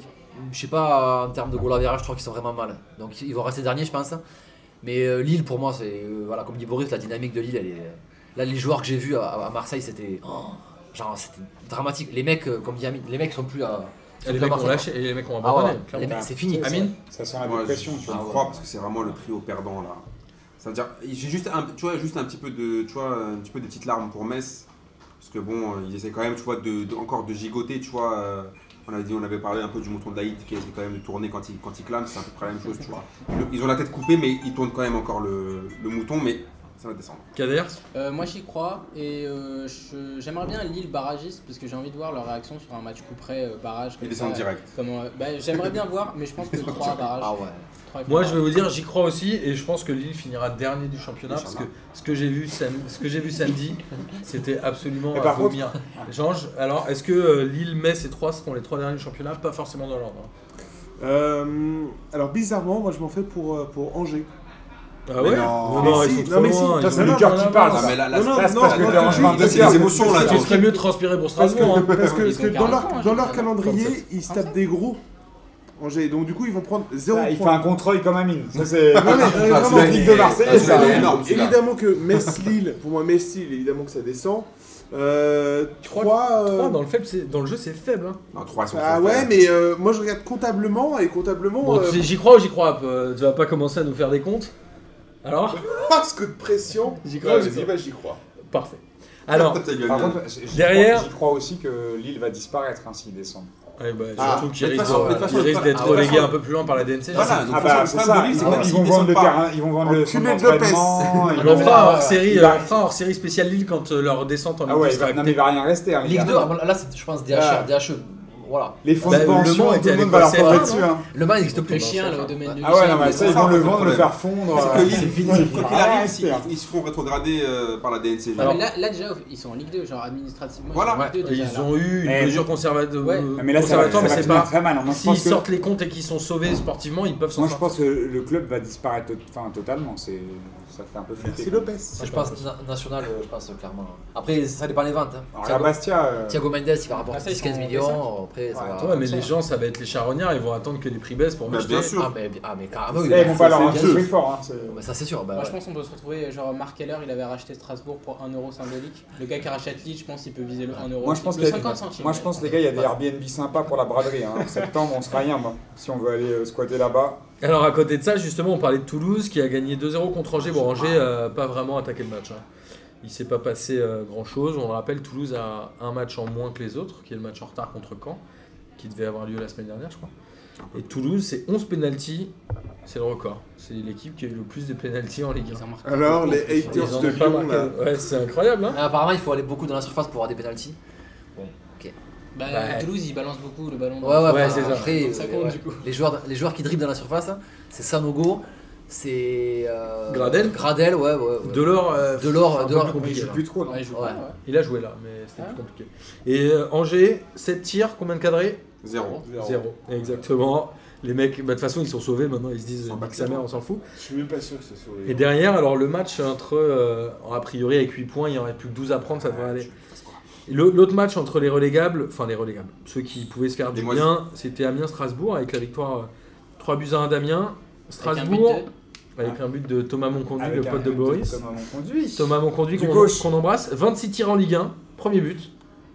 S6: je sais pas, en termes de goal average, je crois qu'ils sont vraiment mal. Donc ils vont rester derniers, je pense. Mais euh, Lille, pour moi, c'est euh, voilà, comme dit Boris, la dynamique de Lille, elle est. euh, Là, les joueurs que j'ai vus à, à Marseille, c'était oh, genre c'était dramatique. Les mecs, euh, comme dit Amine, les mecs sont plus à.
S1: Et les
S6: sont plus à
S1: mecs ont lâché
S6: Marseille,
S1: et les mecs ont
S6: quoi. Ah ouais,
S1: abandonné.
S6: les
S1: clairement.
S6: mecs, c'est fini.
S1: Amine
S3: Ça sent la
S2: Moi,
S3: dépression.
S2: je- ah je
S3: tu vois.
S2: crois parce que c'est vraiment le trio perdant là. Ça veut dire, j'ai juste un, tu vois, juste un petit peu de, tu vois, un petit peu des petites larmes pour Metz, parce que bon, euh, ils essaient quand même, tu vois, de, de- encore de gigoter, tu vois. euh, on avait dit, on avait parlé un peu du mouton de Laïd qui essaie quand même de tourner quand il, quand il clame, c'est à peu près la même chose, tu vois. Le- ils ont la tête coupée, mais ils tournent quand même encore le, le mouton, mais ça va descendre.
S1: Kader
S4: Euh, moi j'y crois et euh, je- j'aimerais bien Lille barragiste parce que j'ai envie de voir leur réaction sur un match coup près euh, barrage.
S2: Ils
S4: comme ça.
S2: descendent direct.
S4: Comment, euh, bah, j'aimerais bien voir, mais je
S6: [laughs]
S4: pense que 3 barrages.
S6: Ah ouais.
S4: trois
S1: Moi,
S4: barrages.
S1: je vais vous dire, j'y crois aussi, et je pense que Lille finira dernier du championnat parce que
S2: Inch'Allah.
S1: ce que j'ai vu, sam- ce que j'ai vu samedi, c'était absolument
S3: Mais
S1: à
S3: par contre-
S1: vomir. Georges, alors est-ce que euh, Lille, Metz et 3 seront les trois derniers du championnat Pas forcément dans l'ordre. hein.
S5: Euh, alors bizarrement, moi je m'en fais pour, euh, pour Angers.
S1: Ah
S2: Mais
S1: ouais
S2: non.
S1: non,
S5: Mais
S1: ils sont
S5: si, non,
S1: trop
S5: mais si,
S1: loin,
S5: ça,
S1: ils
S5: c'est
S1: ont
S5: le
S1: une
S3: cœur qui
S1: avance.
S3: parle,
S2: Ah, mais là, là,
S5: Non, non,
S2: là, c'est
S5: non,
S2: parce que
S5: non,
S2: t'es en
S5: tout de
S2: juin,
S5: suite,
S2: là,
S5: tout
S2: c'est
S5: de
S2: les
S5: suite.
S2: émotions là,
S5: Parce
S1: Il
S5: que-
S2: tu vois.
S1: serait Ah, mieux de transpirer pour
S5: Parce que-
S1: Strasbourg. hein.
S4: Ils
S5: parce que,
S4: ont
S5: parce que dans,
S4: 40
S5: leur,
S4: ans,
S5: dans
S4: Angers,
S5: leur
S4: quand même.
S5: calendrier,
S1: 37.
S5: ils se tapent des gros Angers. Donc du coup, ils vont prendre 0
S1: Bah,
S3: Ah, il fait
S5: points.
S3: un contrôle comme Amine. Ça, c'est. Non,
S1: [laughs]
S3: mais,
S5: Euh,
S2: Ah,
S5: vraiment,
S2: celui-là,
S3: Ligue
S2: il
S3: de
S2: est-
S3: Marseille,
S2: ah, celui-là,
S3: ça-
S2: il est énorme, celui-là.
S5: Évidemment que Metz-Lille, pour moi Metz-Lille, évidemment que ça descend. Euh,
S1: Trois-
S5: 3,
S1: Trois, dans, le faible, c'est- dans le jeu, c'est faible. hein.
S2: Non, trois, ils sont
S5: Ah
S2: sur le terrain.
S5: ouais, mais euh, moi je regarde comptablement et comptablement.
S1: Bon,
S5: euh, [laughs]
S1: tu sais, j'y crois ou j'y crois pas euh, Tu vas pas commencer à nous faire des comptes Alors
S5: ah, ce que de pression.
S1: J'y crois,
S5: Ouais,
S1: j'y
S5: je dis,
S1: crois.
S5: bah, j'y crois.
S1: Parfait. Alors,
S2: Ta gueule,
S3: Par
S2: Yann.
S3: contre, j'y crois-
S1: Derrière-
S3: J'y crois aussi que Lille va disparaître hein, s'il descend.
S1: eh ben,
S5: Ah,
S1: surtout qu'il
S2: de toute
S1: risque
S2: façon, de
S1: il
S2: toute façon,
S1: risque
S2: de
S1: d'être
S2: toute
S1: relégué
S2: façon-
S1: un peu plus loin par la DNC.
S2: Voilà, donc
S3: Ah
S2: ça,
S3: bah
S2: le
S3: c'est
S2: problème de
S3: ça.
S2: Lille,
S3: Ils,
S2: c'est que même
S3: ils
S2: s'ils
S3: vont vendre
S2: descendent
S3: le
S2: pas-
S3: terrain, ils vont vendre le centre
S5: Enculé de
S3: d'entraînement. ils
S1: Mais on
S3: vont-
S1: fera un hors série,
S3: il
S1: euh,
S3: va-
S1: on fera un hors série spéciale Lille quand euh, leur descente en
S3: Ah ouais,
S1: Ligue
S3: il va, non, mais
S1: actée.
S3: il va rien rester. hein, les
S6: Ligue
S3: gars.
S6: 2, là c'est, je pense DHR,
S3: Ah.
S6: DHE. E. Voilà.
S3: Les fonds
S1: Bah,
S3: de
S1: Le Mans
S3: pension,
S1: était
S3: tout le
S1: avec
S3: monde va leur
S1: Marseille,
S3: tomber
S1: non
S3: dessus. hein.
S6: Le Main n'existe plus.
S4: le chien là, au domaine de
S3: Ah ouais,
S4: Michel,
S3: non, mais ça, ils
S2: ça,
S3: vont
S2: on
S3: le
S2: peut
S3: vendre, le
S2: trouver.
S3: faire fondre.
S2: C'est que
S3: euh,
S2: Lille, Quoi qu'il
S3: Ah,
S2: arrive,
S3: c'est
S2: ils-
S3: clair.
S2: ils se font rétrograder euh, par la DNC.
S1: Bah
S4: Non, mais là, là, déjà ils sont en Ligue 2, genre administrativement.
S2: Voilà.
S4: ils sont en Ligue 2 déjà,
S1: Ils
S4: là.
S1: ont eu une
S3: Eh,
S1: mesure conservateur,
S4: Ouais.
S3: Mais là, ça va, ça
S1: mais
S3: va
S1: c'est
S3: finir
S1: pas.
S3: très mal. hein. Moi, je
S1: S'ils
S3: pense que-
S1: sortent les comptes et qu'ils sont sauvés sportivement, ils peuvent s'en
S3: moi, je
S1: sortir.
S3: pense que le club va disparaître to- enfin, totalement. c'est- Ça fait un peu flipper.
S5: Merci Lopez.
S6: Je pense na- national, euh, je pense euh, clairement. Après, ça dépend des ventes. hein.
S3: Alors, la
S6: Thiago,
S3: Bastia. euh,
S6: Thiago Mendes, il va rapporter
S4: Après, ils
S6: 10-15
S4: sont
S6: millions. Après, ça
S3: Ouais,
S6: va.
S3: attends,
S1: Ah Ouais, mais les gens, ça va être les charognards, ils vont attendre que les prix baissent pour
S2: Bah,
S1: m'acheter.
S2: bien sûr.
S6: Ah, mais, ah, mais carrément, oui,
S3: là, Eh, ils
S6: mais
S3: vont pas
S6: ça,
S3: leur
S6: c'est-
S3: rentrer fort. hein, c'est-
S6: mais ça, c'est sûr. bah,
S4: Moi
S6: ouais.
S4: je pense qu'on peut se retrouver genre Mark Keller il avait racheté Strasbourg pour 1€ euro symbolique. Le gars qui rachète Lille je pense il peut viser le 1€. euro.
S3: Moi je pense
S4: Le
S3: qu'il y a-
S4: 50 centimes.
S3: moi, je pense, les gars, il y a des Airbnb sympas pour la braderie. hein. En septembre, on sera rien, moi, si on veut aller euh, squatter là-bas.
S1: Alors, à côté de ça, justement, on parlait de Toulouse qui a gagné 2-0 contre Angers. Bon, Angers euh, pas vraiment attaqué le match. hein. Il s'est pas passé grand chose. On le rappelle, Toulouse a un match en moins que les autres, qui est le match en retard contre Caen, qui devait avoir lieu la semaine dernière, je crois. Et Toulouse, c'est 11 pénalties, c'est le record. C'est l'équipe qui a eu le plus de pénalties en Ligue 1.
S4: Ils en marquent
S5: Alors,
S4: beaucoup,
S5: les
S4: en plus.
S5: haters.
S1: Ils en
S5: de
S1: ont pas
S5: Lyon,
S1: marqué. Ouais, c'est incroyable, hein
S6: Mais apparemment, il faut aller beaucoup dans la surface pour avoir des pénalties.
S4: Bah,
S1: Ouais.
S4: Toulouse ils balancent beaucoup le ballon.
S6: Ouais, ouais,
S1: Ouais,
S6: enfin,
S1: c'est ça.
S6: après,
S4: Donc, ça
S6: euh,
S4: compte,
S6: ouais.
S4: du coup.
S6: Les, joueurs, les joueurs qui dribblent dans la surface, hein, c'est Sanogo, c'est. euh,
S1: Gradel
S6: Gradel, ouais, ouais. ouais.
S1: Delors, euh,
S6: Delors,
S1: c'est un peu
S6: Delors,
S1: plus compliqué,
S3: Je
S1: là.
S3: plus trop. non.
S4: Ouais, ils jouent
S6: Ouais.
S4: pas, ouais.
S1: Il a joué là, mais c'était
S4: Ah.
S1: plus compliqué. Et euh, Angers, 7 tirs, combien de cadrés
S2: Zéro.
S1: Zéro. Exactement. Les mecs, bah, de toute façon, ils sont sauvés maintenant, ils se disent,
S2: sont
S1: nique
S2: battus.
S1: sa mère, on s'en fout.
S5: Je suis même pas sûr que ce soit.
S1: Et derrière, alors le match entre, euh, a priori, avec 8 points, il y en aurait plus que 12 à prendre, ça devrait aller. Le- L'autre match entre les relégables, enfin les relégables, ceux qui pouvaient se faire
S2: Les
S1: du
S2: moisis.
S1: bien, c'était Amiens-Strasbourg avec la victoire euh, 3 buts à 1 d'Amiens.
S4: Avec un but
S1: Strasbourg,
S4: de-
S1: avec un but de Thomas Monconduit,
S3: Avec
S1: le
S3: un
S1: pote de
S3: but
S1: Boris.
S3: Thomas Monconduit.
S1: Thomas Monconduit
S3: Du
S1: qu'on
S3: gauche.
S1: qu'on embrasse. 26 tirs en Ligue 1, premier but.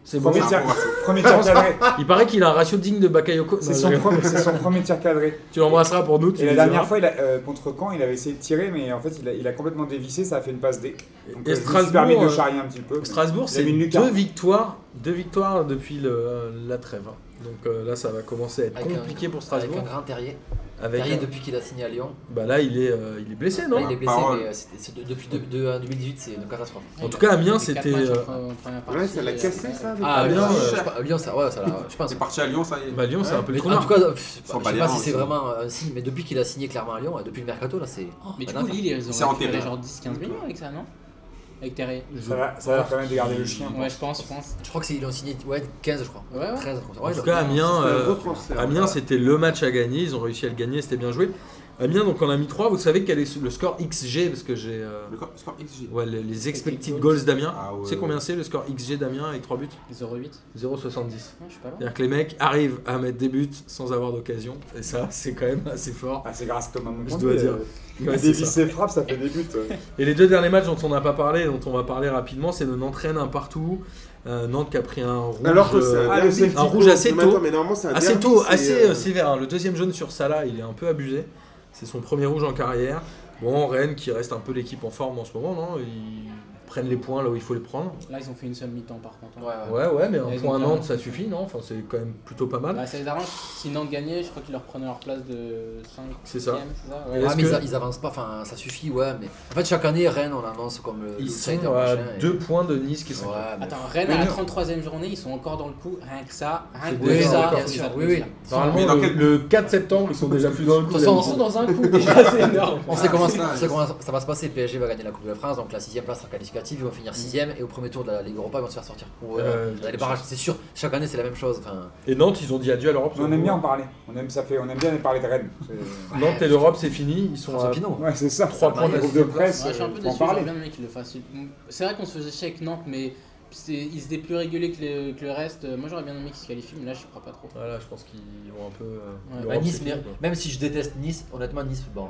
S1: C'est bon.
S3: Premier
S2: C'est un
S3: tir,
S2: bon ratio.
S3: premier tir cadré.
S1: Il paraît qu'il a un ratio digne de Bakayoko. Non,
S3: C'est son,
S1: je-
S3: premier- c'est son premier tir cadré.
S1: Tu l'embrasseras pour nous. tu
S3: Et la
S1: le
S3: dernière
S1: diras.
S3: fois, il a, euh, contre Caen, il avait essayé de tirer, mais en fait, il a, il a complètement dévissé, ça a fait une passe D. Donc,
S1: Et
S3: euh, je me suis
S1: Strasbourg,
S3: permis de
S1: euh,
S3: charrier un petit peu. mais-
S1: Strasbourg,
S3: Il a
S1: c'est
S3: mis une
S1: deux
S3: lucarne.
S1: victoires, deux victoires depuis le- la trêve. hein. Donc euh, là, ça va commencer à être
S6: Avec un-
S1: compliqué pour
S6: Avec
S1: Strasbourg.
S6: un grand terrier.
S1: Avec
S6: Terrier
S1: un-
S6: depuis qu'il a signé à Lyon.
S1: bah là, il est, euh, il est blessé,
S6: Là,
S1: non
S6: il est blessé,
S2: Parole.
S6: mais euh, c'était- c'est de- depuis deux- de- euh, 2018, c'est une catastrophe.
S1: En tout cas, Amiens,
S4: les quatre
S1: c'était,
S4: matchs
S1: euh,
S4: en pre- en première
S5: Ouais, ça l'a
S4: partie,
S5: cassé
S4: euh,
S5: ça. mais-
S6: Ah,
S1: Ah, bien,
S6: Lyon,
S1: euh,
S6: je sais pas, Lyon, ça, ouais, ça, l'a- je pense.
S2: C'est parti à Lyon, ça y est.
S1: Bah Lyon, c'est un peu le
S6: Mais en
S1: connard.
S6: tout cas, euh, pff, je
S2: Sans
S6: sais pas,
S2: Balérin
S6: si c'est
S2: aussi.
S6: vraiment un signe, mais depuis qu'il a signé clairement à Lyon, euh, depuis le mercato, là, c'est. oh,
S4: Mais
S6: pas
S4: du coup,
S6: d'affaire.
S4: Lille, ils
S2: C'est
S4: ont récupéré
S2: enterré.
S4: genre 10-15 millions avec ça, non Avec Terré.
S3: Ça va, ça va permettre de garder le chien.
S4: Ouais, je pense, je pense.
S6: Je crois que c'est- ils l'ont signé ouais, 15, je crois.
S4: Ouais, ouais.
S6: 13, comme ça.
S1: En
S6: Ouais,
S1: tout
S6: donc,
S1: cas, Amiens,
S5: C'est un
S1: euh,
S5: gros transfert.
S1: Amiens, c'était le match à gagner. Ils ont réussi à le gagner, c'était bien joué. Amiens, donc on a mis 3. Vous savez quel est le score XG Parce que j'ai. euh,
S2: Le co- score XG.
S1: ouais, les, les expected goals d'Amiens.
S2: Ah ouais.
S1: Tu sais combien c'est le score XG d'Amiens avec 3 buts
S4: 0,8
S1: 0,70.
S4: Non, je suis pas loin.
S1: C'est-à-dire que les mecs arrivent à mettre des buts sans avoir d'occasion. Et ça, c'est quand même assez fort.
S3: Ah, c'est grâce à Thomas Monconduit.
S1: Je dois dire.
S3: euh,
S1: Ouais, c'est ça.
S3: Dévisser frappe, ça fait des buts. ouais.
S1: Et les deux derniers matchs dont on n'a pas parlé, dont on va parler rapidement, c'est le Nantes Rennes un partout. Euh, Nantes qui a pris un rouge.
S5: Alors que c'est
S1: euh,
S5: un
S3: Ah, le
S5: derby.
S3: Celtico,
S1: un rouge assez
S5: Non, mais attends,
S1: tôt.
S5: Mais normalement, c'est un
S1: assez
S5: derby,
S1: tôt,
S5: c'est,
S1: assez
S5: euh,
S1: euh, sévère. hein. Le deuxième jaune sur Salah, il est un peu abusé. C'est son premier rouge en carrière. Bon, Rennes qui reste un peu l'équipe en forme en ce moment, non Ils prennent les points là où il faut les prendre.
S4: Là, ils ont fait une seule mi-temps par contre. hein.
S6: Ouais, euh, ouais.
S1: Ouais, ouais, mais
S4: Ouais,
S1: un
S4: ils
S1: point
S4: ont
S1: à
S4: clairement-
S1: Nantes, ça suffit, non Enfin, c'est quand même plutôt pas mal.
S4: Bah, ça les arrange. Si Nantes gagnait, je crois qu'ils leur prenaient leur place de 5
S1: C'est ça.
S4: ouais.
S1: Et
S6: Ouais,
S1: est-ce
S6: mais
S1: que-
S6: ils, a- ils avancent pas, enfin ça suffit, ouais. Mais en fait, chaque année, Rennes, on l'annonce comme le.
S1: Ils
S6: l'outsider,
S1: sont à
S6: machin, et-
S1: deux points de Nice qui
S6: Ouais,
S1: sont.
S6: mais-
S4: Attends, Rennes, à la 33ème journée, ils sont encore dans le coup. Rien que ça, rien
S1: C'est
S4: que
S1: déjà
S6: Oui,
S1: Bien
S4: ça.
S1: d'accord.
S6: bien
S4: ça
S6: sûr,
S4: fait
S6: oui, oui.
S4: plaisir.
S1: Normalement,
S2: Mais dans
S1: le,
S2: quel-
S1: le 4 septembre, ils sont déjà plus dans le coup.
S6: De toute
S1: la
S6: façon, on
S1: Nice.
S6: se-
S4: Ils sont dans un coup déjà, [laughs] c'est énorme.
S6: On sait, comment,
S2: c'est
S6: on
S2: nice.
S6: sait comment ça- ça va se passer. PSG va gagner la Coupe de la France, donc la sixième place sera qualificative, ils vont finir sixième et au premier tour de la Ligue Europa, ils vont se faire sortir. Ou,
S1: Euh,
S6: euh, dans les barrages, c'est sûr. Chaque année, c'est la même chose. Enfin,
S1: Et Nantes, ils ont dit adieu à l'Europe.
S3: Mais On aime bien en parler. On aime, ça fait, on aime bien parler de Rennes. C'est-
S1: Nantes et l'Europe, c'est fini. Ils sont euh,
S6: François
S1: à
S6: Pinault.
S3: Ouais, c'est ça.
S1: Trois
S6: points
S3: Le
S6: de la
S3: groupe de
S1: sixième
S3: presse,
S4: Ouais, je suis un peu
S3: euh, faut
S4: déçu,
S3: en
S4: j'aurais
S3: parler.
S4: bien aimé qu'ils le fassent. C'est vrai qu'on se faisait chier avec Nantes, mais c'est- ils étaient plus réguliers que le, que le reste. Moi j'aurais bien aimé qu'ils se qualifient, mais là je crois pas trop.
S1: Voilà, je pense qu'ils vont un peu. euh,
S4: Ouais.
S1: l'Europe,
S6: bah, Nice,
S1: c'est
S6: mais-
S1: fini, quoi.
S6: même si je déteste Nice, honnêtement, Nice, bon.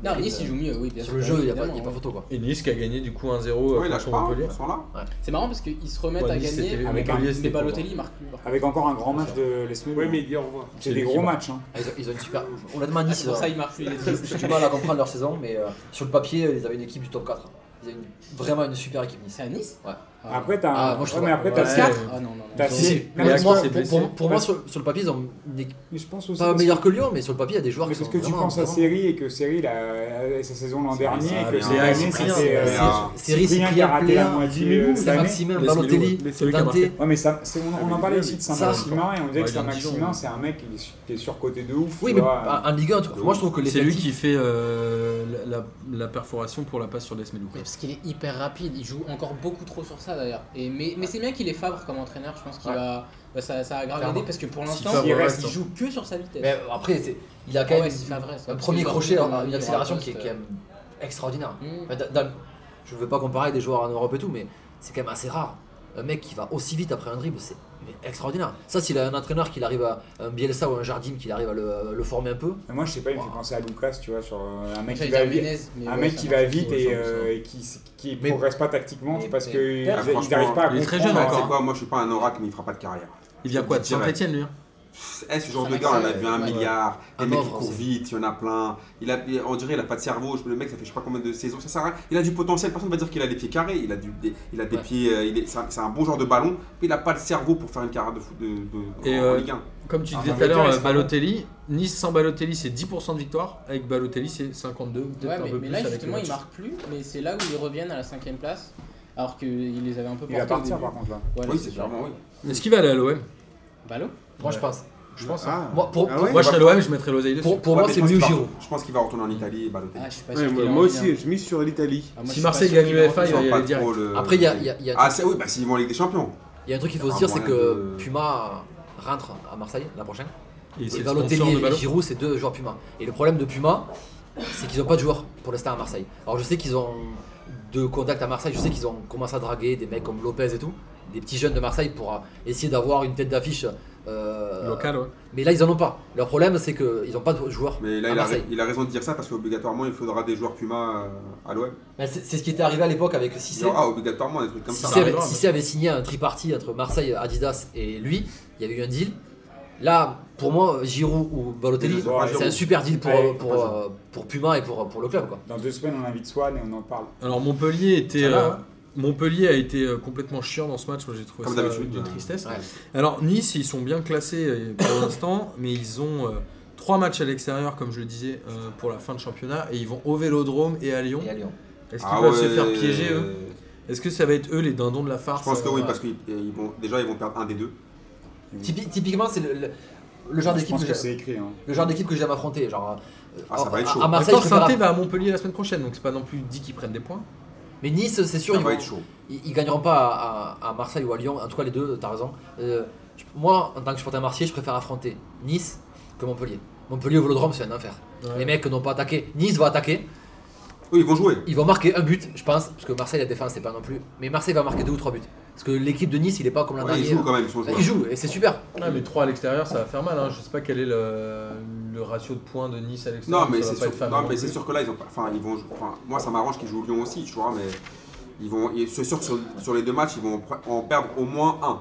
S4: Non,
S6: mérite,
S4: Nice ils
S6: euh,
S4: jouent mieux, oui, bien
S6: Sur
S4: sûr,
S6: le jeu, il n'y a, pas-
S4: évidemment, hein.
S6: y a pas photo quoi.
S1: Et Nice qui a gagné du coup 1-0 euh,
S2: Ouais, lâche
S1: contre
S2: pas, hein,
S1: Montpellier.
S2: ils sont là.
S4: C'est marrant parce qu'ils se remettent
S1: Ouais,
S4: à
S1: Nice,
S4: gagner
S1: c'était-
S3: avec
S1: Montpellier,
S4: mais
S1: c'était pas
S4: Balotelli
S1: bon.
S4: il marque plus. par contre. Ah,
S3: Avec encore un grand match de les semaines.
S5: Oui, mais il dit au revoir.
S3: C'est des gros matchs. hein.
S6: Ah, Ils ont, ils ont une super. Honnêtement,
S4: Ah,
S6: Nice,
S4: c'est pour
S6: euh,
S4: ça il marque plus. il est
S6: j'ai
S4: [laughs] triste.
S6: j'ai du mal à comprendre leur saison, mais euh, sur le papier, ils avaient une équipe du top 4. hein. Ils avaient une- vraiment une super équipe Nice.
S4: C'est à Nice
S6: Ouais.
S4: Ah,
S3: Après, t'as
S6: Ah,
S3: un-
S6: moi, je
S3: ouais,
S6: trouve-
S3: mais après,
S1: ouais.
S3: t'as
S1: Ouais.
S3: le
S1: Quatre.
S3: quatre.
S4: Ah non, non, non.
S3: T'as
S1: Ils ont-
S3: six.
S1: si,
S3: Non,
S1: mais
S3: Bah, mais
S1: Axel
S3: moi,
S1: s'est
S6: Pour,
S1: blessé.
S6: pour- pour moi, sur, sur le papier, ils ont une équipe
S3: Mais je pense aussi.
S6: pas
S3: parce que-
S6: meilleure que Lyon, mais sur le papier, il y a des joueurs
S3: Mais
S6: qui
S3: parce
S6: sont
S3: que tu
S6: vraiment-
S3: penses à
S6: vraiment-
S3: Série et que Série, la, sa saison l'an dernier,
S2: ça,
S3: et que
S2: mais
S3: cette
S2: un
S3: année,
S1: Cyprien,
S3: c'était.
S1: mais
S3: euh,
S1: un-
S6: C'est Riz,
S3: Cyprien qui a raté la moitié euh,
S6: c'est
S3: l'année.
S6: Maximin,
S1: Laisse-le,
S6: Balotelli,
S1: ouais. Mais c'est lui qui a
S6: Dante.
S1: marqué.
S3: Ouais, mais ça, c'est- on, on en parlait aussi de Saint-Maximin et on disait
S1: Ouais,
S3: que Saint-Maximin,
S1: Dijon.
S3: c'est un mec qui est, su- qui est surcoté de ouf.
S6: Oui,
S3: tu
S6: mais
S3: vois.
S6: en en Ligue 1, tu vois. moi je trouve que les
S1: C'est lui qui fait euh, la, la- la perforation pour la passe sur Desmelou.
S4: Mais parce qu'il est hyper rapide, il joue encore beaucoup trop sur ça d'ailleurs. Et mais mais c'est bien qu'il est Fabre comme entraîneur, je pense qu'il
S6: Ouais.
S4: va bah, ça ça a grave
S6: Clairement.
S4: aidé parce que pour
S1: Si
S4: l'instant
S1: Fabre
S4: il
S3: reste,
S4: il joue que sur sa vitesse.
S6: Mais après, c'est- il a
S4: Ah
S6: quand même
S4: ouais, c'est pas vrai, ça.
S6: un premier
S4: Parce que
S6: crochet,
S4: dans
S6: un-
S4: le-
S6: une
S4: dans le
S6: accélération
S4: poste,
S6: qui est quand même extraordinaire.
S4: Hmm.
S6: Mais dans- dans- je ne veux pas comparer des joueurs en Europe et tout, mais c'est quand même assez rare. Un mec qui va aussi vite après un dribble, c'est mais extraordinaire. Ça, s'il a un entraîneur qui arrive à un Bielsa ou un Jardim qui arrive à le, le former un peu,
S3: Mais Moi, je sais pas, il me fait penser à Lucas, tu vois, sur euh, un mec
S4: J'allais
S3: qui
S4: dire
S3: va vite.
S4: Menez, mais
S3: Un
S4: ouais,
S3: mec
S4: ça
S3: qui
S4: marche.
S3: va vite et,
S1: Ouais,
S3: euh, et qui qui
S6: Mais-
S3: progresse pas tactiquement
S6: mais-
S3: parce
S6: mais-
S3: qu'ils
S2: Ah, franchement,
S3: n'arrivent pas à
S1: il est très
S3: comprendre,
S1: jeune
S3: euh,
S2: Tu sais
S1: encore.
S2: quoi, moi je suis pas un oracle, mais il fera pas de carrière.
S1: Il vient quoi de
S2: Direct.
S1: Saint-Etienne lui hein
S2: Eh, ce genre
S4: Ça
S2: de
S4: m'a
S2: gars, on en a
S4: fait,
S2: vu un
S4: ouais, ouais.
S2: milliard.
S6: Un
S2: Les mecs qui
S6: pauvre,
S2: courent
S6: c'est-
S2: vite, il y en a plein. Il a, il- on dirait il a pas de cerveau. Je- Le mec, ça fait je sais pas combien de saisons, ça sert à rien. Il a du potentiel. Personne va dire qu'il a des pieds carrés. Il a, du, des, il a des
S6: Ouais.
S2: pieds. euh, il est- C'est un, c'est un bon genre de ballon. Mais il a pas de cerveau pour faire une carrière de foot de, de-
S1: Et,
S2: en, en
S1: euh,
S2: Ligue 1.
S1: Comme tu
S3: Ah,
S1: disais
S3: mais
S1: tout à l'heure,
S3: Balotelli,
S1: euh,
S3: c'est
S1: Balotelli, Nice sans Balotelli, c'est 10% de victoire. Avec Balotelli, c'est 52 ou peut-être
S4: Ouais,
S1: un
S4: mais,
S1: peu
S4: mais
S1: plus.
S4: là
S1: avec euh,
S4: justement
S1: le
S4: ils
S1: match.
S4: marquent plus, mais c'est là où ils reviennent à la cinquième place, alors qu'ils les avaient un peu
S3: Il va
S4: portés
S3: partir
S4: au début.
S3: par contre là.
S4: Voilà,
S2: Oui,
S4: c'est
S2: c'est
S4: ça.
S2: clairement oui.
S1: Est-ce qu'il va aller à l'OM
S4: Ballot
S6: moi
S1: Ouais.
S6: je pense.
S1: Je pense. hein.
S5: Ah.
S6: Moi, pour,
S5: Ah
S6: pour-
S5: ouais
S1: Moi, je serais à l'OM, je mettrais l'oseille dessus.
S6: pour- pour
S2: Ouais,
S6: moi,
S2: mais
S6: c'est
S2: je pense
S6: mieux
S2: qu'il va-
S6: Giroud.
S2: Je pense qu'il va retourner en Italie et Balotelli.
S4: Ah, je suis pas
S5: Ouais,
S4: sûr.
S5: moi,
S4: qu'il ait
S5: moi
S4: envie, hein.
S5: aussi, je mise sur l'Italie.
S4: Ah, moi, je
S1: Si
S4: suis pas
S1: Marseille
S4: sûr
S1: gagne
S4: qu'il ait envie.
S1: l'UEFA, il va y
S2: Ils ont
S1: aller
S2: pas
S1: direct.
S2: trop le-
S6: Après, il y a, il y a- il y a un
S2: Ah,
S6: truc-
S2: c'est oui, bah s'ils vont en Ligue des Champions.
S6: il y a un truc qu'il faut
S2: Ah,
S6: se dire, c'est
S2: moyen
S6: que
S2: de-
S6: Puma rentre à Marseille la prochaine.
S1: Et c'est
S6: Et
S1: le sponsor
S6: Balotelli
S1: de
S6: et
S1: Ballon.
S6: Giroud, c'est deux joueurs Puma. Et le problème de Puma, c'est qu'ils n'ont pas de joueurs pour l'instant à Marseille. Alors je sais qu'ils ont deux contacts à Marseille, je sais qu'ils ont commencé à draguer des mecs comme Lopez et tout, des petits jeunes de Marseille pour euh, essayer d'avoir une tête d'affiche. euh,
S1: Local, ouais.
S6: Mais là, ils en ont pas. Leur problème, c'est qu'ils n'ont pas de joueurs
S2: Mais là,
S6: à
S2: il a,
S6: Marseille.
S2: il a raison de dire ça parce qu'obligatoirement, il faudra des joueurs Puma euh, à l'OM.
S6: Mais C'est c'est ce qui était arrivé à l'époque avec
S2: Il y
S6: Cissé.
S2: aura obligatoirement des trucs ah, comme
S6: Si
S2: ça. Ah
S1: ça
S6: Cissé avait,
S1: arrivera,
S6: Cissé avait signé un tripartite entre Marseille, Adidas et lui. Il y avait eu un deal. Là, pour moi, Giroud ou Balotelli,
S2: Ils ont pas
S6: c'est un
S2: Giroud.
S6: super deal pour,
S3: Ouais,
S6: pour,
S3: pas
S6: euh, pour Puma et pour, pour le club. Quoi.
S3: Dans deux semaines, on invite Swan et on en parle.
S1: Alors Montpellier était,
S6: Ça va, hein.
S1: euh,
S6: ouais.
S1: Montpellier a été euh, complètement chiant dans ce match. Moi, j'ai trouvé
S2: Comme
S1: ça
S2: d'habitude, hein.
S1: d'une
S2: ouais.
S1: tristesse.
S6: Ouais.
S1: Alors Nice, ils sont bien classés euh, pour l'instant, [coughs] mais ils ont euh, trois matchs à l'extérieur, comme je le disais, euh, pour la fin de championnat, et ils vont au Vélodrome et à Lyon.
S6: Et à Lyon.
S1: Est-ce qu'ils
S2: Ah
S1: peuvent se
S2: ouais.
S1: faire piéger eux Est-ce que ça va être eux les dindons de la farce
S2: Je pense que
S1: euh,
S2: oui, parce qu'ils ils vont déjà ils vont perdre un des deux.
S6: Typi- typiquement, c'est le, le- le genre
S3: je
S6: d'équipe
S3: pense
S6: que,
S3: que
S6: j'a-
S3: c'est écrit. hein.
S6: le genre d'équipe que j'aime affronter. Genre, euh,
S2: Ah, ça va être
S6: à-
S2: chaud.
S6: À
S2: En
S6: Marseille,
S1: Encore,
S6: je préfère-
S1: Saint-Étienne va à Montpellier la semaine prochaine, donc c'est pas non plus dit qu'ils prennent des points.
S6: Mais Nice, c'est sûr,
S2: Ça
S6: ils,
S2: va
S6: vont-
S2: être chaud.
S6: ils- ils gagneront pas à, à- à Marseille ou à Lyon. En tout cas, les deux, t'as raison. Euh, je- moi, en tant que supporter marseillais, je préfère affronter Nice que Montpellier. Montpellier au Vélodrome, c'est un enfer. Les mecs n'ont pas attaqué. Nice va attaquer.
S2: Oui, ils vont jouer.
S6: Ils vont marquer un but, je pense, parce que Marseille, la défense, c'est pas non plus. Mais Marseille va marquer deux ou trois buts. Parce que l'équipe de Nice, il est pas comme l'an
S2: Ouais, ils
S6: dernier.
S2: jouent quand même, ils sont
S6: Bah,
S2: joueurs.
S6: ils jouent, et c'est super.
S1: Ouais, Ah, mais 3 à l'extérieur, ça va faire mal. Hein. Je sais pas quel est le, le ratio de points de Nice à l'extérieur.
S2: Non, mais
S1: ça va
S2: c'est
S1: pas être
S2: sûr,
S1: fameux
S2: non,
S1: non
S2: mais c'est
S1: plus.
S2: sûr que là, ils ont pas- Enfin, ils vont. jouer- Enfin, moi, ça m'arrange qu'ils jouent Lyon aussi, tu vois, mais ils vont. et C'est sûr que sur, sur les deux matchs, ils vont pre- en perdre au moins un.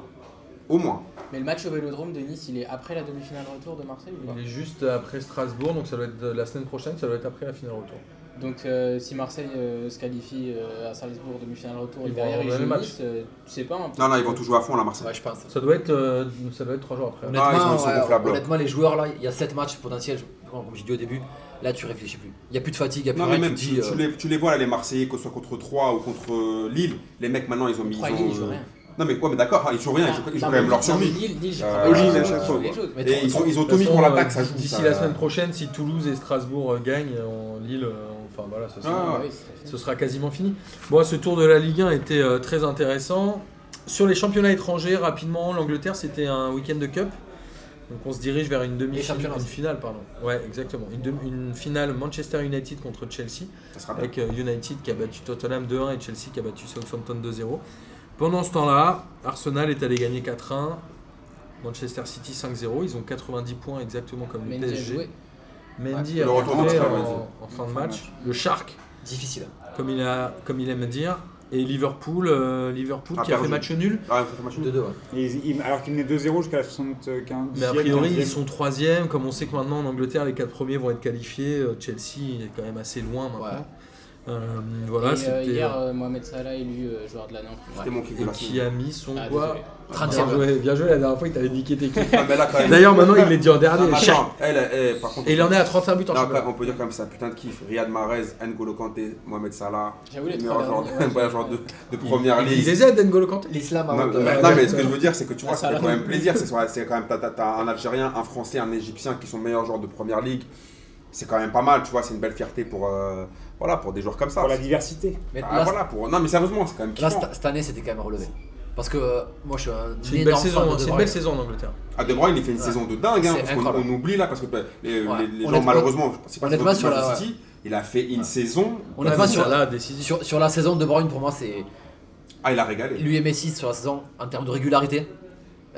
S2: Au moins.
S4: Mais le match au Vélodrome de Nice, il est après la demi-finale retour de Marseille ou pas
S1: Il est juste après Strasbourg, donc ça doit être la semaine prochaine, ça doit être après la finale retour.
S4: Donc euh, si Marseille euh, se qualifie euh, à Salzbourg demi-finale retour
S1: Ils
S4: et
S1: vont
S4: derrière ils
S1: avoir
S4: jouent
S1: le match.
S4: Nice, euh, c'est pas un peu.
S2: Non, non, ils vont tout jouer à fond là, Marseille.
S6: Ouais, je pense.
S1: Ça doit être, euh, ça doit être 3 jours après.
S6: Honnêtement,
S3: Ah,
S2: ils sont- ils sont
S6: ouais,
S2: gonflables.
S6: honnêtement, les joueurs là, il y a 7 matchs potentiels, je- comme j'ai dit au début. Là, tu réfléchis plus. Il n'y a plus de fatigue, il n'y a plus
S2: Non,
S6: rien.
S2: mais même,
S6: tu
S2: tu,
S6: te dis,
S2: tu
S6: euh,
S2: les, tu les vois là, les Marseillais, que ce soit contre Troyes ou contre euh, Lille, les mecs maintenant, ils ont mis.
S4: Croyez,
S2: ont,
S4: ils jouent
S2: euh,
S4: rien.
S2: Non, mais ouais, mais d'accord, hein, ils jouent rien, ils jouent,
S1: Ah,
S2: ils jouent
S4: Non,
S2: quand
S4: mais
S2: même leur
S4: Lille-
S2: survie.
S4: Lille, Lille, j'ai
S2: Euh,
S4: pas
S2: Lille,
S5: à
S4: ils
S5: chaque
S4: jouent
S5: fois,
S4: les
S5: quoi.
S4: choses.
S6: mais
S2: Et
S6: trop-
S2: ils, sont, ils ont
S1: De
S2: tout
S1: toute
S2: mis
S1: façon,
S2: pour
S1: euh,
S2: l'attaque, ça joue.
S1: D'ici
S2: ça-
S1: la semaine prochaine, si Toulouse et Strasbourg euh, gagnent, on- Lille, euh, enfin voilà, ça sera,
S2: Ah.
S4: Ouais, c'est très fini.
S1: ce sera quasiment fini. Bon, ce tour de la Ligue 1 était euh, très intéressant. Sur les championnats étrangers, rapidement, l'Angleterre, c'était un week-end de cup. Donc on se dirige vers une
S6: Les
S1: demi-finale,
S6: championnats.
S1: une finale, pardon. Ouais, exactement. Une, demi- une finale Manchester United contre Chelsea.
S2: Ça sera bien.
S1: avec euh, United qui a battu Tottenham 2-1 et Chelsea qui a battu Southampton 2-0. Pendant ce temps-là, Arsenal est allé gagner 4-1, Manchester City 5-0, ils ont 90 points exactement comme le
S4: Mendy a
S1: PSG.
S4: joué.
S1: Mendy
S2: Ouais.
S1: a
S2: Le retour
S1: rentré
S2: d'Arsenal, Mendy.
S1: en, en fin de match, le Shark,
S6: difficile.
S1: comme il, a, comme il aime dire, et Liverpool, euh, Liverpool
S2: Ah,
S1: qui a fait
S2: perdu.
S1: match nul,
S2: Ah, ça fait match nul.
S6: 2-2. ouais.
S3: Et ils- ils- alors qu'ils menaient 2-0 jusqu'à la 75
S1: mais a priori ils sont troisième, comme on sait que maintenant en Angleterre les quatre premiers vont être qualifiés, euh, Chelsea est quand même assez loin maintenant.
S6: Ouais.
S1: Euh, voilà,
S4: Et, euh,
S1: c'était-
S4: hier, euh, Mohamed Salah est élu euh, joueur de l'année en plus.
S2: C'était mon kiff de
S1: et
S2: la
S1: qui
S2: semaine.
S1: a mis son
S4: Ah,
S1: doigt
S4: désolé.
S1: Bien
S6: 37
S1: joué, bien joué la dernière fois, il t'avait niqué tes [laughs] clips.
S2: Ah, mais là, quand même.
S1: D'ailleurs, maintenant, il est dit en dernier.
S2: Ah,
S1: Cher-
S2: Attends, elle, elle, par contre.
S1: Et il en est à 31 buts en
S2: Non,
S1: championnat.
S2: on peut dire quand même ça, putain de kiff. Riyad Mahrez, N'Golo Kanté, Mohamed Salah,
S4: J'avoue, les
S2: meilleur
S4: trois
S2: joueur,
S4: derniers, ouais,
S2: [laughs] meilleur joueur de, de première
S1: Il
S2: ligue.
S1: les aide, N'Golo Kanté.
S6: L'islam
S2: Non,
S6: avant de-
S2: mais- non, mais ce que je veux dire, c'est que tu vois,
S4: Ah,
S2: ça fait
S4: Salah.
S2: quand même plaisir. C'est soit- c'est quand même, t'as- t'as t'as un Algérien, un Français, un Égyptien qui sont meilleurs joueurs de première ligue. C'est quand même pas mal, tu vois, c'est une belle fierté pour, euh, voilà, pour des joueurs comme ça.
S3: Pour la diversité.
S6: Mais
S2: Ah,
S6: là,
S2: voilà, pour... Non, mais sérieusement, c'est quand même
S6: là,
S2: kiffant.
S6: cette cette année, c'était quand même relevé. Parce que euh, moi, je suis un
S1: C'est une belle
S6: énorme fan de
S1: saison,
S6: De
S1: c'est une
S6: Bruyne.
S1: belle saison en Angleterre.
S2: Ah, De Bruyne, il fait une
S6: Ouais.
S2: saison de dingue, hein,
S6: C'est
S2: parce qu'on
S6: incroyable.
S2: on oublie là, parce que euh, les,
S6: Ouais.
S2: les- les gens,
S6: Honnêtement-
S2: malheureusement, je sais pas si
S6: honnêtement,
S2: vous avez vu
S6: sur la-
S2: City, il a fait une saison.
S6: On est pas sur,
S1: la décision.
S6: sur, sur la saison de Bruyne, pour moi, c'est
S2: Ah, il a régalé.
S6: lui et Messi sur la saison en termes de régularité.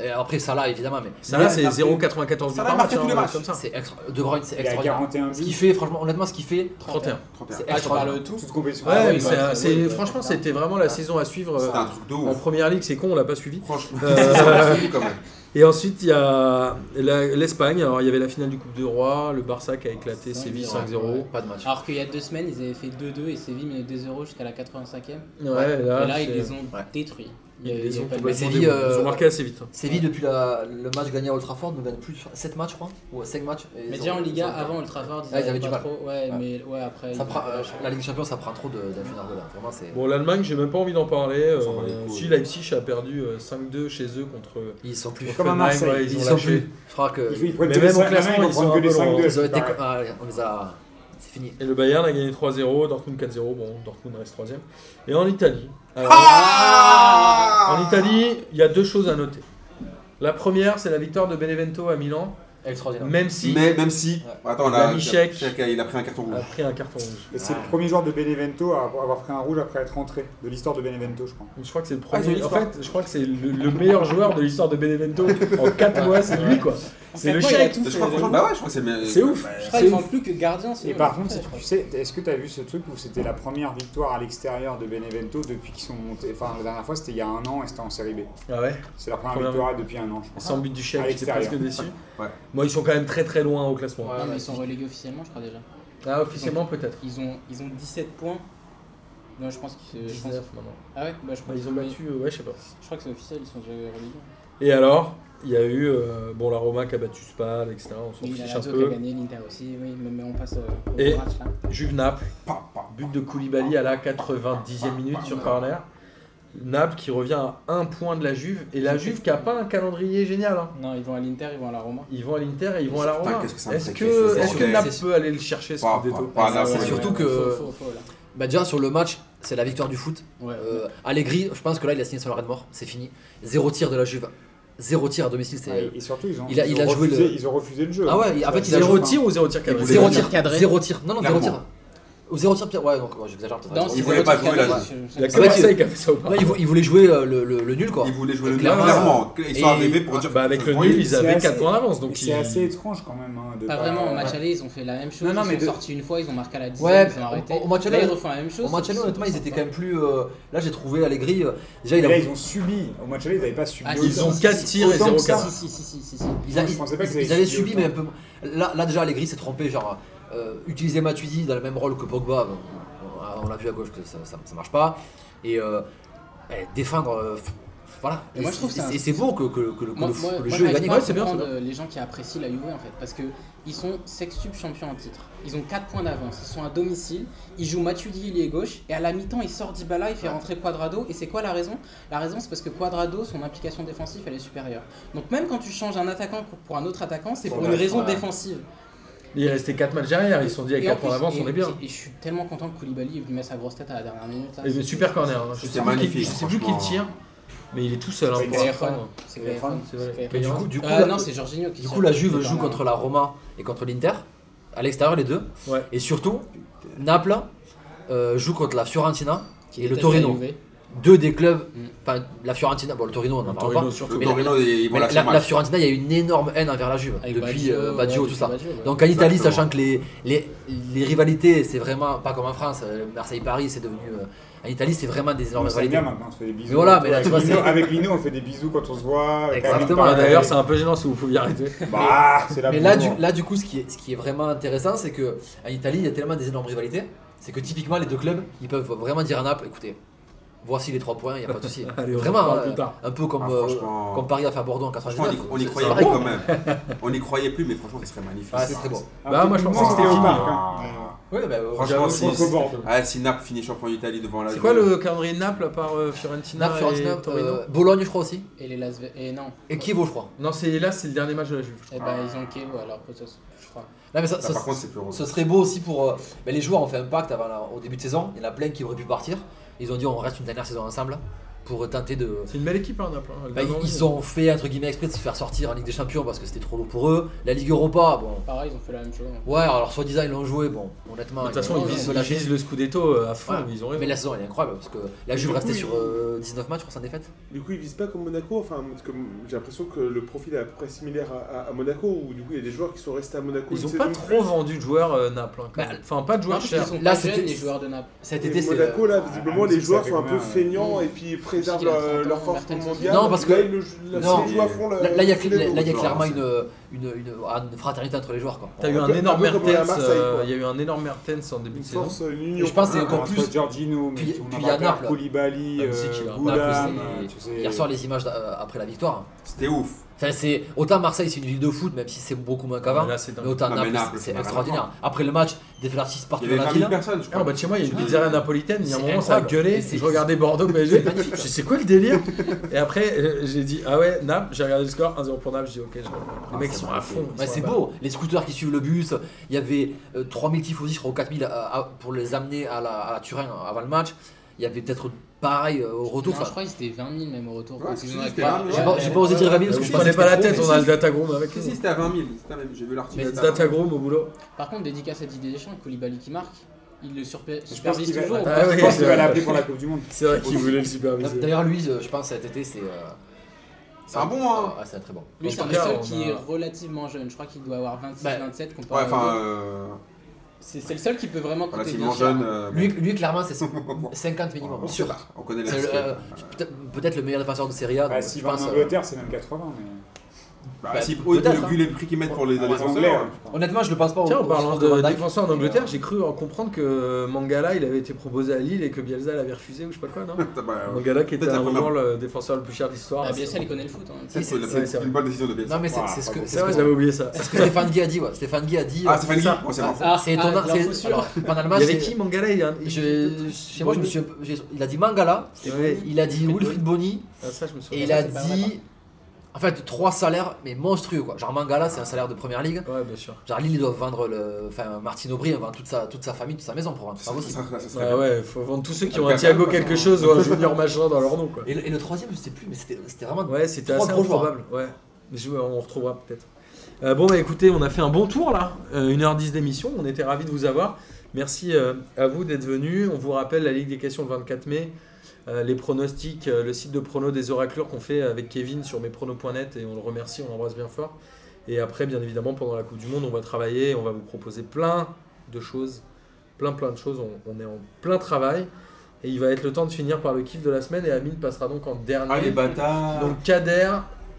S6: Et après, Salah, évidemment, mais
S1: Ça là, c'est
S3: Salah,
S1: 0,94 buts
S2: Salah
S1: par
S2: marquait
S1: match.
S2: tous les
S1: hein,
S2: matchs.
S1: comme ça.
S6: c'est extra- De Bruyne, c'est
S3: Il a
S6: extraordinaire.
S3: 41
S6: Ce qu'il
S3: buts.
S6: fait, franchement, honnêtement, ce qu'il fait,
S1: 31.
S2: 31.
S4: Ah,
S6: c'est
S4: tu
S6: extraordinaire.
S4: parles tout
S3: Toute compétition.
S1: Ouais, mais
S4: oui,
S1: c'est-
S4: bah,
S1: c'est-
S4: oui, bah,
S1: franchement, c'était vraiment la saison à suivre
S2: C'était un
S1: euh,
S2: truc de
S1: en
S2: ouf.
S1: première ligue. C'est con, on l'a pas suivi.
S2: Franchement,
S1: Euh,
S2: ça m'a suivi quand même.
S1: Et ensuite, il y a la- l'Espagne. Alors, il y avait la finale du Coupe du Roi, le Barça qui a éclaté
S4: Cinq
S1: Séville
S4: zéro.
S1: 5-0.
S6: Pas de match.
S4: Alors qu'il y a deux semaines, ils avaient fait 2-2 et Séville menait 2-0 jusqu'à la 85e.
S1: Ouais,
S4: et là,
S1: Ah, c'est-
S4: ils les ont
S6: Ouais.
S4: détruits. Il y
S1: ils
S4: a- il
S1: les
S4: y a
S1: ont
S4: pas de-
S1: complètement
S6: Séville,
S1: déroulés. Ils
S6: euh,
S1: ont marqué assez vite. hein.
S6: Séville, depuis la- le match gagné à Old Trafford, ne gagne plus 7 matchs, je crois, ou 5 matchs. et
S4: Mais
S6: ils
S4: déjà
S6: ont-
S4: en Liga,
S6: ils ont-
S4: avant Old Trafford, ils
S6: Ah, ils
S4: avaient
S6: avaient du
S4: pas
S6: mal.
S4: trop. Ouais,
S6: Ouais.
S4: mais ouais, après.
S6: Ça
S4: ils-
S6: prend- euh, la Ligue des Champions, ça prend trop de- d'un funard de là. Vraiment, c'est.
S1: Bon, l'Allemagne, j'ai même pas envie d'en parler.
S2: On s'en
S1: Euh,
S2: bat les couilles.
S1: si Leipzig a perdu euh, 5-2 chez eux contre. euh,
S6: Ils sont plus.
S3: Comme à
S1: Hoffenheim,
S3: Marseille,
S1: ouais, ils,
S6: Ils
S1: ont
S6: sont
S1: lâché.
S6: plus. Je crois que.
S3: Ils
S1: Mais même au classement, ils sont un peu loin.
S6: Ils ont été. ah, on les a. C'est fini.
S1: Et le Bayern a gagné 3-0, Dortmund 4-0, bon, Dortmund reste 3 Et en Italie, alors, en Italie, il y a deux choses à noter. La première, c'est la victoire de Benevento à Milan,
S6: Extraordinaire.
S1: Même si
S2: Mais même si.
S1: Ouais.
S2: Attends,
S1: Bah,
S2: là.
S1: Michek.
S2: Michek, Il a pris un carton rouge.
S1: après un carton rouge.
S3: Et c'est le premier joueur de Benevento à avoir pris un rouge après être rentré, de l'histoire de Benevento, je crois.
S1: Je crois que c'est le
S2: Ah, ils ont
S1: premier.
S2: une
S1: en fait, je crois que c'est le, le meilleur joueur de l'histoire de Benevento en 4 mois, c'est lui quoi. C'est le
S4: Franchement, il a
S1: chèque.
S4: tout
S2: Je
S4: fait.
S2: crois, franchement, bah ouais, je crois que c'est le meilleur-
S1: C'est ouf.
S2: Bah,
S4: Je crois qu'il manque plus que gardien. sinon
S3: Et
S4: il
S3: par
S4: est
S3: contre,
S4: parfait,
S3: si
S4: je
S3: tu sais, est-ce que tu as vu ce truc où c'était la première victoire à l'extérieur de Benevento depuis qu'ils sont montés Enfin, la dernière fois, c'était il y a un an et c'était en Série B.
S1: Ah ouais.
S3: C'est la première
S1: Première- Ah,
S3: victoire depuis un an, je crois.
S1: Sans but du
S3: À
S1: chèque, j'étais
S3: l'extérieur.
S1: presque déçu.
S2: [laughs] Ouais.
S1: Moi, ils sont quand même très très loin au
S4: crois.
S1: classement.
S4: Ouais, mais ils sont relégués officiellement, je crois déjà.
S1: Ah, officiellement peut-être.
S4: Ils ont, ils ont 17 points. Non, je pense que. je pense-
S1: 19 maintenant.
S4: Ah ouais Bah, je crois
S1: Bah, ils ont
S4: que-
S1: battu, euh, ouais, je sais pas.
S4: Je crois que c'est officiel, ils sont déjà relégués.
S1: Et alors, il y a eu euh, bon la Roma qui a battu Spal, etc. On s'en
S4: Oui, la
S1: fiche un
S4: Lazio qui a
S1: peu.
S4: gagné, l'Inter aussi, oui, mais, mais on passe euh, au
S1: Et-
S4: match là.
S1: Juve Naples,
S2: pa, pa.
S1: but de Koulibaly à la 90e minute sur corner. Naples qui revient à un point de la Juve et la Juve qui a pas un calendrier génial. hein.
S4: Non, ils vont à l'Inter, ils vont à la Roma.
S1: Ils vont à l'Inter et ils vont à la
S2: Putain,
S1: Roma.
S2: qu'est-ce que c'est un
S1: Est-ce
S2: sacré
S1: que,
S2: succès,
S1: est-ce que
S2: ouais.
S1: Naples peut aller le chercher ce
S2: Pa,
S1: Scudetto
S2: pa, pa, Ah, là,
S6: Ah, C'est
S2: ouais.
S6: surtout que-
S4: Faut, faut, faut, là.
S6: Bah, déjà, sur le match, c'est la victoire du foot.
S4: Ouais.
S6: Euh, Allegri, je pense que là, il a signé son arrêt de mort. C'est fini. Zéro tir de la Juve. Zéro tir à domicile. C'est...
S3: Et, et surtout, ils ont,
S6: il a-
S3: ils
S6: il
S3: ont
S6: a joué
S3: refusé,
S6: le-
S3: ils ont refusé le jeu.
S6: Ah ouais, il- en fait, il a
S1: Zéro
S6: joué-
S1: tir ou zéro tir cadré
S2: voulait-
S6: Zéro
S2: Zéro
S6: tir.
S4: cadré.
S6: Zéro tir. Non, non, zéro
S2: Clairement.
S6: tir. Ou Zéro tir. Ouais, donc, ouais, j'exagère peut-être.
S4: Non,
S6: Zéro
S4: c'est
S6: tir.
S2: voulaient
S4: zéro
S2: pas
S4: tir
S2: jouer la
S4: cadré,
S2: Lazio.
S4: je- je-
S1: Il y a
S4: je-
S1: que Marseille
S6: c'est-
S1: qui a fait ça ou pas
S6: Non, ils, vou- ils voulaient jouer euh, le, le- le nul, quoi.
S2: Ils voulaient jouer le nul,
S6: Clairement.
S2: clairement. Ils sont
S6: Et-
S2: arrivés pour dire.
S1: Bah, avec le
S2: Oui,
S1: nul, ils
S3: c'est
S1: avaient
S3: assez-
S1: 4 points d'avance.
S3: Mais
S1: Donc
S3: c'est
S1: ils-
S3: assez étrange quand même. hein, de
S4: Pas vraiment, au match
S3: ouais.
S4: aller, ils ont fait la même chose.
S3: Non, non, mais
S4: ils sont
S3: de-
S4: sortis une fois, ils ont marqué à la 10
S6: Ouais,
S4: ils
S6: mais
S4: ont
S6: au-
S4: arrêté.
S6: au match
S4: Là,
S6: aller-
S4: ils refont la même chose.
S6: Au match aller,
S4: sauf qu'ils
S6: honnêtement,
S4: sont
S6: ils étaient
S4: pas
S6: quand même plus. euh, Là, j'ai trouvé Allegri. euh, Déjà, il
S3: Et
S6: a.
S3: là, ils ont subi. Au match aller, ils n'avaient pas subi.
S4: Ah,
S3: autant.
S1: Ils ont 4 tirs et
S3: Autant
S1: zéro
S3: que ça.
S1: cadré.
S4: Si, si, si, si, si, si.
S6: Ils, a-
S3: Moi, je
S6: ils-
S3: pensais pas
S6: ils-
S3: qu'ils avaient
S6: ils avaient
S3: subi
S6: subi, mais un
S3: autant.
S6: peu. Là, là, déjà, Allegri s'est trompé. Genre, euh, utiliser Matuidi dans le même rôle que Pogba, bon, on- on l'a vu à gauche que ça, ça, ça marche pas. Et euh, eh, défendre. euh, f- voilà.
S4: Et moi, je trouve
S6: c'est-
S4: ça-
S6: c'est- c'est beau que, que- que le, que
S4: Moi,
S6: le-
S4: moi,
S6: que
S4: moi,
S6: le jeu est
S4: j'arrive
S6: gagné.
S4: pas à
S6: quoi.
S1: bien, c'est
S4: comprendre, euh, les gens qui apprécient la Juve en fait parce que ils sont sextupes champions en titre. Ils ont 4 points d'avance, ils sont à domicile, ils jouent Matuidi ailier gauche et à la mi-temps il sort Dybala, il fait rentrer Quadrado et c'est quoi la raison La raison c'est parce que Quadrado son implication défensive elle est supérieure. Donc même quand tu changes un attaquant pour- pour un autre attaquant, c'est pour
S3: Ouais,
S4: une raison
S3: ouais.
S4: défensive.
S1: il restait 4 matchs derrière. Ils se sont dit, avec 4
S4: en
S1: points
S4: plus-
S1: d'avance, on
S4: et-
S1: est bien.
S4: Et, et je suis tellement content que Koulibaly est venu mettre sa grosse tête à la dernière minute
S6: Eh,
S4: là.
S1: Et le super corner. hein. Je
S2: C'était
S1: sais plus
S2: magnifique,
S1: qui- Je sais plus qui le
S2: franchement.
S1: tire, mais il est tout seul. hein,
S3: C'est
S1: pour
S4: Callejon.
S1: l'instant.
S4: C'est
S3: Callejon,
S4: Callejon,
S1: c'est vrai. Ah,
S4: c'est
S1: Mais
S6: Mais du
S4: Callejon.
S6: coup, du coup,
S4: Euh,
S6: la-
S4: non, c'est Jorginho qui
S6: du
S4: tire.
S6: coup, la Juve
S4: C'est
S6: joue
S4: pas mal.
S6: contre la Roma et contre l'Inter, à l'extérieur les deux.
S1: Ouais.
S6: Et surtout, Naples euh, joue contre la Fiorentina
S4: Qui
S6: et le
S4: déteste la
S6: Torino.
S4: Juve.
S6: Deux des clubs,
S4: Mm.
S6: enfin la Fiorentina, bon le Torino on n'en
S1: Le
S6: parle pas.
S1: Torino, surtout.
S2: Le
S6: Mais
S2: Torino, ils vont
S6: Mais
S2: lâcher
S6: la,
S2: le match.
S6: la Fiorentina, il y a une énorme haine envers la Juve
S4: Avec
S6: depuis euh, Baggio,
S4: ouais,
S6: tout
S4: depuis
S6: ça.
S4: Baggio, ouais.
S6: Donc en Italie,
S2: Exactement.
S6: sachant que les, les, les rivalités, c'est vraiment pas comme en France. euh, Marseille-Paris, c'est devenu. euh, en Italie, c'est vraiment des énormes
S3: On s'aime
S6: rivalités.
S3: bien maintenant, on se fait des bisous.
S6: Mais voilà, mais là,
S3: avec,
S6: tu vois,
S3: Lino,
S6: c'est-
S3: avec Lino, on fait des bisous quand on se voit.
S6: Exactement,
S1: Ah, D'ailleurs, c'est
S3: ça.
S1: un peu gênant si vous pouviez arrêter.
S3: Bah, c'est la
S6: Mais là
S3: bonne
S6: du,
S3: loi.
S6: là, du coup, ce qui est, ce qui est vraiment intéressant, c'est que en Italie, il y a tellement des énormes rivalités, c'est que typiquement, les deux clubs, ils peuvent vraiment dire à Naples, écoutez, voici les trois points, il n'y a pas
S2: [laughs]
S6: de souci.
S1: Allez, on en
S6: vraiment,
S1: parle
S6: euh,
S1: plus tard.
S6: un peu comme,
S2: Ah,
S6: euh,
S2: franchement.
S6: comme Paris a fait à Bordeaux en
S2: Franchement, on
S6: 99.
S2: y- on y
S6: C'est-
S2: croyait
S6: c'est
S2: plus
S6: vrai,
S2: quand même.
S6: [laughs]
S2: On y croyait plus, mais franchement, ce serait magnifique.
S6: Ah, c'est très beau.
S3: Un
S1: Bah,
S3: petit
S1: moi, je
S3: coup de
S1: pense que
S3: main,
S1: c'était
S3: au
S1: fini.
S3: parc. hein.
S2: Ah.
S6: Oui, bah, euh,
S2: Franchement,
S1: J'avoue,
S2: si-
S3: Contre Bordeaux.
S2: Ah, si Naples finit champion d'Italie devant la
S1: C'est
S2: Juve.
S1: quoi le calendrier de Naples à part euh, Fiorentina
S6: Naples,
S1: et
S6: Fiorentina,
S1: Torino
S6: euh, Bologne, je crois aussi,
S4: Et les Las Ve- Et non.
S6: et Kiev, je crois.
S1: Non, c'est là, c'est le dernier match de la Juve. je crois.
S4: Eh ben, ils ont Kevo alors, que ça, je crois.
S6: Non, mais ça,
S2: Là,
S6: ça-
S2: bah, Par contre, c'est plus heureux.
S6: ce serait beau aussi pour. euh, ben, les joueurs ont fait un pacte avant la- au début de saison. Il y en a plein qui auraient pu partir. Ils ont dit on reste une dernière saison ensemble pour tenter de.
S1: C'est une belle équipe, hein, Naples. hein. Elle
S6: Ben,
S1: donne
S6: ils-
S1: envie.
S6: ils ont fait entre guillemets exprès de se faire sortir en Ligue des Champions parce que c'était trop lourd pour eux. La Ligue Europa, bon.
S4: Pareil, ils ont fait la même chose. hein.
S6: Ouais, alors soi-disant ils l'ont joué, bon, honnêtement.
S1: De toute façon,
S6: ont-
S1: ils
S4: Ouais,
S1: visent
S6: ont
S1: ils
S6: lâché.
S1: visent le Scudetto euh, à fond.
S6: Voilà.
S1: Ils ont raison.
S6: Mais la saison elle est incroyable parce que la Juve
S5: Du coup,
S6: restait
S5: ils-
S6: sur euh, 19 matchs sans défaite.
S5: Du coup, ils visent pas comme Monaco. Enfin, parce que j'ai l'impression que le profil est à peu près similaire à, à- à Monaco, où du coup, il y a des joueurs qui sont restés à Monaco.
S1: Ils
S5: une
S1: ont pas
S5: saison
S1: trop vendu de joueurs euh, Naples. hein, quand
S6: Bah,
S1: même. Enfin, pas de joueurs
S4: Non, parce qu'ils
S1: chers.
S4: sont
S6: Là,
S4: pas
S6: c'était-
S4: jeunes, les joueurs de Naples.
S6: Cet
S5: Et
S6: été c'est.
S5: Monaco, là,
S3: Ah,
S5: visiblement,
S3: mais
S5: les
S3: ça
S5: joueurs
S3: fait
S5: sont un peu
S3: combien,
S5: feignants et puis ils préservent
S4: qu'il a 30
S5: leur, leur
S4: ans,
S5: force
S4: Mertens
S5: mondiale.
S6: aussi. Non, parce
S5: Là,
S6: que-
S5: ils le jou- là,
S6: non.
S5: ils jouent à fond la-
S6: euh, Là, là, il y a,
S5: le filet,
S6: là, là, il y a
S5: donc,
S6: clairement une, une, une- ah, une fraternité entre les joueurs quoi.
S1: T'as eu un
S5: peu- un
S1: énorme
S5: peu comme à
S1: Mertens.
S5: Marseille,
S1: euh,
S5: quoi.
S1: Il y a eu un énorme Mertens en début
S5: une
S1: de saison.
S5: force, euh, une union.
S6: Et je pense que c'est encore
S3: Encore
S6: plus.
S3: plus. Giorgino, mais
S6: Puis-
S3: on
S6: puis
S3: en
S6: il y a
S3: rappelle
S6: Naples.
S3: Koulibaly,
S1: Naples, c'est qui, là
S3: euh,
S6: Naples,
S3: Goulam,
S6: c'est-
S3: euh, tu sais.
S6: Hier soir les images d'a- après la victoire. hein.
S2: C'était ouf.
S6: Enfin, c'est autant Marseille, c'est une ville de foot, même si c'est beaucoup moins qu'avant.
S1: Mais là, c'est dingue.
S6: Mais autant
S2: Ah, mais
S6: Naples,
S2: Naples,
S6: c'est
S2: c'est
S6: extraordinaire. Après le match, des flashes partout
S2: Il y
S6: dans
S2: avait
S6: la
S2: 20 000
S6: ville.
S2: personnes,
S1: Ah,
S2: je
S1: en
S2: crois.
S1: bas de chez moi, il y a eu des arènes napolitaines. Il y a un
S6: C'est
S1: moment, ça a
S6: incroyable.
S1: gueulé.
S6: Et c'est-
S1: Je regardais Bordeaux, PSG.
S6: magnifique.
S1: Je dis, c'est quoi le délire Et après, euh, j'ai dit, ah ouais, Naples. J'ai regardé le score 1-0 pour Naples. J'ai dit, ok, je comprends. Les
S6: Ah,
S1: mecs, ils
S6: c'est
S1: sont à
S6: magnifique.
S1: fond. ils
S6: Ouais,
S1: sont
S6: c'est
S1: à
S6: beau. Les scooters qui suivent le bus. euh, Il y avait euh, 3000 tifosi, je crois, ou 4000 à- à- pour les amener à la, à la Turin avant le match. il y avait peut-être pareil euh, au retour.
S4: Non,
S6: enfin,
S4: je crois que c'était 20 000 même au retour.
S2: Ouais,
S4: quand
S2: si,
S4: ils
S2: si,
S4: ont
S2: c'était
S4: pas-
S2: 20 000,
S6: j'ai
S4: ouais,
S6: pas,
S4: ouais.
S6: j'ai pas osé dire Gabi parce que
S1: vous
S6: je
S1: prenez
S6: connais
S1: pas la tête,
S2: mais
S1: on a
S2: si,
S1: le Datagrom avec
S2: Si,
S1: nous.
S2: si, c'était à 20 000. c'était à 20 000, J'ai vu l'article.
S1: Le
S2: de Data.
S1: Datagrom au boulot.
S4: Par contre, dédicace à Didier Deschamps, Koulibaly qui marque, il le surpa-
S3: Je pense
S4: supervise
S3: qu'il va,
S4: toujours. ou
S1: Ah
S4: pas
S1: oui,
S3: je pense qu'il va
S1: c'est-
S3: l'appeler pour la Coupe du Monde.
S1: C'est vrai qu'il voulait le superviser.
S6: D'ailleurs, Louise, euh, je pense cet été, c'est. euh,
S2: C'est un bon, hein.
S6: Ah, c'est un très bon.
S4: Lui,
S1: En
S4: c'est un
S1: tout
S4: des
S1: cas,
S4: seuls
S1: on
S4: qui
S1: a-
S4: est relativement jeune. Je crois qu'il doit avoir 26,
S6: Bah,
S4: 27
S2: Ouais,
S4: comparé aux
S2: enfin,
S4: autres.
S2: euh,
S4: C'est c'est le seul qui peut vraiment coûter
S2: relativement
S4: bien cher.
S2: jeune. euh,
S6: Lui, lui,
S2: [laughs]
S6: clairement, c'est 50 minimum.
S2: on sait
S6: sûr.
S2: pas, On connaît la
S6: C'est le,
S2: fiscale.
S6: euh, peut-être- peut-être le meilleur défenseur de Serie A.
S3: Bah,
S6: donc,
S3: s'il
S6: je
S3: va en
S6: pense, euh,
S3: Angleterre, c'est même 80. Mais...
S2: Bah,
S6: bah,
S2: si,
S6: peut-être,
S2: vu les prix qu'ils mettent pour les
S3: Ah, les
S2: défenseurs.
S3: Anglais, ouais,
S2: ouais.
S3: je pense.
S6: Honnêtement, je le pense pas. au-
S1: Tiens, en
S6: au-
S1: parlant
S6: au-
S1: de
S6: au-
S1: défenseur en Angleterre, j'ai cru en comprendre que Mangala, il avait été proposé à Lille et que Bielsa l'avait refusé ou je sais pas quoi, non
S2: Bah, ouais.
S1: Euh, Mangala qui était
S2: Peut-être
S1: à
S2: la
S1: un
S2: première.
S1: moment le défenseur le plus cher de l'histoire.
S4: Ah, Bielsa, il connaît le foot. hein.
S2: Ça,
S6: c'est-
S2: c'est la-
S1: c'est-
S2: c'est une bonne décision de Bielsa.
S6: Non, mais c'est
S3: Voilà,
S6: c'est ce
S3: pas
S6: que
S3: bon.
S6: c'est
S1: C'est
S6: ce
S1: vrai,
S6: que-
S1: j'avais oublié ça.
S6: c'est ce que Stéphane Guy a dit. ouais. C'est ce que Stéphane Guy a
S2: Ah,
S6: dit. euh,
S2: Stéphane Guy
S6: ça.
S2: Bon, c'est marrant.
S4: Ah,
S6: C'est
S4: ah,
S6: étonnant.
S4: l'info
S6: c'est-
S4: sûre.
S6: Alors, Panalma,
S1: Il y avait
S6: c'est-
S1: qui Mangala il y a un-
S6: je- Chez moi, je me suis. j'ai- Il a dit Mangala.
S1: C'était Bonny.
S6: Il a dit
S1: Wilfried
S6: Wilfried Bonny.
S1: Ah, ça, je me souviens.
S6: Et il
S4: ça,
S6: a
S4: c'est pas vrai,
S6: dit. En fait, trois salaires, mais monstrueux quoi. Genre Mangala, c'est un salaire de première ligue.
S1: Ouais, bien sûr.
S6: Genre Lille, ils doivent vendre le. Enfin, Martine Aubry, vend toute sa, toute sa famille, toute sa maison pour vendre.
S2: Ça
S6: C'est pas
S2: serait- ça
S6: possible.
S2: serait- Ah, ça serait
S1: Ouais,
S2: bien.
S1: Ah,
S6: Bah,
S1: ouais, faut vendre tous ceux qui ont
S2: Ah,
S1: un [laughs] Thiago
S2: Caracas,
S1: quelque
S2: hein.
S1: chose ou un Junior machin dans leur nom, quoi.
S6: Et le, et le troisième, je sais plus, mais c'était c'était vraiment.
S1: Ouais, c'était
S6: Trois
S1: assez
S6: gros joueurs.
S1: improbable. Ouais, mais je- on retrouvera peut-être. Euh, bon, bah écoutez, on a fait un bon tour là. Euh, 1h10 d'émission. On était ravis de vous avoir. Merci euh, à vous d'être venus. On vous rappelle la Ligue des questions le 24 mai. euh, les pronostics, euh, le site de pronos des oraclures qu'on fait avec Kevin sur mespronos.net et on le remercie, on l'embrasse bien fort. Et après, bien évidemment, pendant la Coupe du Monde, on va travailler, on va vous proposer plein de choses, plein plein de choses. On, on est en plein travail et il va être le temps de finir par le kiff de la semaine et Amine passera donc en dernier.
S2: Ah, les bâtards.
S1: Donc Kader,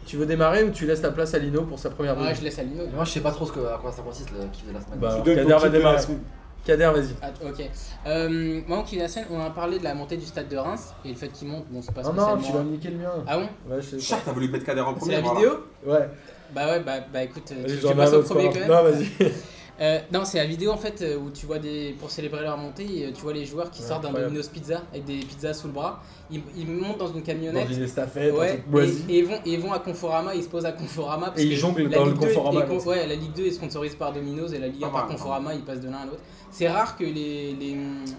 S1: tu veux démarrer ou tu laisses ta place à Lino pour sa première
S4: Ouais, ah, je
S1: minute
S4: laisse à Lino.
S6: Mais Moi, je sais pas trop ce que, à quoi ça consiste le kiff de la semaine.
S1: Bah, alors,
S3: Tu donnes ton
S1: Kader va
S3: type de la
S1: démarrer.
S3: semaine.
S1: Kader, vas-y.
S4: Ah, ok. Euh, moi, en Kiwi Nation, on a parlé de la montée du stade de Reims et le fait qu'il monte, bon, c'est pas
S1: Non, non, tu vas
S4: spécialement.
S1: me niquer le mien.
S4: Ah bon
S1: Ouais, je sais
S2: Char, t'as voulu mettre Kader en
S4: C'est
S2: premier.
S4: la
S2: voilà.
S4: vidéo
S1: pas. Ouais,
S4: Bah ouais, bah, bah écoute, euh,
S1: vas-y,
S4: tu,
S1: j'en
S4: tu
S1: ai
S4: passes
S1: un
S4: au
S1: autre
S4: premier
S1: encore.
S4: quand même.
S1: Non, vas-y.
S4: Euh, non, c'est la vidéo en fait euh, où tu vois des pour célébrer leur montée, euh, tu vois les joueurs qui
S1: Ouais,
S4: sortent d'un
S1: incroyable.
S4: Domino's Pizza avec des pizzas sous le bras. Ils, ils montent dans une
S1: Dans
S4: camionnette.
S1: une estafette, un
S4: Ouais,
S1: truc
S4: et,
S1: moisi.
S4: et ils vont, et ils vont à Conforama, ils se posent à Conforama. parce
S1: Et ils
S4: que
S1: jonglent
S4: la
S1: dans le
S4: Ligue 2 est-
S1: Conforama, Ah,
S4: est con-
S1: quoi.
S4: ouais, la Ligue 2 est sponsorisée par Domino's et la Ligue 1
S2: Pas
S4: par
S2: mal,
S4: Conforama, ils passent de l'un à l'autre. C'est rare que les, les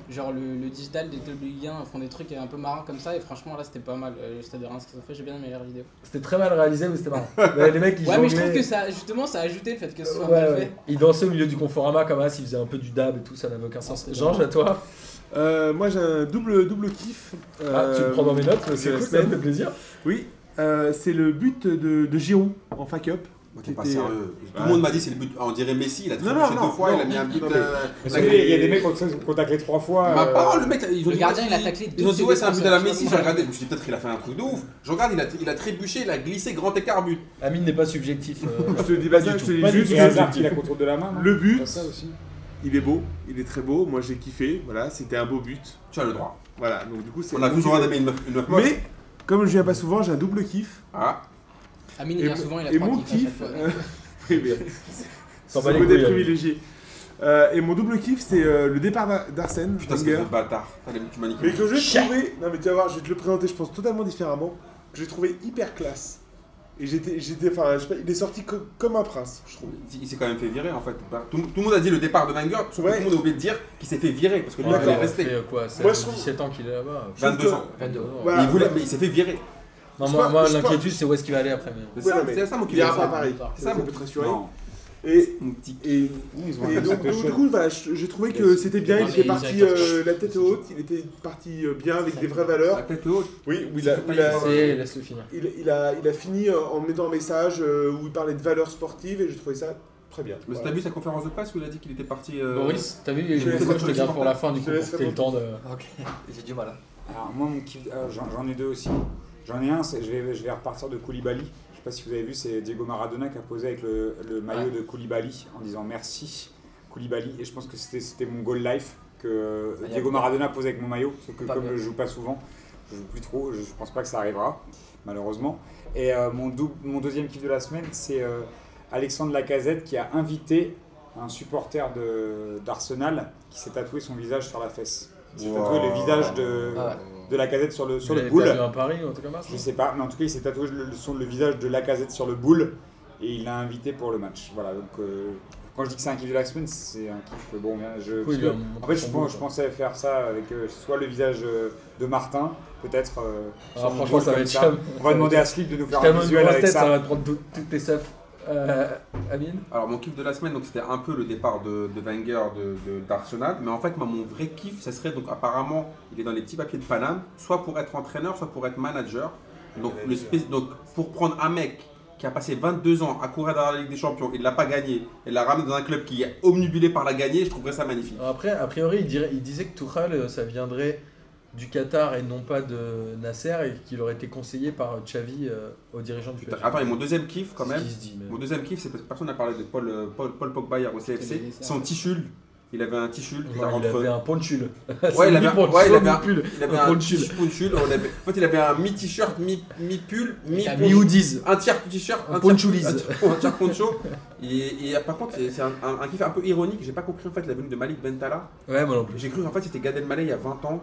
S4: genre le, le digital des clubs de Ligue 1 font des trucs un peu marrants comme ça. Et franchement, là, c'était pas mal. euh, Le stade de Reims qu'ils ont fait, j'ai bien aimé leur vidéo.
S1: C'était très mal réalisé, mais c'était
S4: [laughs]
S1: marrant. Ouais, les mecs, ils
S4: ouais, mais je trouve
S1: jonglaient.
S4: que ça, justement, ça a ajouté le fait que ce soit
S1: Ouais,
S4: mal
S1: ouais. Ils dansaient au milieu du Conforama comme ça, ils faisaient un peu du dab et tout, ça n'avait aucun
S4: Ah,
S1: sens. Georges, à toi,
S5: Euh, moi j'ai un double, double kiff.
S1: Ah, tu le
S5: Euh,
S1: prends dans mes notes,
S5: de
S1: c'est
S5: la
S1: cool, ça me
S5: semaine.
S1: fait plaisir.
S5: Oui, euh, c'est le but de, de Giroud en FA Cup.
S2: Moi, T'es pas
S5: T'étais-
S2: sérieux. bah, Tout le monde m'a dit c'est le but. On dirait Messi, il a
S5: euh, Non, non,
S2: trébuché
S5: non,
S2: deux fois,
S5: non.
S2: il a mis un but.
S5: Non, mais-
S2: euh,
S3: Parce que
S2: avec-
S3: les- Il y a des mecs qui ont taclé trois fois.
S2: Ma
S3: euh,
S2: parole, le mec, ils ont
S4: Le
S2: dit-
S4: gardien, il a taclé
S2: Ils ont dit,
S4: deux
S2: ouais, c'est un but à la
S4: défenseurs,
S2: Messi.
S4: je
S2: J'ai
S4: sais pas
S2: regardé, je me suis dit, peut-être qu'il a fait un truc de ouf. Je regarde, il a, il a trébuché, il a glissé grand écart but.
S1: Amine n'est pas subjectif. euh,
S5: Je te dis pas ça,
S1: du
S5: je
S1: tout.
S5: te dis
S1: Pas du
S5: juste
S1: tout.
S3: Et
S5: que
S3: Hazard qui la contrôle de la main. non
S5: le but,
S3: Pas ça aussi.
S5: il est beau, il est très beau. Moi j'ai kiffé, voilà, c'était un beau but.
S2: Tu as le droit.
S5: Voilà, donc du coup c'est.
S2: On a
S5: un
S2: toujours
S5: kiff.
S2: aimé une meuf. Une meuf moche.
S5: Mais comme je viens pas souvent, j'ai un double kiff.
S2: Ah,
S4: Amine, il vient
S5: mon-
S4: souvent, il a
S5: et
S4: trois
S5: mon
S4: kiffs à chaque
S5: kiff. [laughs]
S4: fois.
S5: Oui,
S2: [laughs]
S5: mais
S1: S'en
S5: c'est
S1: bat les
S5: le côté
S1: couilles,
S5: privilégié. Euh, et mon double kiff, c'est euh, le départ d'A- d'Arsène
S2: putain, c'est
S5: Wenger.
S2: un bâtard. Putain, les mecs, tu manipules.
S5: Mais que j'ai trouvé, non mais tu vas voir, je vais te le présenter, je pense totalement différemment. Que j'ai trouvé hyper classe. Et j'étais, j'étais, enfin, je sais pas, il est sorti co- comme un prince, je trouve.
S2: Il s'est quand même fait virer en fait. Bah, Tout, tout le monde a dit le départ de Wenger, sauf que
S5: Ouais.
S2: tout le monde a oublié de dire qu'il s'est fait virer parce que lui
S1: Ouais,
S2: il est
S1: ça
S2: resté.
S1: fait, euh, quoi, ça
S5: Moi,
S1: fait
S5: je trouve-
S1: 17 ans qu'il est là-bas.
S2: 22 ans.
S1: Pas de-
S5: Voilà.
S2: Mais il voulait- mais il s'est fait virer.
S1: Non,
S5: Je
S1: moi,
S5: pense-
S1: moi,
S5: je pense-
S1: l'inquiétude, c'est où est-ce qu'il va aller après. mais-
S2: C'est
S5: Ouais,
S2: ça,
S5: mais
S2: c'est ça mon
S5: Il ira pas à
S2: kiff.
S5: Paris.
S2: C'est ça,
S5: ça
S2: mon-
S5: peut te rassurer.
S2: Non.
S5: Et,
S2: Mon petit
S5: et,
S3: Non, ils ont
S5: et
S3: un
S5: donc,
S3: sac de
S5: donc, du
S3: chaude.
S5: coup, voilà, je- j'ai trouvé que c'était bien. Il était parti euh, la tête haute, il était parti euh, bien avec des vraies
S2: La
S5: valeurs.
S2: tête haute.
S5: Oui, où il a, où il
S3: Euh,
S5: a-
S1: C'est- Laisse-le finir.
S5: il, il a, il a fini euh, en mettant un message euh, où il parlait de valeurs sportives et j'ai trouvé ça très bien.
S2: Mais
S5: Voilà.
S2: t'as vu sa conférence de presse où il a dit qu'il était parti. euh,
S1: Boris, t'as vu, il y a
S5: je
S1: une
S5: laisse-
S1: fois que je te
S5: je
S1: garde
S5: laisse-
S1: pour la fin, du
S5: je
S1: coup,
S5: laisse
S1: pour que t'aies le temps de.
S6: Ok, [laughs] j'ai du mal. hein.
S3: Alors moi, mon kiff, ah, j'en j'en ai deux aussi. J'en ai un, c'est- je vais, je vais repartir de Koulibaly. Je sais pas si vous avez vu, c'est Diego Maradona qui a posé avec le, le maillot de Koulibaly en disant merci Koulibaly. Et je pense que c'était c'était mon goal life que euh,
S6: Ah, y a
S3: Diego
S6: beaucoup.
S3: Maradona posait avec mon maillot. Sauf que
S6: Pas
S3: comme
S6: bien.
S3: je joue pas souvent, je joue plus trop, je, je pense pas que ça arrivera, malheureusement. Et euh, mon, dou- mon deuxième kiff de la semaine, c'est euh, Alexandre Lacazette qui a invité un supporter de- d'Arsenal qui s'est tatoué son visage sur la fesse. Il s'est
S2: Wow.
S3: tatoué le visage de,
S6: Ah ouais.
S3: de la casette sur le, sur
S1: T'as
S3: le
S1: vu
S3: boule.
S1: un pari ou un truc comme ça
S3: Je sais pas, mais en tout cas, il s'est tatoué le, le son- le visage de la casette sur le boule et il l'a invité pour le match. Voilà, donc euh, Quand je dis que c'est un kiff de la semaine, c'est un kiff. Bon, bien, je.
S1: Oui,
S3: parce
S1: il
S3: que-
S1: a montré
S3: en fait, je,
S1: son
S3: pense-
S1: bout,
S3: je
S1: quoi.
S3: pensais faire ça avec euh, soit le visage euh, de Martin, peut-être. euh,
S7: Ah,
S3: sur une
S7: franchement,
S3: boule
S7: ça va
S3: comme
S7: être chum.
S3: On
S1: [laughs]
S3: va demander à Slip de nous faire un
S7: tellement une
S3: visuel
S7: grosse
S3: avec
S7: tête,
S3: ça.
S7: ça va te prendre tout- toutes tes seufs. Euh, Amine
S2: Alors mon kiff de la semaine, donc c'était un peu le départ de, de Wenger de- de- d'Arsenal, mais en fait moi, mon vrai kiff, ça serait donc apparemment, il est dans les petits papiers de Paname, soit pour être entraîneur, soit pour être manager. Donc, le spé- donc pour prendre un mec qui a passé 22 ans à courir derrière la Ligue des Champions, il ne l'a pas gagné, et l'a ramené dans un club qui est omnibulé par la gagner, je trouverais ça magnifique.
S1: Alors Après, a priori, il, dirait- il disait que Tuchel, euh, ça viendrait du Qatar et non pas de Nasser, et qu'il aurait été conseillé par euh, Xavi euh, aux dirigeants du
S2: Putain,
S1: PSG.
S2: Attends, et mon deuxième kiff quand
S1: C'est ce
S2: même,
S1: qui se dit, mais-
S2: Mon deuxième kiff, c'est parce que personne n'a parlé de Paul, euh, Paul, Paul Pogba hier au CFC.
S4: C'était ça.
S2: Son t-shirt, il avait un t-shirt.
S1: Ouais,
S2: qui
S1: il
S2: était entre-
S1: avait un
S2: [laughs]
S1: ponchule.
S2: Ouais, il avait un- ouais, il avait un-
S1: pull.
S2: il avait
S1: un
S2: un
S1: pull
S2: t-shirt, pull-shirt. On avait- En fait, il avait un mi-t-shirt, mi- mi-pull, mi
S4: t'as
S1: Mi
S4: mis-
S1: hoodies.
S2: un tiers t-shirt,
S1: Un
S2: un tiers
S1: ponchulise.
S2: un tiers- un tiers poncho. Et, et, euh, par contre, c'est c'est un, un- un kiff un peu ironique. J'ai pas compris en fait la venue de Malik Bentala.
S1: Ouais, moi non plus.
S2: J'ai cru qu'en fait c'était Gad Elmaleh il y a 20 ans.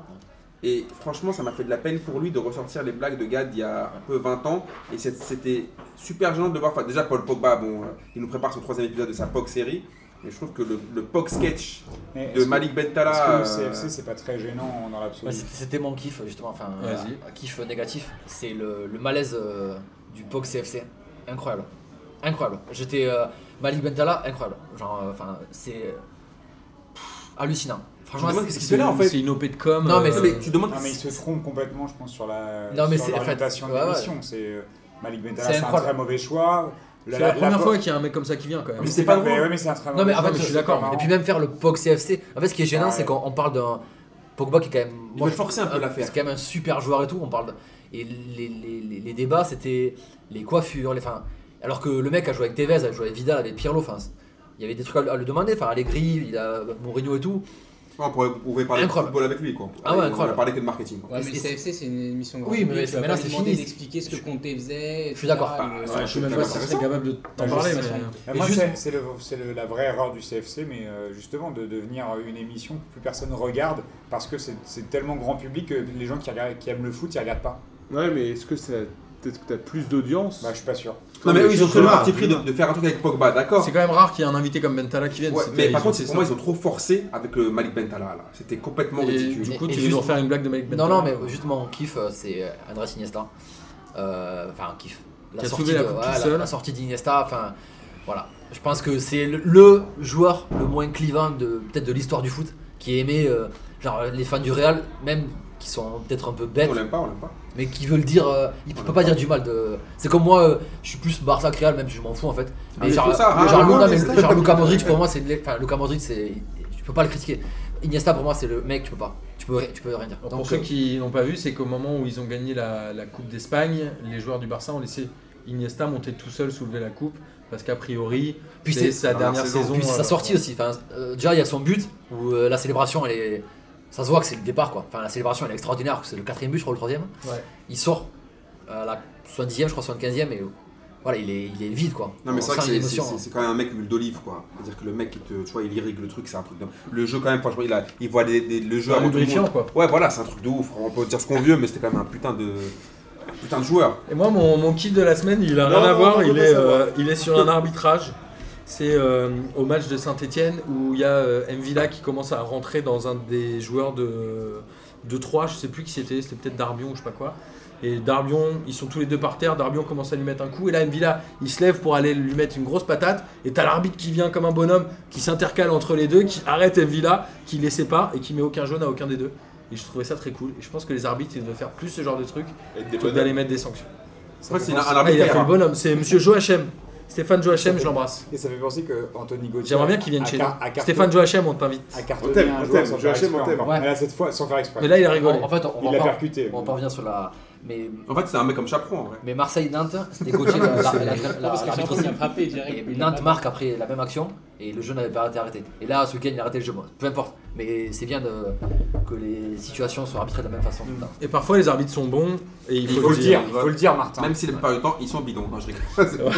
S2: Et franchement, ça m'a fait de la peine pour lui de ressortir les blagues de Gad il y a un peu 20 ans. Et c'est- c'était super gênant de le voir. Enfin, déjà, Paul Pogba, bon, euh, il nous prépare son troisième épisode de sa POC série. Mais je trouve que le, le POC sketch
S3: Mais
S2: de
S3: est-ce que-
S2: Malik
S3: Est-ce que
S2: Bentala.
S3: le
S2: euh,
S3: CFC, c'est pas très gênant dans l'absolu
S6: Ouais, c'était- C'était mon kiff, justement, enfin, euh,
S1: Vas-y.
S6: un kiff négatif, c'est le, le malaise euh, du POC CFC. Incroyable. Incroyable. J'étais. euh, Malik Bentala, incroyable. Genre, euh, enfin, c'est. pff,
S2: je
S6: hallucinant.
S2: me
S6: Franchement,
S2: demande
S6: c'est-
S2: qu'est-ce qu'il fait là en fait.
S1: C'est une OP de com.
S6: Non, mais
S1: euh,
S2: Non, mais tu demandes.
S3: Non, mais il se trompe complètement, je pense, sur la
S6: Non, mais
S3: sur
S6: c'est- en fait,
S3: l'orientation de
S6: ouais, ouais.
S3: l'émission. C'est euh, Malik Bentala,
S6: C'est
S3: c'est un
S6: incroyable.
S3: très mauvais choix.
S1: c'est la première fois qu'il y a un mec comme ça qui vient quand même.
S2: Mais c'est pas drôle.
S3: Mais, ouais, mais c'est un très
S6: Non, mais
S3: mauvais
S6: en
S3: choix,
S6: fait, je
S1: suis
S3: c'est
S1: d'accord.
S3: pas marrant.
S6: Et puis même faire le POC CFC. En fait, ce qui est gênant,
S3: hein. Ouais.
S6: c'est quand on parle d'un Pogba qui est quand même.
S2: Ils
S6: moi,
S2: veulent
S6: je-
S2: forcer un peu l'affaire.
S6: C'est quand même un super joueur et tout. On parle de- et les, les- les- les débats, c'était les coiffures, les. Enfin, alors que le mec a joué avec Tevez, a joué avec Vidal, avec Pirlo. Enfin, c'est- il y avait des trucs à, à lui demander. Enfin, Allegri, il a Mourinho et tout.
S2: On pourrait, on pourrait parler
S6: Incroyable.
S2: de football avec lui quoi.
S6: Ah ouais,
S2: On
S6: incroyable.
S2: va parler que de marketing. quoi.
S4: Ouais,
S6: Et
S4: mais le
S6: c'est-
S4: CFC, c'est une émission. grand
S6: Oui,
S4: public,
S6: mais-
S4: tu vas
S6: mais
S4: pas
S6: là,
S4: lui
S6: c'est
S4: demander
S6: fini.
S4: d'expliquer ce que
S6: Je-
S4: Comté faisait.
S6: Je suis d'accord.
S2: Bah,
S1: Ouais, je sais même pas
S2: c'est
S1: si
S2: intéressant.
S1: je serais capable de t'en
S3: Ouais,
S1: parler.
S4: je
S1: mais-
S4: sais.
S3: Et
S6: Et
S3: Moi,
S6: juste-
S3: c'est- c'est le- c'est le- la vraie erreur du CFC, mais euh, justement de devenir une émission que plus personne regarde parce que c'est- c'est tellement grand public que les gens qui, regardent- qui aiment le foot, ils regardent pas.
S5: Ouais, mais est-ce que ça. Peut-être que t'as plus d'audience
S3: Bah, je suis pas sûr.
S2: Non, mais eux ils ont pris le
S5: Thomas,
S2: parti pris de, de faire un truc avec Pogba, d'accord
S1: C'est quand même rare qu'il y ait un invité comme Bentala qui vienne.
S2: Ouais,
S1: c'était-
S2: mais
S1: ils
S2: par
S1: ont
S2: contre,
S1: fait
S2: pour
S1: ça.
S2: moi, ils ont trop forcé avec le Malik Bentala. là. C'était complètement
S1: Et
S2: ridicule.
S1: du coup,
S6: Et- et
S1: tu veux
S6: juste-
S1: nous refaire une blague de Malik
S6: Non,
S1: Bentala
S6: non, mais justement, mon kiff, euh, c'est euh, André Iniesta. Euh, Enfin, un kiff.
S1: Qui a soulevé la
S6: de-
S1: coupe
S6: ouais,
S1: tout
S6: la-
S1: seul.
S6: la sortie d'Iniesta, enfin, voilà. Je pense que c'est le, le joueur le moins clivant de peut-être de l'histoire du foot, qui est aimé, euh, genre les fans du Real, même qui sont peut-être un peu bêtes,
S2: On l'aime pas, on l'aime pas.
S6: mais qui veulent dire, euh, ils peuvent pas dire du mal de. C'est comme moi, euh, je suis plus Barça que Real, même je m'en fous en fait. Mais
S2: mais
S6: genre,
S2: faut ça,
S6: mais
S2: ah,
S6: genre,
S2: ah,
S6: non,
S2: ah,
S6: mais
S2: mais
S6: genre Luka Modric pour moi, c'est le- enfin Luka Modric, c'est, tu peux pas le critiquer. Iniesta pour moi, c'est le mec, tu peux pas, tu peux, tu peux rien dire.
S1: Alors,
S6: Donc,
S1: pour ceux
S6: euh,
S1: qui n'ont pas vu, c'est qu'au moment où ils ont gagné la, la Coupe d'Espagne, les joueurs du Barça ont laissé Iniesta monter tout seul, soulever la coupe, parce qu'a priori,
S6: Puis
S1: c'est
S6: c'est-
S1: sa
S2: la
S1: dernière
S2: saison.
S1: saison.
S6: Puis c'est sa
S1: euh,
S6: sortie aussi. Enfin, euh, déjà, il y a son but où euh, la célébration, elle est. Ça se voit que c'est le départ, quoi. Enfin, la célébration, elle est extraordinaire. C'est le quatrième but, je crois, ou le troisième.
S1: Ouais.
S6: Il sort euh, à la 70e, je crois, 75e, et euh, voilà, il est, il est vide, quoi.
S2: Non, mais
S6: On
S2: c'est vrai que
S6: sent
S2: c'est-
S6: l'émotion,
S2: c'est- c'est
S6: hein.
S2: c'est quand même un mec l'huile d'olive, quoi. C'est-à-dire que le mec, il te- tu vois, il irrigue le truc, c'est un truc de. Le jeu, quand même, franchement, il, a, il voit des- des- le jeu
S1: un
S2: avant tout le
S1: lubrifiant,
S2: monde.
S1: quoi.
S2: Ouais, voilà, c'est un truc de ouf. On peut dire ce qu'on veut, mais c'était quand même un putain de. Putain de joueur.
S1: Et moi, mon, mon kiff de la semaine, il a
S5: Non,
S1: rien à
S5: non,
S1: voir,
S5: non,
S1: il,
S5: non,
S1: est,
S5: ça va.
S1: euh, il est sur un arbitrage. C'est euh, au match de Saint-Etienne où il y a euh, Mvila qui commence à rentrer dans un des joueurs de, de 3, je sais plus qui c'était, c'était peut-être Darbion ou je sais pas quoi. Et Darbion, ils sont tous les deux par terre, Darbion commence à lui mettre un coup, et là Mvila, il se lève pour aller lui mettre une grosse patate, et t'as l'arbitre qui vient comme un bonhomme, qui s'intercale entre les deux, qui arrête Mvila, qui les sépare, et qui met aucun jaune à aucun des deux. Et je trouvais ça très cool, et je pense que les arbitres, ils devraient faire plus ce genre de truc,
S2: Avec des
S1: plutôt que d'aller mettre des sanctions.
S2: En fait, c'est un
S3: Ça fait
S1: Ah, il a fait le
S2: arbitre.
S1: bonhomme, c'est monsieur Joachim. Stéphane Joachim, je l'embrasse.
S3: Et ça fait penser que Anthony Gauthier.
S1: J'aimerais bien qu'il vienne
S3: a
S1: chez
S3: car-
S1: nous.
S3: a carton-
S1: Stéphane Joachim, on t'invite.
S3: a
S5: On
S3: cartonné
S5: t'aime,
S3: un
S5: on
S3: joueur
S5: t'aime,
S3: sans faire
S5: je vais acheter mon
S3: exprès
S5: thème.
S3: encore.
S6: Ouais.
S3: Mais là, cette fois, sans faire exprès.
S1: Mais là, il a rigolé.
S6: hein. En- En fait, on,
S3: Il
S6: va
S3: l'a
S6: pas,
S3: percuté.
S6: on va pas revenir sur la. Mais,
S2: En fait, c'est un mec comme Chaperon, en vrai.
S6: mais Marseille-Nantes, c'était Gauthier, la- la- la- la-
S4: [laughs] Parce que
S6: l'arbitre
S4: Chaperon,
S6: aussi.
S4: il a frappé
S6: Et
S4: direct. Il a
S6: Nantes
S4: frappé.
S6: marque après la même action et le jeu n'avait pas été arrêté. Et là, ce week-end, il a arrêté le jeu. Bon, Peu importe. Mais c'est bien de- que les situations soient arbitrées de la même façon.
S4: Mm.
S6: tout le temps.
S1: Et parfois, les arbitres sont bons et il faut,
S3: Il faut le dire,
S2: il
S3: il
S2: va-
S3: faut le dire, Martin.
S2: Même s'il aime pas le temps, ils sont bidons. Non, je rigole.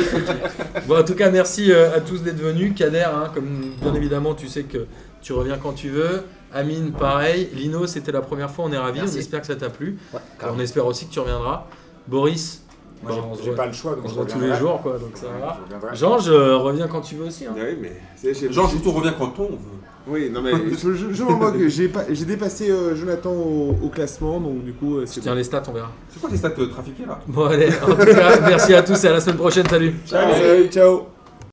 S1: Bon, en tout cas, merci euh, à tous d'être venus. Kader, hein, comme bien évidemment, tu sais que tu reviens quand tu veux. Amine, pareil. Lino, c'était la première fois, on est ravis.
S6: Merci.
S1: On espère que ça t'a plu.
S6: Ouais,
S1: Et on espère aussi que tu reviendras. Boris,
S3: Moi,
S1: Bah, on se
S3: j'ai j'ai
S1: voit-
S3: pas le choix, donc
S1: On
S3: je
S1: se voit tous les
S3: reviendrai.
S1: jours, quoi, donc
S3: Je
S1: ça
S3: reviendrai,
S1: va.
S3: je reviendrai.
S1: Georges, euh, reviens quand tu veux aussi. hein.
S5: Ah oui, mais c'est- j'ai-
S2: Genre,
S5: j'ai-
S2: surtout, revient quand on veut.
S5: Oui, [laughs] non mais je, je, je m'en moque, j'ai pas- j'ai dépassé euh, Jonathan au, au classement, donc du coup euh,
S1: Je
S5: c'est
S1: tiens
S5: bon.
S1: les stats, on verra.
S2: C'est quoi tes stats euh, trafiquées là
S1: [laughs] Bon, allez, en tout cas, merci à tous et à la semaine prochaine, salut.
S5: Allez, ciao